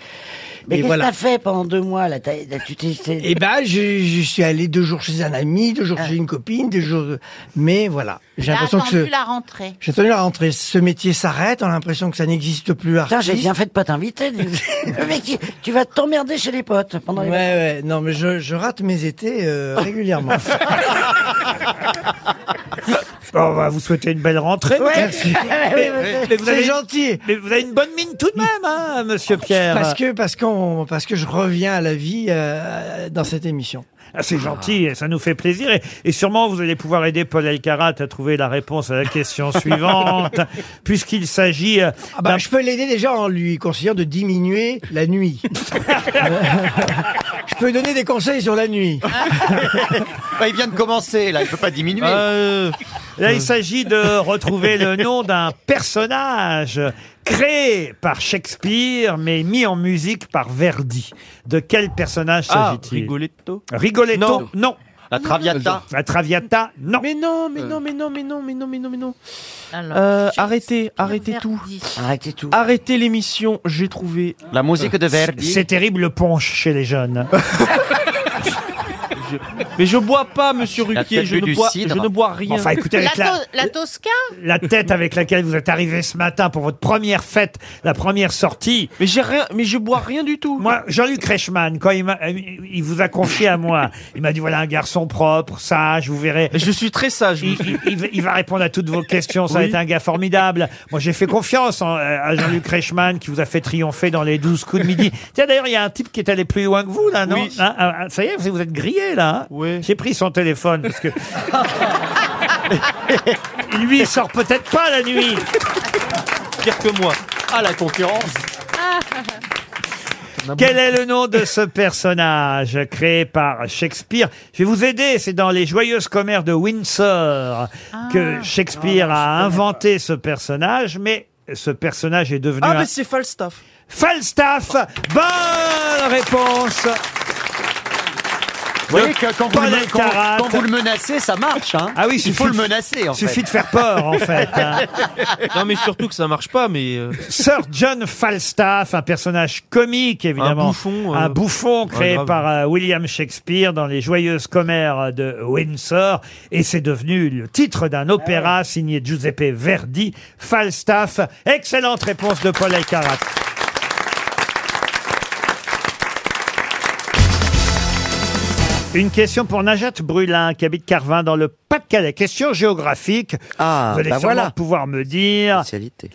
[SPEAKER 3] Et
[SPEAKER 14] Mais qu'est-ce que
[SPEAKER 3] voilà.
[SPEAKER 14] t'as fait pendant deux mois là, T'as- t'as- tu t'es- t'es- Ah.
[SPEAKER 3] Eh ben, je, je suis allé deux jours chez un ami, deux jours chez une copine, deux jours. Mais voilà, j'ai l'impression que ce-
[SPEAKER 14] la rentrée.
[SPEAKER 3] j'ai attendu la rentrée. Ce métier s'arrête. On a l'impression que ça n'existe plus.
[SPEAKER 14] Putain, j'ai
[SPEAKER 3] artiste.
[SPEAKER 14] bien fait de pas t'inviter. Le mec, il- tu vas t'emmerder chez les potes pendant
[SPEAKER 3] Ouais,
[SPEAKER 14] les vacances.
[SPEAKER 3] ouais. Non, mais je, je rate mes étés euh, régulièrement.
[SPEAKER 1] Bon, Oh, on va vous souhaiter une belle rentrée.
[SPEAKER 3] Ouais.
[SPEAKER 1] peut-être.
[SPEAKER 3] Oui, oui, oui. C'est gentil.
[SPEAKER 1] Mais vous avez une bonne mine tout de même, hein, monsieur Pierre.
[SPEAKER 3] parce que parce qu'on parce que je reviens à la vie euh, dans cette émission.
[SPEAKER 1] Ah, c'est gentil, et ça nous fait plaisir. Et, et sûrement, vous allez pouvoir aider Paul Elkarat à trouver la réponse à la question suivante, puisqu'il s'agit euh,
[SPEAKER 3] Ah bah, je peux l'aider déjà en lui conseillant de diminuer la nuit. je peux donner des conseils sur la nuit.
[SPEAKER 19] Bah, il vient de commencer, là, il peut pas diminuer.
[SPEAKER 1] Euh, Là, il s'agit de retrouver le nom d'un personnage créé par Shakespeare, mais mis en musique par Verdi. De quel personnage
[SPEAKER 10] Ah,
[SPEAKER 1] s'agit-il
[SPEAKER 10] Rigoletto
[SPEAKER 1] Rigoletto, non.
[SPEAKER 8] La Traviata.
[SPEAKER 1] La Traviata, non.
[SPEAKER 6] Mais non, mais non, mais non, mais non, mais non, mais non, mais non.
[SPEAKER 8] Alors,
[SPEAKER 6] Euh, arrêtez, arrêtez tout.
[SPEAKER 8] Arrêtez tout.
[SPEAKER 6] Arrêtez l'émission, j'ai trouvé.
[SPEAKER 8] La musique de Verdi.
[SPEAKER 1] C'est c'est terrible le punch chez les jeunes.
[SPEAKER 6] Mais je bois pas, monsieur
[SPEAKER 1] La
[SPEAKER 6] Ruquier,
[SPEAKER 1] tête
[SPEAKER 6] je
[SPEAKER 1] du
[SPEAKER 6] ne, bois,
[SPEAKER 1] cidre.
[SPEAKER 6] je ne bois rien.
[SPEAKER 1] Enfin, écoutez, avec la-
[SPEAKER 11] Tosca
[SPEAKER 1] La tête avec laquelle vous êtes arrivé ce matin pour votre première fête, la première sortie.
[SPEAKER 6] Mais j'ai rien, mais je bois rien du tout.
[SPEAKER 1] Moi, Jean-Luc Reichmann, quand il, m'a- euh, il vous a confié à moi, il m'a dit voilà un garçon propre, sage, vous verrez.
[SPEAKER 6] Je suis très sage.
[SPEAKER 1] Il, il- il va- il va répondre à toutes vos questions, ça va
[SPEAKER 6] Oui.
[SPEAKER 1] être un gars formidable. Moi, j'ai fait confiance en- euh, à Jean-Luc Reichmann qui vous a fait triompher dans les 12 coups de midi. Tiens, d'ailleurs, il y a un type qui est allé plus loin que vous là, non Hein, ah, ah, Ça y est, vous êtes grillé là. hein J'ai pris son téléphone parce que. Lui, il sort peut-être pas la nuit.
[SPEAKER 6] Pire que moi. Ah, la concurrence.
[SPEAKER 1] Quel est le nom de ce personnage créé par Shakespeare Je vais vous aider, c'est dans les joyeuses commères de Windsor que Shakespeare a inventé ce personnage, mais ce personnage est devenu
[SPEAKER 6] Ah,
[SPEAKER 1] un-
[SPEAKER 6] mais c'est Falstaff.
[SPEAKER 1] hein. Falstaff. Bonne réponse.
[SPEAKER 8] Vous voyez que quand vous,
[SPEAKER 1] Paul
[SPEAKER 8] le, quand-
[SPEAKER 1] Elkarat.
[SPEAKER 8] quand vous le menacez, ça marche. Hein
[SPEAKER 1] Ah oui,
[SPEAKER 8] il faut
[SPEAKER 1] suffit
[SPEAKER 8] le
[SPEAKER 1] de-
[SPEAKER 8] menacer. En
[SPEAKER 1] suffit
[SPEAKER 8] fait.
[SPEAKER 1] de faire peur, en fait, hein.
[SPEAKER 6] Non, mais surtout que ça marche pas, mais. euh,
[SPEAKER 1] Sir John Falstaff, un personnage comique évidemment,
[SPEAKER 6] Un bouffon, euh,
[SPEAKER 1] Un bouffon
[SPEAKER 6] ouais,
[SPEAKER 1] créé
[SPEAKER 6] grave.
[SPEAKER 1] par euh, William Shakespeare dans les joyeuses commères euh, de Windsor, et c'est devenu le titre d'un opéra signé Giuseppe Verdi, Falstaff. Excellente réponse de Paul Elkarat. Une question pour Najat Brulin, qui habite Carvin dans le Pas-de-Calais. Question géographique. Vous allez
[SPEAKER 8] bah
[SPEAKER 1] sûrement
[SPEAKER 8] voilà.
[SPEAKER 1] pouvoir me dire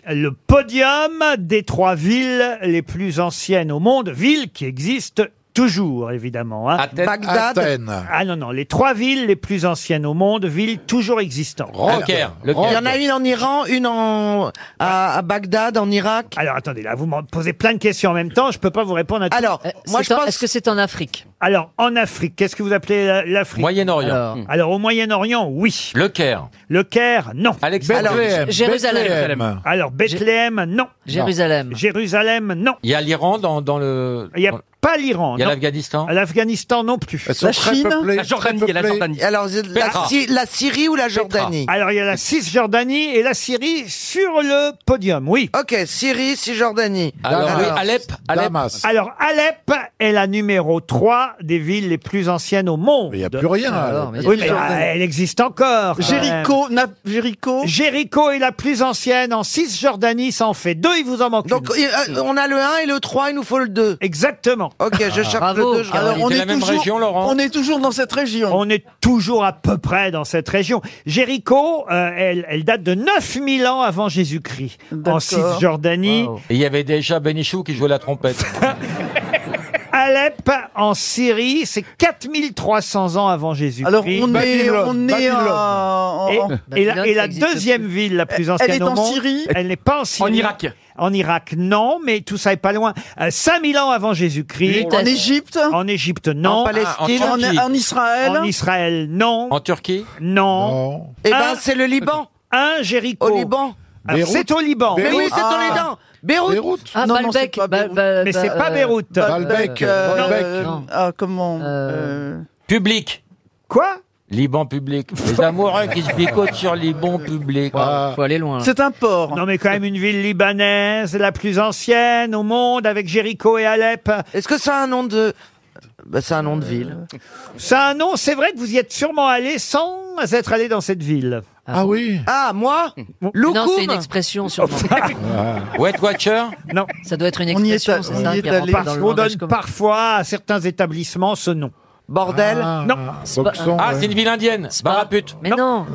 [SPEAKER 1] le podium des trois villes les plus anciennes au monde, villes qui existent toujours, évidemment. hein.
[SPEAKER 5] Bagdad. Athènes.
[SPEAKER 1] Ah non, non, les trois villes les plus anciennes au monde, villes toujours existantes.
[SPEAKER 5] Le Caire, le Caire.
[SPEAKER 1] Il
[SPEAKER 5] Il y en a
[SPEAKER 1] une en Iran, une à, Bagdad, en Irak. Alors attendez, là, vous me posez plein de questions en même temps, je peux pas vous répondre à tout. Alors,
[SPEAKER 29] moi, je pense... Est-ce que c'est en Afrique
[SPEAKER 1] Alors, en Afrique, qu'est-ce que vous appelez la- l'Afrique
[SPEAKER 7] Moyen-Orient.
[SPEAKER 1] Alors,
[SPEAKER 7] Hmm.
[SPEAKER 1] alors, au Moyen-Orient, oui.
[SPEAKER 7] Le Caire.
[SPEAKER 1] Le Caire, non. Ah,
[SPEAKER 7] Alexandrie. Bethléem, Jérusalem. Bethléem.
[SPEAKER 1] Alors, Bethléem, non.
[SPEAKER 7] Jérusalem.
[SPEAKER 1] Non. Jérusalem, non.
[SPEAKER 7] Il y a l'Iran dans, dans le.
[SPEAKER 1] Il n'y a pas l'Iran.
[SPEAKER 7] Il y a
[SPEAKER 1] non.
[SPEAKER 7] l'Afghanistan.
[SPEAKER 1] L'Afghanistan non plus.
[SPEAKER 7] sont La très Chine peuplées, La Jordanie, très il y a la peuplées. Jordanie.
[SPEAKER 1] Alors,
[SPEAKER 7] la Petra. Sy- la
[SPEAKER 1] Syrie ou la
[SPEAKER 7] Jordanie
[SPEAKER 1] Alors, il y a la Cisjordanie et la Syrie sur le podium, oui. Ok, Syrie, Cisjordanie.
[SPEAKER 7] Alors, oui, Alep, Alep. Damas.
[SPEAKER 1] Alors, Alep est la numéro 3 des villes les plus anciennes au monde. Il n'y a
[SPEAKER 5] plus rien, à Alors, Alep. mais il y a
[SPEAKER 1] oui,
[SPEAKER 5] plus
[SPEAKER 1] mais
[SPEAKER 5] Jordanie.
[SPEAKER 1] ah, elle existe encore. quand
[SPEAKER 5] Jéricho,
[SPEAKER 1] même. Jéricho. est la plus ancienne. En Cisjordanie, ça en fait deux, il vous en manque Donc,
[SPEAKER 3] euh, On a le 1 et le 3, il nous faut le 2.
[SPEAKER 1] Exactement.
[SPEAKER 3] Ok, je cherche le 2. Je
[SPEAKER 1] Alors, on C'est est la même toujours- région, Laurent
[SPEAKER 3] On est toujours dans cette région.
[SPEAKER 1] On est toujours à peu près dans cette région. Jéricho, euh, elle, elle date de 9000 ans avant Jésus-Christ, en Cisjordanie.
[SPEAKER 7] Et il y avait déjà Benichou qui jouait la trompette.
[SPEAKER 1] Alep, en Syrie, c'est 4300 ans avant Jésus-Christ.
[SPEAKER 27] Alors, on est- Babylone, on est Babylone. en-
[SPEAKER 1] Et-
[SPEAKER 27] en-
[SPEAKER 1] Et, la, et la
[SPEAKER 27] Babylone, ça existe
[SPEAKER 1] deuxième ville la plus
[SPEAKER 27] Elle-
[SPEAKER 1] ancienne
[SPEAKER 27] elle est
[SPEAKER 1] au
[SPEAKER 27] en
[SPEAKER 1] monde,
[SPEAKER 27] Syrie
[SPEAKER 1] Elle n'est pas en Syrie.
[SPEAKER 27] En Irak.
[SPEAKER 1] En Irak, non, mais tout ça est pas loin. Euh, 5000 ans avant Jésus-Christ.
[SPEAKER 27] En Égypte
[SPEAKER 1] En Égypte, non.
[SPEAKER 27] En Palestine Ah,
[SPEAKER 8] Ah,
[SPEAKER 27] En- en En Israël
[SPEAKER 1] En Israël, non.
[SPEAKER 7] En Turquie
[SPEAKER 1] Non.
[SPEAKER 3] Eh ben, c'est le Liban.
[SPEAKER 1] Un Jéricho.
[SPEAKER 3] Au Liban.
[SPEAKER 1] Alors,
[SPEAKER 3] Beyrouth.
[SPEAKER 1] C'est au Liban.
[SPEAKER 3] Mais oui, c'est au
[SPEAKER 1] Ah.
[SPEAKER 3] Liban. Beyrouth.
[SPEAKER 29] Ah,
[SPEAKER 3] Non, non,
[SPEAKER 29] Balbec.
[SPEAKER 9] bah,
[SPEAKER 29] Ba- ba-
[SPEAKER 1] Mais
[SPEAKER 29] ba-
[SPEAKER 1] c'est pas
[SPEAKER 29] euh,
[SPEAKER 1] Beyrouth.
[SPEAKER 29] ba-
[SPEAKER 1] Balbec,
[SPEAKER 29] euh,
[SPEAKER 1] Balbec.
[SPEAKER 29] euh, non.
[SPEAKER 27] Ah, comment
[SPEAKER 9] euh,
[SPEAKER 7] Public.
[SPEAKER 1] Quoi
[SPEAKER 7] Liban public. Les amoureux qui se picotent sur Liban public.
[SPEAKER 29] faut aller loin.
[SPEAKER 27] C'est un port.
[SPEAKER 1] Ah. Non, mais quand même une ville libanaise, la plus ancienne au monde, avec Jéricho et Alep.
[SPEAKER 3] Est-ce que ça a un nom de... Bah, c'est un nom de ville.
[SPEAKER 1] Ça a un nom, c'est vrai que vous y êtes sûrement allé sans être allé dans cette ville. Ah oui
[SPEAKER 3] Ah, moi
[SPEAKER 29] Non, c'est
[SPEAKER 3] Loukoum
[SPEAKER 29] une expression sûrement.
[SPEAKER 7] Wet Watcher
[SPEAKER 1] Non.
[SPEAKER 29] Ça doit être une expression, c'est ça, qui rentre dans
[SPEAKER 1] Parce
[SPEAKER 29] le
[SPEAKER 1] qu'on
[SPEAKER 29] langage
[SPEAKER 1] donne
[SPEAKER 29] commun.
[SPEAKER 1] parfois à certains établissements ce nom.
[SPEAKER 3] Bordel
[SPEAKER 1] Non.
[SPEAKER 7] Ah, c'est une ville indienne. Barapute.
[SPEAKER 29] Mais non,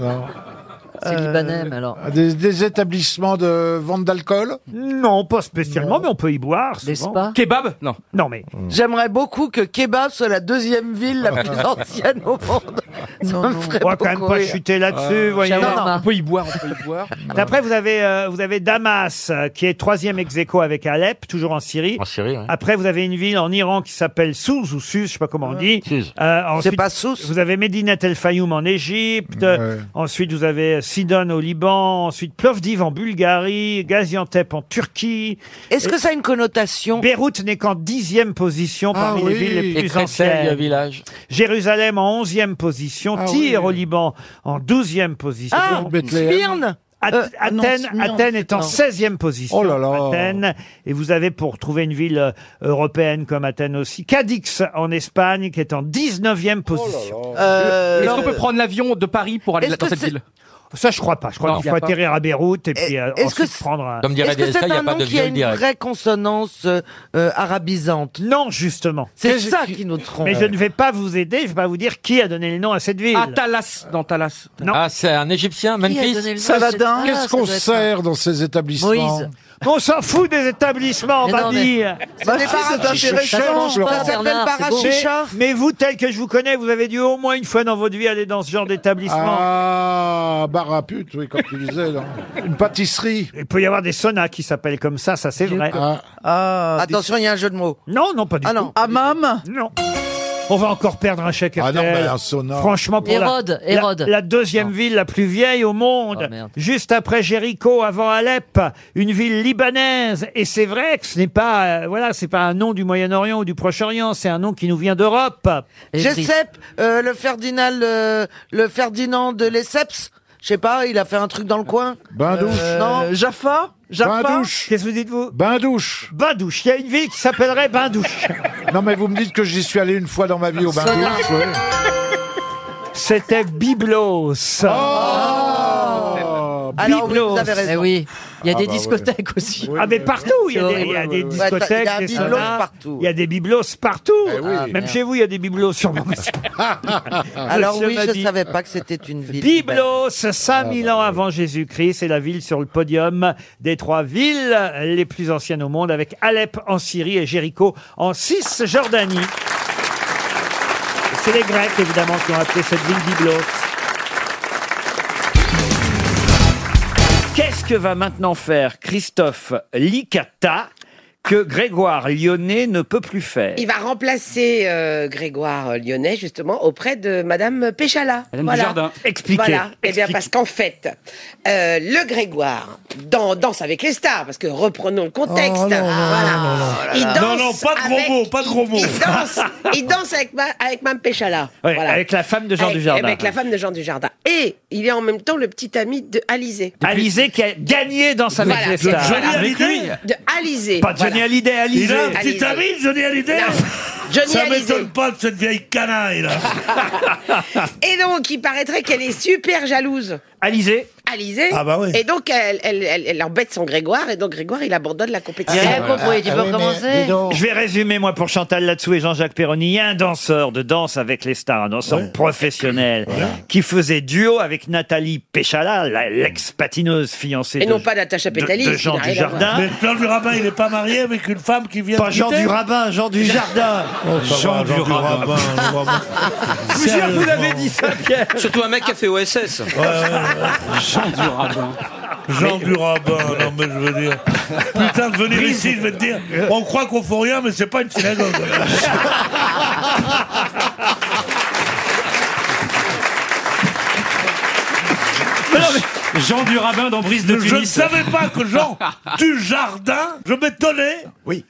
[SPEAKER 29] c'est
[SPEAKER 5] Euh,
[SPEAKER 29] libanais, mais alors.
[SPEAKER 5] Des, des établissements de vente d'alcool
[SPEAKER 1] Non, pas spécialement, mais on peut y boire.
[SPEAKER 5] Kebab
[SPEAKER 1] Non. Non, mais.
[SPEAKER 3] J'aimerais beaucoup que Kebab soit la deuxième ville la plus ancienne au monde.
[SPEAKER 1] on va quand même pas chuter là-dessus, vous voyez.
[SPEAKER 46] on peut y boire, on peut y boire.
[SPEAKER 10] Ah
[SPEAKER 1] Après, vous avez, euh, vous avez Damas, euh, qui est troisième ex aequo avec Alep, toujours en Syrie. En Syrie, Après, vous avez une ville en Iran qui s'appelle Souz, ou Suz, je sais pas comment on dit. Euh, ensuite,
[SPEAKER 47] pas
[SPEAKER 1] Vous avez Medinet El Fayoum en Égypte. Ensuite, vous avez Sidon au Liban. Ensuite, Plovdiv en Bulgarie. Gaziantep en Turquie.
[SPEAKER 3] Est-ce que ça a une connotation
[SPEAKER 1] Beyrouth n'est qu'en dixième position
[SPEAKER 3] Ah
[SPEAKER 1] parmi
[SPEAKER 3] oui.
[SPEAKER 1] les villes les
[SPEAKER 3] Et
[SPEAKER 1] plus
[SPEAKER 3] Créteil,
[SPEAKER 1] anciennes.
[SPEAKER 3] il y a un village.
[SPEAKER 1] Jérusalem en onzième position.
[SPEAKER 3] Ah
[SPEAKER 1] Tyr
[SPEAKER 3] oui.
[SPEAKER 1] au Liban en douzième position.
[SPEAKER 3] Ah, Smyrne
[SPEAKER 1] Ath-
[SPEAKER 3] Euh, non,
[SPEAKER 1] Athènes,
[SPEAKER 3] Smyrne,
[SPEAKER 1] Athènes est en
[SPEAKER 3] non.
[SPEAKER 1] 16e position.
[SPEAKER 3] Oh là là.
[SPEAKER 1] Athènes. Et vous avez, pour trouver une ville euh, européenne comme Athènes aussi, Cadix en Espagne, qui est en 19e
[SPEAKER 3] Oh
[SPEAKER 1] position.
[SPEAKER 46] Euh, Est-ce qu'on peut prendre l'avion de Paris pour aller
[SPEAKER 1] Est-ce
[SPEAKER 46] dans
[SPEAKER 1] que
[SPEAKER 46] cette
[SPEAKER 1] c'est-
[SPEAKER 46] ville
[SPEAKER 1] Euh, Ça, je crois pas. Je crois
[SPEAKER 46] Non,
[SPEAKER 1] qu'il
[SPEAKER 46] il y
[SPEAKER 1] faut
[SPEAKER 46] a pas. Eh,
[SPEAKER 1] atterrir à Beyrouth et puis euh,
[SPEAKER 3] Est-ce
[SPEAKER 1] ensuite
[SPEAKER 3] que c'est-
[SPEAKER 1] prendre un...
[SPEAKER 7] Comme dirait
[SPEAKER 3] Est-ce que
[SPEAKER 7] DSK,
[SPEAKER 3] c'est
[SPEAKER 7] il n'y a
[SPEAKER 3] un
[SPEAKER 7] pas
[SPEAKER 3] nom
[SPEAKER 7] de
[SPEAKER 3] qui a
[SPEAKER 7] viol
[SPEAKER 3] une
[SPEAKER 7] direct.
[SPEAKER 3] vraie consonance euh, euh, arabisante
[SPEAKER 1] Non, justement.
[SPEAKER 3] C'est ça qui nous trompe.
[SPEAKER 1] Mais je ne vais pas vous aider, je vais pas vous dire qui a donné le nom à cette ville.
[SPEAKER 46] Ah, Thalas, dans Thalas.
[SPEAKER 7] Ah, c'est un Égyptien, Memphis
[SPEAKER 10] Saladin. Qu'est-ce qu'on sert dans ces établissements
[SPEAKER 1] Moïse. On s'en fout des établissements, on
[SPEAKER 10] Mais
[SPEAKER 1] va
[SPEAKER 10] non, mais-
[SPEAKER 1] dire.
[SPEAKER 10] Ça n'est pas
[SPEAKER 1] c'est
[SPEAKER 10] rachicha,
[SPEAKER 1] intéressant.
[SPEAKER 10] ça change pas, Ça s'appelle Bernard, c'est beau. rachicha.
[SPEAKER 1] Mais, mais vous, tel que je vous connais, vous avez dû au moins une fois dans votre vie aller dans ce genre d'établissement.
[SPEAKER 10] Ah, bar à pute, oui, comme tu disais. là. Une pâtisserie.
[SPEAKER 1] Il peut y avoir des saunas qui s'appellent comme ça, ça c'est vrai. Ah,
[SPEAKER 3] Attention, il y a un jeu de mots.
[SPEAKER 1] Non, non, pas du
[SPEAKER 3] ah, non. Amam
[SPEAKER 1] Non. On va encore perdre un chèque
[SPEAKER 10] Ah non,
[SPEAKER 1] RTL.
[SPEAKER 10] mais un sauna.
[SPEAKER 1] Franchement, pour la-
[SPEAKER 48] Hérode,
[SPEAKER 1] la,
[SPEAKER 48] Hérode. Ah,
[SPEAKER 1] la deuxième ville la plus vieille au monde, juste après Jéricho, avant Alep, une ville libanaise. Et c'est vrai que ce n'est pas, euh, voilà, c'est pas un nom du Moyen-Orient ou du Proche-Orient, c'est un nom qui nous vient d'Europe.
[SPEAKER 3] Jessep, euh, le Ferdinand, le, le Ferdinand de Lesseps, je sais pas, il a fait un truc dans le coin. Euh,
[SPEAKER 10] Bain douche.
[SPEAKER 7] Euh,
[SPEAKER 3] non.
[SPEAKER 10] Jaffa
[SPEAKER 3] Jaffa
[SPEAKER 10] Bain douche.
[SPEAKER 1] Euh, Qu'est-ce que vous dites vous
[SPEAKER 10] Bain douche.
[SPEAKER 1] Bain douche. Il y a une ville qui s'appellerait Bain douche.
[SPEAKER 10] non mais vous me dites que j'y suis allé une fois dans ma vie au bain douche. ouais.
[SPEAKER 1] C'était Byblos.
[SPEAKER 10] Oh.
[SPEAKER 3] Alors oui,
[SPEAKER 1] Byblos.
[SPEAKER 3] vous avez raison.
[SPEAKER 48] Eh oui, il y a
[SPEAKER 1] Ah
[SPEAKER 48] des
[SPEAKER 1] bah ouais.
[SPEAKER 48] discothèques aussi.
[SPEAKER 1] ah mais partout, il y a des, il y a des
[SPEAKER 3] Ouais, t'as- il y
[SPEAKER 1] discothèques,
[SPEAKER 3] a un
[SPEAKER 1] des
[SPEAKER 3] bibelot
[SPEAKER 1] saunas,
[SPEAKER 3] partout.
[SPEAKER 1] il y a des biblos partout.
[SPEAKER 3] Ah,
[SPEAKER 1] Même
[SPEAKER 3] merde.
[SPEAKER 1] chez vous, il y a des biblos sur mon
[SPEAKER 3] Ah, Alors
[SPEAKER 1] Monsieur
[SPEAKER 3] oui,
[SPEAKER 1] m'a
[SPEAKER 3] je
[SPEAKER 1] dit.
[SPEAKER 3] savais pas que c'était une ville.
[SPEAKER 1] Byblos, 5000 ans avant Jésus-Christ, c'est la ville sur le podium des trois villes les plus anciennes au monde, avec Alep en Syrie et Jéricho en Cisjordanie. C'est les Grecs, évidemment, qui ont appelé cette ville Byblos.
[SPEAKER 49] Qu'est-ce que va maintenant faire Christophe Licata que Grégoire Lyonnais ne peut plus faire
[SPEAKER 13] Il va remplacer euh, Grégoire Lyonnais justement auprès de Madame Péchala.
[SPEAKER 49] Madame Dujardin. Expliquez,
[SPEAKER 13] Voilà. Eh bien
[SPEAKER 49] expliquez.
[SPEAKER 13] parce qu'en fait, euh, le Grégoire dans Danse avec les stars, parce que reprenons le contexte. Ah,
[SPEAKER 2] Oh, non, non,
[SPEAKER 13] voilà.
[SPEAKER 2] non, non, non.
[SPEAKER 13] Il danse
[SPEAKER 2] Non, non, pas de gros
[SPEAKER 13] avec-
[SPEAKER 2] mots, pas de gros
[SPEAKER 13] il-
[SPEAKER 2] mots.
[SPEAKER 13] Il danse, il danse avec ma, avec Madame Péchala.
[SPEAKER 49] Ouais, Avec la femme de Jean
[SPEAKER 13] Avec-
[SPEAKER 49] Dujardin.
[SPEAKER 13] Avec la femme de Jean Dujardin. Et il est en même temps le petit ami de Alizé.
[SPEAKER 1] Alizé qui a gagné dans sa
[SPEAKER 13] Voilà.
[SPEAKER 1] les stars.
[SPEAKER 13] Johnny
[SPEAKER 1] Avec lui.
[SPEAKER 13] De Alizé.
[SPEAKER 1] Pas Johnny
[SPEAKER 13] Voilà.
[SPEAKER 1] Hallyday, Alizé.
[SPEAKER 2] Il a un petit ami, Johnny Hallyday
[SPEAKER 13] Non, Johnny
[SPEAKER 2] Ça
[SPEAKER 13] Hallyday.
[SPEAKER 2] m'étonne pas de cette vieille canaille, là.
[SPEAKER 13] Et donc, il paraîtrait qu'elle est super jalouse.
[SPEAKER 1] Alizé
[SPEAKER 13] Alizé.
[SPEAKER 2] Ah bah oui.
[SPEAKER 13] Et donc, elle, elle, elle, elle embête son Grégoire, et donc Grégoire, il abandonne la compétition.
[SPEAKER 1] Ah
[SPEAKER 11] Eh,
[SPEAKER 13] Ah,
[SPEAKER 1] Je vais résumer, moi, pour Chantal Latsou et Jean-Jacques Perroni. Il y a un danseur de danse avec les stars, un danseur professionnel, qui faisait duo avec Nathalie Péchala, la- l'ex-patineuse fiancée
[SPEAKER 13] Et
[SPEAKER 1] de,
[SPEAKER 13] non pas Natacha
[SPEAKER 1] de-
[SPEAKER 13] Pétalis.
[SPEAKER 1] de Jean Dujardin.
[SPEAKER 13] Hein
[SPEAKER 2] Mais Jean du Rabin, il n'est pas marié avec une femme qui vient
[SPEAKER 1] Pas
[SPEAKER 2] de
[SPEAKER 1] Jean
[SPEAKER 2] quitter
[SPEAKER 1] du Rabin, Jean du Jardin.
[SPEAKER 2] Jean du Rabin.
[SPEAKER 49] Je vous jure, vous l'avez dit ça, Pierre. Surtout un mec qui a fait OSS. Jean Durabin.
[SPEAKER 2] Jean du Rabin, non mais je veux dire. Putain, de venir ici, je vais te dire. On croit qu'on faut rien, mais c'est pas une synagogue.
[SPEAKER 19] Jean Durabin dans Brise de
[SPEAKER 2] Je ne
[SPEAKER 19] Tunis.
[SPEAKER 2] savais pas que Jean du Jardin, je m'étonnais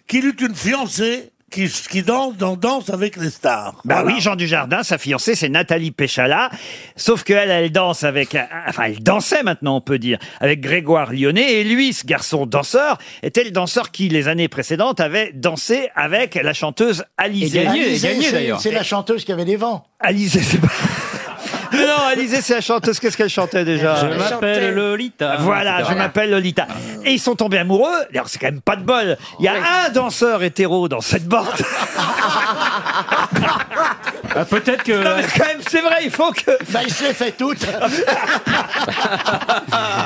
[SPEAKER 2] qu'il eut une fiancée qui, qui danse dans Danse avec les stars.
[SPEAKER 1] Bah oui, Jean Dujardin, sa fiancée, c'est Nathalie Péchala. Sauf qu'elle, elle danse avec, euh, enfin, elle dansait maintenant, on peut dire, avec Grégoire Lyonnais. Et lui, ce garçon danseur, était le danseur qui, les années précédentes, avait dansé avec la chanteuse Alizé.
[SPEAKER 50] Alizée, c'est- C'est la chanteuse qui avait des vents.
[SPEAKER 1] Alizé, c'est pas. Mais non, Alizé, c'est la chanteuse. Qu'est-ce qu'elle chantait déjà
[SPEAKER 19] Je m'appelle Lolita.
[SPEAKER 1] Voilà, je
[SPEAKER 19] Etc.
[SPEAKER 1] m'appelle Lolita. Et ils sont tombés amoureux. Alors, c'est quand même pas de bol. Il y a un danseur hétéro dans cette bande.
[SPEAKER 19] Bah, Peut-être que.
[SPEAKER 1] Non, mais quand même, c'est vrai, il faut que.
[SPEAKER 50] Bah, il se les fait toutes.
[SPEAKER 1] Il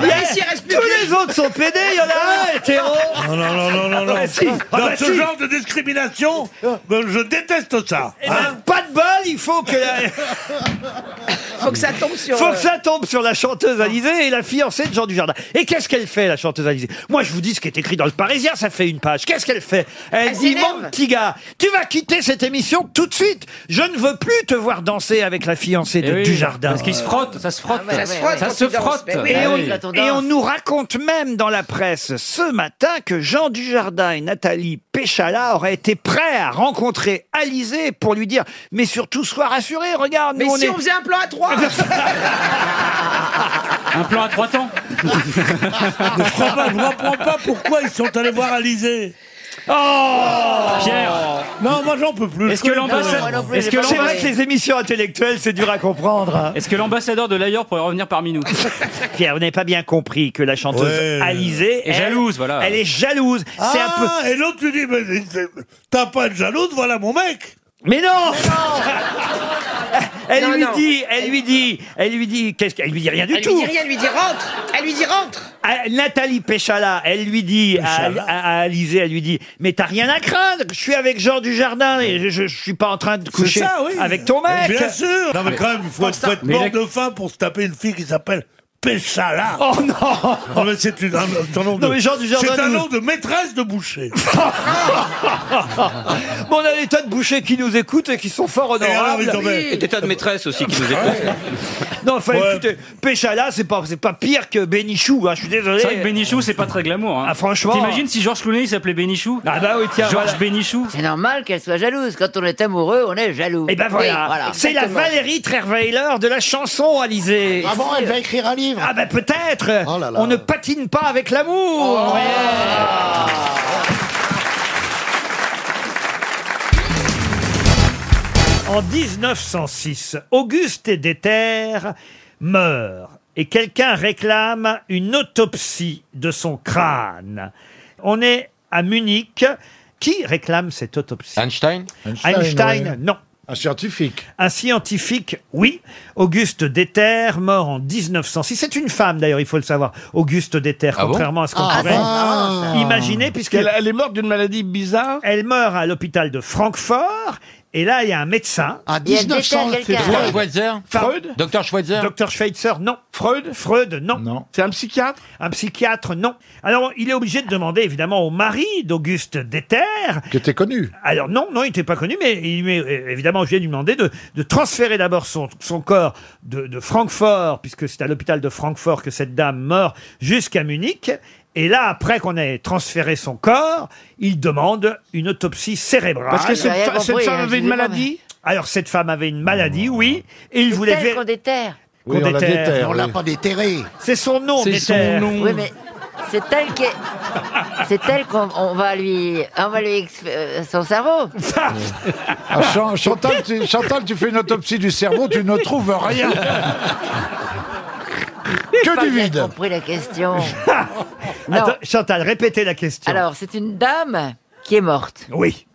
[SPEAKER 1] y a- tous les autres sont pédés, il y en a un hétéro.
[SPEAKER 2] Non, non, non, non, non, non.
[SPEAKER 1] Ah bah si. Ah
[SPEAKER 2] Dans
[SPEAKER 1] bah
[SPEAKER 2] ce
[SPEAKER 1] si.
[SPEAKER 2] genre de discrimination, ben, je déteste ça.
[SPEAKER 1] Eh ben, pas de de bol, il faut que la...
[SPEAKER 19] Faut que ça tombe sur.
[SPEAKER 1] Faut
[SPEAKER 19] euh,
[SPEAKER 1] que ça tombe sur la chanteuse Alizée et la fiancée de Jean Dujardin. Et qu'est-ce qu'elle fait, la chanteuse Alizée Moi, je vous dis ce qui est écrit dans le Parisien, ça fait une page. Qu'est-ce qu'elle fait Elle, dit Mon petit gars, tu vas quitter cette émission tout de suite. Je ne veux plus te voir danser avec la fiancée de
[SPEAKER 18] Eh oui,
[SPEAKER 1] Dujardin.
[SPEAKER 18] parce qu'il se frotte, ça se
[SPEAKER 19] Ah bah,
[SPEAKER 18] frotte. Ça se frotte Ça quand se tu danses, frotte. mais oui.
[SPEAKER 1] Et,
[SPEAKER 18] Ah
[SPEAKER 1] on,
[SPEAKER 18] oui.
[SPEAKER 1] ben et on nous raconte même dans la presse ce matin que Jean Dujardin et Nathalie Péchala auraient été prêts à rencontrer Alizée pour lui dire Mais surtout, sois rassuré, regarde,
[SPEAKER 19] Mais
[SPEAKER 1] nous,
[SPEAKER 19] si
[SPEAKER 1] on est.
[SPEAKER 19] on faisait un plan à trois
[SPEAKER 1] Un plan à trois temps
[SPEAKER 2] Mais je comprends pas, je comprends pas pourquoi ils sont allés voir Alizé.
[SPEAKER 1] Oh
[SPEAKER 2] Pierre Non, moi j'en peux plus.
[SPEAKER 18] Est-ce que l'ambassadeur est-ce que l'ambassadeur-
[SPEAKER 1] émissions intellectuelles, c'est dur à comprendre. hein.
[SPEAKER 18] Est-ce que l'ambassadeur de l'ailleurs pourrait revenir parmi nous
[SPEAKER 1] Pierre, vous n'avez pas bien compris que la chanteuse
[SPEAKER 18] Ouais.
[SPEAKER 1] Alizée
[SPEAKER 18] Est jalouse, voilà.
[SPEAKER 1] Elle est jalouse.
[SPEAKER 2] Ah,
[SPEAKER 1] c'est un peu.
[SPEAKER 2] et l'autre tu dis, mais mais, t'as pas de jalouse, voilà mon mec
[SPEAKER 1] Mais non Elle
[SPEAKER 19] Non,
[SPEAKER 1] lui
[SPEAKER 19] non.
[SPEAKER 1] dit, elle lui dit, elle lui dit, qu'est-ce qu'elle lui dit rien du
[SPEAKER 19] Elle
[SPEAKER 1] tout.
[SPEAKER 19] lui dit rien, elle lui dit rentre Elle lui dit rentre
[SPEAKER 1] À- Ah, Nathalie Péchala, elle lui dit à,
[SPEAKER 19] Péchala.
[SPEAKER 1] à- à Alizée, elle lui dit, mais t'as rien à craindre. Je suis avec Jean Dujardin et je, je- je suis pas en train de coucher
[SPEAKER 2] C'est ça, oui.
[SPEAKER 1] avec ton mec.
[SPEAKER 2] Bien sûr Non mais quand même, il faut, faut être
[SPEAKER 1] Mais
[SPEAKER 2] mort
[SPEAKER 1] la-
[SPEAKER 2] de faim pour se taper une fille qui s'appelle Péchala
[SPEAKER 1] Oh non
[SPEAKER 2] Non mais c'est une- un, un nom de...
[SPEAKER 1] Non, mais Jean Dujardin
[SPEAKER 2] C'est un
[SPEAKER 1] nous-
[SPEAKER 2] nom de maîtresse de boucher
[SPEAKER 1] Bon, on a des tas de bouchers qui nous écoutent et qui sont fort honorables.
[SPEAKER 51] Et des tas de maîtresses aussi qui nous écoutent.
[SPEAKER 1] Non, enfin, écoutez, Péchala, c'est pas, c'est pas pire que Bénichou, hein, je suis désolé.
[SPEAKER 18] C'est vrai que Bénichou, c'est pas très glamour. hein.
[SPEAKER 1] Ah, franchement.
[SPEAKER 18] T'imagines si Georges Clooney il s'appelait Bénichou
[SPEAKER 1] Ah bah oui, tiens,
[SPEAKER 18] Georges
[SPEAKER 1] voilà.
[SPEAKER 18] Bénichou.
[SPEAKER 16] C'est normal qu'elle soit jalouse. Quand on est amoureux, on est jaloux.
[SPEAKER 1] Eh ben voilà, c'est la Valérie Trerweiler de la chanson, Alizé.
[SPEAKER 16] Ah bon, elle va
[SPEAKER 1] écrire un livre Ah ben peut-être
[SPEAKER 16] Oh
[SPEAKER 1] On ne patine pas avec l'amour En 1906, Auguste Deter meurt et quelqu'un réclame une autopsie de son crâne. On est à Munich. Qui réclame cette autopsie Einstein Einstein,
[SPEAKER 10] Einstein, ouais.
[SPEAKER 1] non. Un scientifique Un scientifique, oui. Auguste Deter, mort en 1906. C'est une femme d'ailleurs, il faut le savoir. Auguste Deter,
[SPEAKER 52] Ah bon
[SPEAKER 1] contrairement à ce qu'on
[SPEAKER 52] Ah,
[SPEAKER 1] pourrait
[SPEAKER 52] c'est marrant, ça.
[SPEAKER 1] imaginer, puisqu'elle
[SPEAKER 52] Elle-
[SPEAKER 1] est morte d'une maladie bizarre. Elle meurt à l'hôpital de Francfort. Et là, il y a un médecin. À
[SPEAKER 52] Et elle déteste 1900, c'est quelqu'un. Freud.
[SPEAKER 1] Schweitzer Freud Docteur Schweitzer Docteur Schweitzer, non. Freud Freud, non. C'est un psychiatre Un psychiatre, non. Alors, il est obligé de demander, évidemment, au mari d'Auguste Deter. Qui était connu. Alors, non, non, il n'était pas connu, mais il m'est euh, évidemment obligé de lui demander de, de transférer d'abord son, son corps de, de Francfort, puisque c'est à l'hôpital de Francfort que cette dame meurt, jusqu'à Munich. Et là, après qu'on ait transféré son corps, il demande une autopsie cérébrale.
[SPEAKER 10] Parce que cette J'ai rien fa- cette compris, femme hein, avait je une vous ai pas, maladie
[SPEAKER 1] Alors, cette femme avait une maladie, oui, et il voulait ver-
[SPEAKER 16] déterre.
[SPEAKER 1] qu'on déterre.
[SPEAKER 16] pas déterré.
[SPEAKER 1] C'est son nom, C'est son déterre. nom.
[SPEAKER 16] Oui, mais c'est elle qui est- C'est elle qu'on on va lui... On va lui... exp- euh, son cerveau.
[SPEAKER 10] Ah, Chan- Chantal, tu, Chantal, tu fais une autopsie du cerveau, tu ne trouves rien.
[SPEAKER 16] que du vide. J'ai compris la question. Non.
[SPEAKER 1] Attends, Chantal, répétez la question.
[SPEAKER 16] Alors, c'est une dame qui est morte.
[SPEAKER 1] Oui.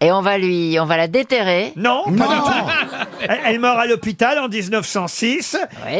[SPEAKER 16] Et on va lui... On va la déterrer.
[SPEAKER 1] Non, pas du tout. Elle, elle meurt à l'hôpital en 1906.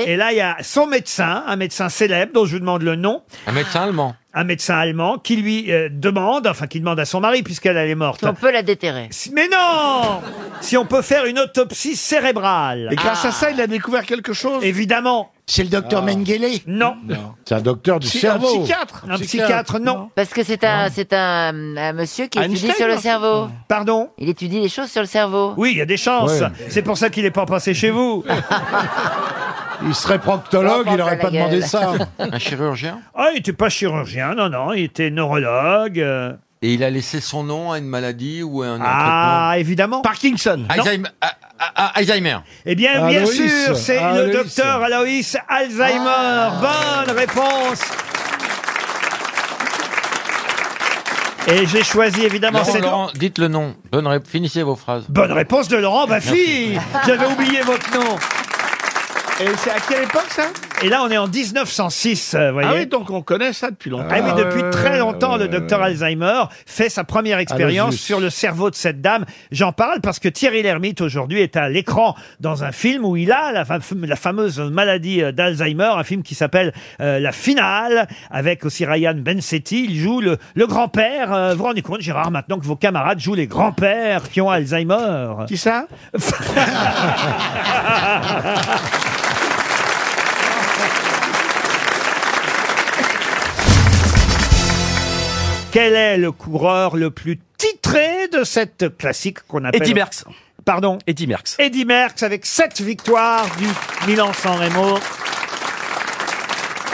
[SPEAKER 1] Et là, il y a son médecin, un médecin célèbre dont je vous demande le nom. Un médecin allemand. Un médecin allemand qui lui euh, demande, enfin qui demande à son mari puisqu'elle elle est morte.
[SPEAKER 16] On peut la déterrer.
[SPEAKER 1] Mais non Si on peut faire une autopsie cérébrale.
[SPEAKER 16] Et grâce à
[SPEAKER 1] ça, il a découvert quelque chose Évidemment. C'est le docteur Mengele Non.
[SPEAKER 10] C'est un docteur du cerveau.
[SPEAKER 1] Un psychiatre, non.
[SPEAKER 16] Parce que c'est un, c'est un, un monsieur qui étudie
[SPEAKER 1] Einstein,
[SPEAKER 16] sur le
[SPEAKER 1] non.
[SPEAKER 16] cerveau.
[SPEAKER 1] Pardon
[SPEAKER 16] Il étudie des choses sur le cerveau.
[SPEAKER 1] Oui, il y a des chances.
[SPEAKER 16] Ouais.
[SPEAKER 1] C'est pour ça qu'il n'est pas passé chez vous.
[SPEAKER 10] Il serait proctologue,
[SPEAKER 1] Oh,
[SPEAKER 10] il n'aurait pas demandé ça.
[SPEAKER 1] Un chirurgien Ah, il n'était pas chirurgien, non, non, il était neurologue. euh.
[SPEAKER 7] Et il a laissé son nom à une maladie ou à un, un
[SPEAKER 1] Ah, évidemment. Parkinson.
[SPEAKER 7] traitement Alzheimer. Ah, ah, ah, Alzheimer.
[SPEAKER 1] Eh bien, bien
[SPEAKER 7] Aloïs.
[SPEAKER 1] sûr, c'est le
[SPEAKER 7] Aloïs. Ah.
[SPEAKER 1] docteur Aloïs Alzheimer. Bonne réponse. Et j'ai choisi évidemment
[SPEAKER 7] Laurent,
[SPEAKER 1] cette
[SPEAKER 7] Laurent, dites le nom. Bonne ré- Finissez vos phrases.
[SPEAKER 1] bonne réponse de Laurent Baffy.
[SPEAKER 7] Merci.
[SPEAKER 1] J'avais oublié votre nom.
[SPEAKER 10] Et c'est à quelle époque ça
[SPEAKER 1] Et là, on est en 1906, euh, voyez.
[SPEAKER 53] Ah oui, donc on connaît ça depuis longtemps.
[SPEAKER 1] Ah oui, depuis très longtemps, le docteur Alzheimer fait sa première expérience
[SPEAKER 53] juste.
[SPEAKER 1] sur le cerveau de cette dame. J'en parle parce que Thierry Lhermitte aujourd'hui est à l'écran dans un film où il a la, fa- la fameuse maladie euh, d'Alzheimer, un film qui s'appelle euh, La Finale, avec aussi Ryan Bensetti. Il joue le, le grand-père. Euh, vous vous rendez compte, Gérard, maintenant que vos camarades jouent les grands-pères qui ont Alzheimer Qui ça Quel est le coureur le plus titré de cette classique qu'on appelle
[SPEAKER 54] Eddy Merckx.
[SPEAKER 1] Pardon
[SPEAKER 54] Eddy Merckx.
[SPEAKER 1] Eddy Merckx avec sept victoires du Milan-San Remo.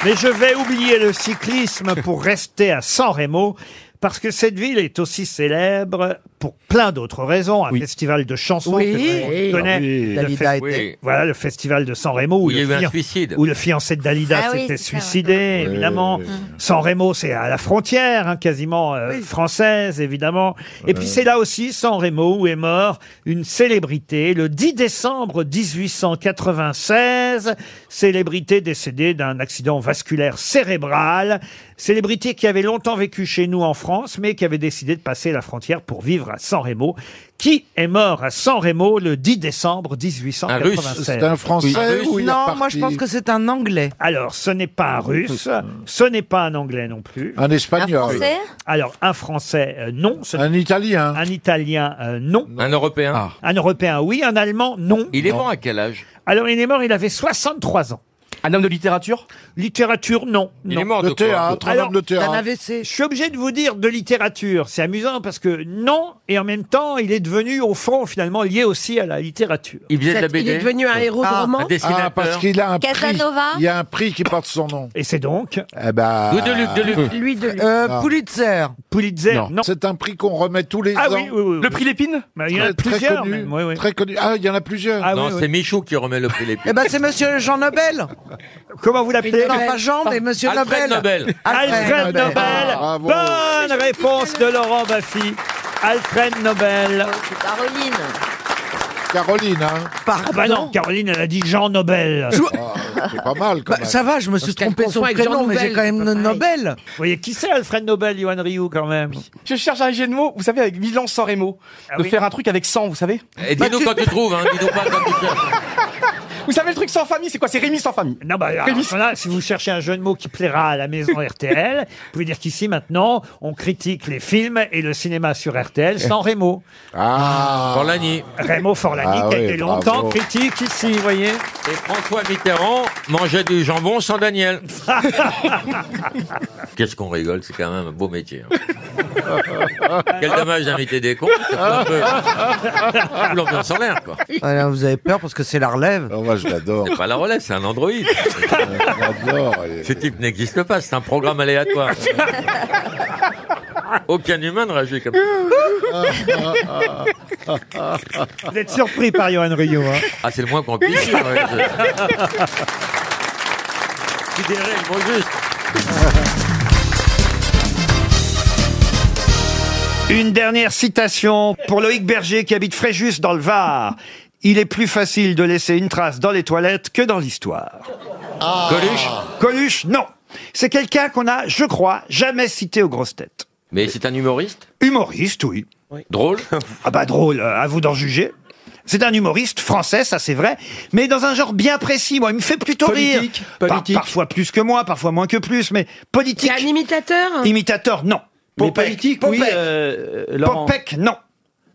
[SPEAKER 1] Mais je vais oublier le cyclisme pour rester à San Remo. Parce que cette ville est aussi célèbre pour plein d'autres raisons. Un festival de chansons
[SPEAKER 3] Oui.
[SPEAKER 1] que
[SPEAKER 3] Oui.
[SPEAKER 1] tout le monde connaît.
[SPEAKER 3] Oui.
[SPEAKER 1] Le
[SPEAKER 3] Dalida
[SPEAKER 1] fes-
[SPEAKER 3] était-
[SPEAKER 1] Voilà, le festival de San Remo. Où,
[SPEAKER 7] il y a
[SPEAKER 1] le
[SPEAKER 7] eu un
[SPEAKER 1] fian-
[SPEAKER 7] suicide.
[SPEAKER 1] Où le fiancé de Dalida
[SPEAKER 7] Ah oui,
[SPEAKER 1] s'était
[SPEAKER 7] c'est ça, ouais.
[SPEAKER 1] suicidé, évidemment. San Remo, c'est à la frontière, hein, quasiment euh, française, évidemment. Et puis c'est là aussi, San Remo, où est mort une célébrité le 10 décembre 1896. Célébrité décédée d'un accident vasculaire cérébral. Célébrité qui avait longtemps vécu chez nous en France, mais qui avait décidé de passer la frontière pour vivre à San Remo. Qui est mort à San Remo le 10 décembre 1896
[SPEAKER 11] C'est un Français ou
[SPEAKER 3] Eh ben,
[SPEAKER 11] il est
[SPEAKER 1] Non,
[SPEAKER 11] parti
[SPEAKER 1] c'est un Anglais. Alors, ce n'est pas un Russe, ce n'est pas un Anglais non plus.
[SPEAKER 11] Un Espagnol. Un Français
[SPEAKER 1] Alors, un Français, euh, non. un Italien Un Italien, euh, non.
[SPEAKER 7] Un Européen.
[SPEAKER 1] Un Européen, oui. Un Allemand, non.
[SPEAKER 7] Il est mort à quel âge
[SPEAKER 1] Alors, il est mort, il avait 63 ans. Un homme de littérature Littérature, non.
[SPEAKER 7] Il
[SPEAKER 1] non.
[SPEAKER 7] est mort De de quoi théâtre, un
[SPEAKER 1] Alors,
[SPEAKER 7] homme de théâtre. D'un
[SPEAKER 1] Je suis obligé de vous dire de littérature. C'est amusant parce que non, et en même temps, il est devenu, au fond, finalement, lié aussi à la littérature.
[SPEAKER 7] Il faisait de la BD. Ah, un dessinateur.
[SPEAKER 11] Ah, parce qu'il a un
[SPEAKER 1] Casanova
[SPEAKER 11] prix. Il y a un prix qui porte son nom.
[SPEAKER 1] Et c'est donc
[SPEAKER 11] Eh ben.
[SPEAKER 7] Guadeloupe, Guadeloupe.
[SPEAKER 11] Lui de
[SPEAKER 3] Euh, Pulitzer.
[SPEAKER 1] Pulitzer, non.
[SPEAKER 11] C'est un prix qu'on remet tous les
[SPEAKER 1] Ah
[SPEAKER 11] ans.
[SPEAKER 1] oui, oui, oui, oui. Le prix
[SPEAKER 11] Lépine
[SPEAKER 1] il y en a plusieurs,
[SPEAKER 11] Très connu.
[SPEAKER 1] même, oui, oui.
[SPEAKER 11] Très connu. Ah, il y en a plusieurs.
[SPEAKER 1] Ah
[SPEAKER 7] non, c'est Michaud qui remet le prix Lépine.
[SPEAKER 3] Eh ben, c'est Monsieur Jean Nobel.
[SPEAKER 1] Comment vous l'appelez
[SPEAKER 3] Non, pas Jean, mais Monsieur
[SPEAKER 7] Alfred Nobel.
[SPEAKER 1] Alfred, Nobel.
[SPEAKER 7] Ah, bravo.
[SPEAKER 1] Bonne réponse de Laurent Baffy. Alfred Nobel.
[SPEAKER 16] Caroline.
[SPEAKER 11] Caroline, hein.
[SPEAKER 1] Ah bah non, Caroline, elle a dit Jean Nobel. Ah,
[SPEAKER 11] Je- Ah, C'est pas mal, quand
[SPEAKER 3] Bah,
[SPEAKER 11] même.
[SPEAKER 3] ça va, je me suis trompé sur le prénom, mais j'ai quand
[SPEAKER 7] Bah,
[SPEAKER 3] même le Nobel.
[SPEAKER 1] Vous voyez, qui c'est Alfred Nobel, Yohan Ryu, quand même Ah
[SPEAKER 54] Je cherche un jeu de mots, vous savez, avec Milan sans Remo. de
[SPEAKER 1] oui.
[SPEAKER 54] faire un truc avec 100, vous savez
[SPEAKER 7] Et Eh, dis-nous quand tu trouves, hein. Dis-nous pas quand tu cherches.
[SPEAKER 54] Vous savez le truc sans famille, c'est quoi C'est Rémi sans famille.
[SPEAKER 1] Non, bah, alors,
[SPEAKER 54] Rémi
[SPEAKER 1] voilà, si vous cherchez un jeu de mots qui plaira à la maison RTL, vous pouvez dire qu'ici, maintenant, on critique les films et le cinéma sur RTL sans Rémo.
[SPEAKER 11] Ah.
[SPEAKER 7] Forlani.
[SPEAKER 1] Rémo Forlani,
[SPEAKER 7] Ah
[SPEAKER 1] qui a
[SPEAKER 7] oui,
[SPEAKER 1] été longtemps
[SPEAKER 7] bravo.
[SPEAKER 1] critique ici, vous voyez.
[SPEAKER 7] Et François Mitterrand mangeait du jambon sans Daniel. Qu'est-ce qu'on rigole, c'est quand même un beau métier. hein. Quel dommage d'inviter des cons. ça fait un peu- tout L'ambiance en l'air, quoi.
[SPEAKER 3] Ah, là, vous avez peur parce que c'est la relève.
[SPEAKER 11] moi, je l'adore.
[SPEAKER 7] C'est pas la relève, c'est un androïde. Ce type n'existe pas, c'est un programme aléatoire. Aucun humain ne réagit comme
[SPEAKER 19] ah.
[SPEAKER 7] ça.
[SPEAKER 1] Vous êtes surpris par Yohan Ryu, hein
[SPEAKER 7] Ah, c'est le moins qu'on puisse dire. ouais. Je- Je dirais le mot juste.
[SPEAKER 1] Une dernière citation pour Loïc Berger qui habite Fréjus dans le Var. Il est plus facile de laisser une trace dans les toilettes que dans l'histoire.
[SPEAKER 7] Coluche
[SPEAKER 1] Coluche, non. C'est quelqu'un qu'on a, je crois, jamais cité aux grosses têtes.
[SPEAKER 7] Mais c'est un humoriste
[SPEAKER 1] Humoriste, oui.
[SPEAKER 7] Drôle
[SPEAKER 1] Ah bah drôle, euh, à vous d'en juger. C'est un humoriste français, ça c'est vrai, mais dans un genre bien précis. Moi, il me fait plutôt
[SPEAKER 54] Politique,
[SPEAKER 1] rire. Par- parfois plus que moi, parfois moins que plus, mais politique. un imitateur Imitateur, non.
[SPEAKER 55] Mais
[SPEAKER 1] Popek,
[SPEAKER 55] politique, oui,
[SPEAKER 1] Popek.
[SPEAKER 55] euh, euh, Laurent.
[SPEAKER 1] Popek, non.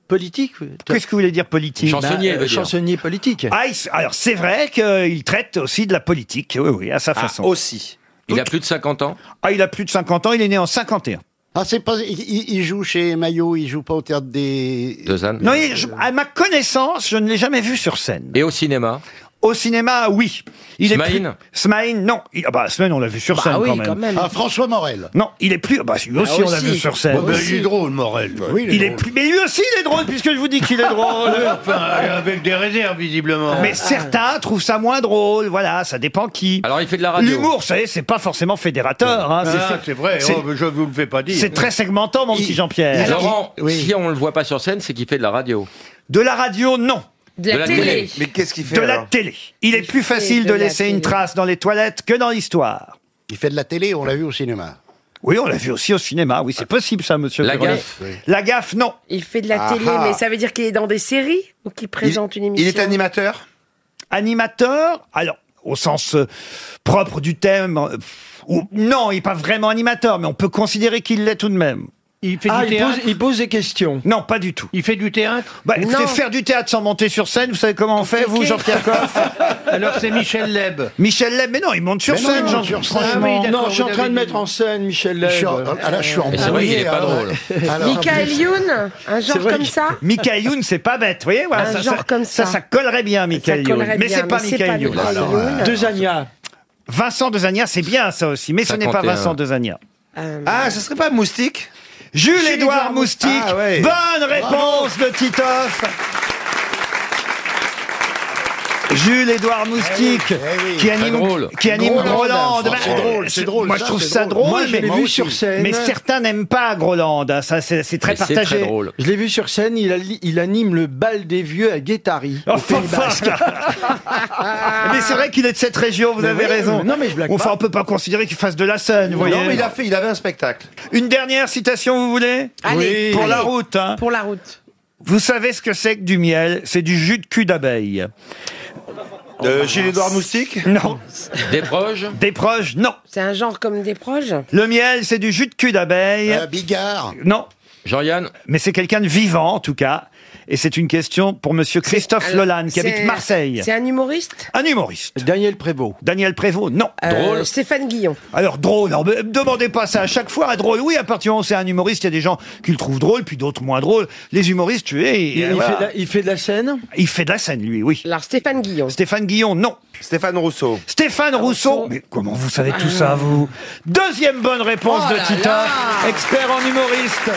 [SPEAKER 55] Politique oui.
[SPEAKER 1] Qu'est-ce que vous voulez dire politique
[SPEAKER 55] Chansonnier, Bah, elle veut euh, dire. chansonnier politique.
[SPEAKER 1] Ah, il s- alors c'est vrai qu'il traite aussi de la politique, oui, oui, à sa façon.
[SPEAKER 55] aussi.
[SPEAKER 7] Ah, Il a plus de 50 ans
[SPEAKER 1] Ah, il a plus de 50 ans, il est né en 51.
[SPEAKER 10] Ah, c'est pas, il, il- il joue chez Maillot, il joue pas au théâtre des.
[SPEAKER 7] De Zanne
[SPEAKER 1] Non, il- je- à ma connaissance, je ne l'ai jamais vu sur scène.
[SPEAKER 7] Et au cinéma
[SPEAKER 1] Au cinéma, oui. est plus-
[SPEAKER 7] Smaïn
[SPEAKER 1] Smaïn, non. Il- ah bah, Smaïn, on l'a vu sur
[SPEAKER 10] Bah
[SPEAKER 1] scène
[SPEAKER 10] oui,
[SPEAKER 1] quand même.
[SPEAKER 10] quand même. Ah, François Morel.
[SPEAKER 1] Non, il est plus. ah Bah, lui aussi,
[SPEAKER 10] Ah,
[SPEAKER 1] on l'a
[SPEAKER 10] aussi.
[SPEAKER 1] vu sur scène.
[SPEAKER 10] Ouais, bah, il est
[SPEAKER 1] drôle, Morel.
[SPEAKER 10] Oui,
[SPEAKER 1] il est plus- mais lui aussi, il est drôle, puisque je vous dis qu'il est drôle.
[SPEAKER 10] avec des réserves, visiblement.
[SPEAKER 1] Mais certains trouvent ça moins drôle, voilà, ça dépend qui.
[SPEAKER 7] Alors il fait de la
[SPEAKER 10] radio.
[SPEAKER 1] L'humour, vous savez, c'est pas forcément fédérateur. hein,
[SPEAKER 10] Ah, c'est vrai,
[SPEAKER 1] c'est-
[SPEAKER 10] oh, mais je vous le fais pas dire.
[SPEAKER 1] C'est très segmentant, mon petit Jean-Pierre.
[SPEAKER 7] Laurent, si on le voit pas sur scène, c'est qu'il fait de la radio.
[SPEAKER 1] De la radio, non.
[SPEAKER 11] De la, télé.
[SPEAKER 2] Mais qu'est-ce qu'il fait
[SPEAKER 1] De la
[SPEAKER 2] alors
[SPEAKER 1] télé. Il est plus
[SPEAKER 2] fait
[SPEAKER 1] facile
[SPEAKER 2] de
[SPEAKER 1] de
[SPEAKER 2] la
[SPEAKER 1] laisser une
[SPEAKER 2] télé.
[SPEAKER 1] trace dans les toilettes que dans l'histoire.
[SPEAKER 9] Il fait de la télé, on l'a vu au cinéma.
[SPEAKER 1] Oui, on l'a vu aussi au cinéma. Oui, c'est possible ça, monsieur.
[SPEAKER 9] La
[SPEAKER 1] Perroni.
[SPEAKER 9] gaffe. Oui.
[SPEAKER 1] La gaffe, non.
[SPEAKER 11] Il fait de la
[SPEAKER 1] Ah
[SPEAKER 11] télé,
[SPEAKER 1] ah.
[SPEAKER 11] mais ça veut dire qu'il est dans des séries ou qu'il présente une émission.
[SPEAKER 1] animateur Animateur Alors, au sens euh, propre du thème, euh, ou, non, il n'est pas vraiment animateur, mais on peut considérer qu'il l'est tout de même. Il
[SPEAKER 41] fait du Ah, il théâtre pose-
[SPEAKER 1] des questions Non, pas du tout. Il fait du théâtre bah, écoutez,
[SPEAKER 41] Non.
[SPEAKER 1] Faire du théâtre sans monter sur scène, vous savez comment on fait, vous, Jean-Pierre Coff
[SPEAKER 41] Alors c'est Michel Leb.
[SPEAKER 1] Michel Leb, mais non, il monte sur
[SPEAKER 41] Mais non,
[SPEAKER 1] scène,
[SPEAKER 41] il
[SPEAKER 1] Jean
[SPEAKER 41] monte sur scène. Ah
[SPEAKER 1] franchement.
[SPEAKER 41] oui, d'accord,
[SPEAKER 27] Non, je suis en
[SPEAKER 41] vous
[SPEAKER 27] train de
[SPEAKER 41] l'avez
[SPEAKER 27] mettre en scène Michel
[SPEAKER 1] Je suis
[SPEAKER 27] Leb.
[SPEAKER 1] en- ah là, je suis en Et c'est vrai qu'il est pas bourrier, drôle. alors.
[SPEAKER 11] Michael Youn Un
[SPEAKER 1] C'est
[SPEAKER 11] genre
[SPEAKER 1] vrai
[SPEAKER 11] comme
[SPEAKER 1] que-
[SPEAKER 11] ça
[SPEAKER 1] Michael Youn, c'est pas bête, vous voyez voilà,
[SPEAKER 11] Un genre comme ça.
[SPEAKER 1] ça. collerait bien, Michael Youn.
[SPEAKER 11] collerait
[SPEAKER 1] Mais
[SPEAKER 11] bien,
[SPEAKER 1] c'est pas
[SPEAKER 11] mais c'est pas
[SPEAKER 1] Michael Youn.
[SPEAKER 11] Michael Alors, Youn. euh,
[SPEAKER 1] Dezania. Vincent Dezania, c'est bien ça aussi, mais ce n'est pas
[SPEAKER 2] 51.
[SPEAKER 1] Vincent Dezania.
[SPEAKER 11] Euh,
[SPEAKER 2] Ah, ce serait pas Moustique
[SPEAKER 1] Jules-Édouard Moustique.
[SPEAKER 2] Ah, ouais.
[SPEAKER 1] Bonne réponse de Titoff. Jules-Édouard Moustique,
[SPEAKER 41] Eh
[SPEAKER 1] qui
[SPEAKER 41] Très
[SPEAKER 1] anime,
[SPEAKER 41] drôle.
[SPEAKER 1] qui anime
[SPEAKER 41] Drôle, hein.
[SPEAKER 1] Groland.
[SPEAKER 41] c'est
[SPEAKER 1] Bah,
[SPEAKER 41] drôle, c'est drôle,
[SPEAKER 1] Moi,
[SPEAKER 41] ça,
[SPEAKER 1] je trouve
[SPEAKER 41] c'est
[SPEAKER 1] ça
[SPEAKER 41] drôle.
[SPEAKER 1] drôle,
[SPEAKER 41] Moi, je
[SPEAKER 1] mais,
[SPEAKER 41] l'ai vu sur scène.
[SPEAKER 1] mais certains n'aiment pas Groland. hein, Ça, c'est c'est très
[SPEAKER 41] Mais c'est très
[SPEAKER 1] partagé.
[SPEAKER 41] drôle.
[SPEAKER 27] Je l'ai vu sur scène, il, a- il anime le bal des vieux à Guétari.
[SPEAKER 1] Oh,
[SPEAKER 27] au Pays Basque.
[SPEAKER 1] Mais c'est vrai qu'il est de cette région, vous
[SPEAKER 27] Mais
[SPEAKER 1] avez
[SPEAKER 27] oui,
[SPEAKER 1] raison.
[SPEAKER 27] mais non, mais je blague
[SPEAKER 1] Enfin,
[SPEAKER 27] pas.
[SPEAKER 1] on peut pas considérer qu'il fasse de la scène, vous voyez.
[SPEAKER 2] Non, mais il, a fait, il avait un spectacle.
[SPEAKER 1] Une dernière citation, vous voulez
[SPEAKER 2] Allez,
[SPEAKER 1] Pour
[SPEAKER 2] allez.
[SPEAKER 1] la route. Pour
[SPEAKER 11] la route.
[SPEAKER 1] Vous savez ce que c'est que du miel C'est du jus de cul d'abeille.
[SPEAKER 2] Euh, Gilles-Édouard Moustique
[SPEAKER 1] Non.
[SPEAKER 7] Des proches
[SPEAKER 1] Des proches, non.
[SPEAKER 11] C'est un genre comme des proches
[SPEAKER 1] Le miel, c'est du jus de cul d'abeille.
[SPEAKER 11] Euh,
[SPEAKER 9] Bigard.
[SPEAKER 1] Non.
[SPEAKER 7] Jean-Yann
[SPEAKER 1] Mais c'est quelqu'un de vivant, en tout cas. Et c'est une question pour monsieur Christophe
[SPEAKER 11] Alors,
[SPEAKER 1] Lolan, qui
[SPEAKER 11] c'est-
[SPEAKER 1] habite Marseille.
[SPEAKER 11] C'est un humoriste
[SPEAKER 1] Un humoriste. Daniel Prévost. Daniel Prévost, non.
[SPEAKER 11] Euh, Stéphane Guillon.
[SPEAKER 1] Alors drôle, alors, me- me demandez pas ça à chaque fois. à Drôle, oui, à partir du moment où c'est un humoriste, il y a des gens qui le trouvent drôle, puis d'autres moins drôle. Les humoristes, tu es.
[SPEAKER 27] Il, il fait de la, il fait de la scène
[SPEAKER 1] Il fait de la scène, lui, oui.
[SPEAKER 11] Alors Stéphane Guillon.
[SPEAKER 1] Stéphane Guillon, non.
[SPEAKER 2] Stéphane Rousseau.
[SPEAKER 1] Stéphane Rousseau. Mais comment vous savez tout ça, vous Deuxième bonne réponse
[SPEAKER 41] Oh
[SPEAKER 1] de
[SPEAKER 41] là
[SPEAKER 1] Titoff,
[SPEAKER 41] là
[SPEAKER 1] expert en humoriste.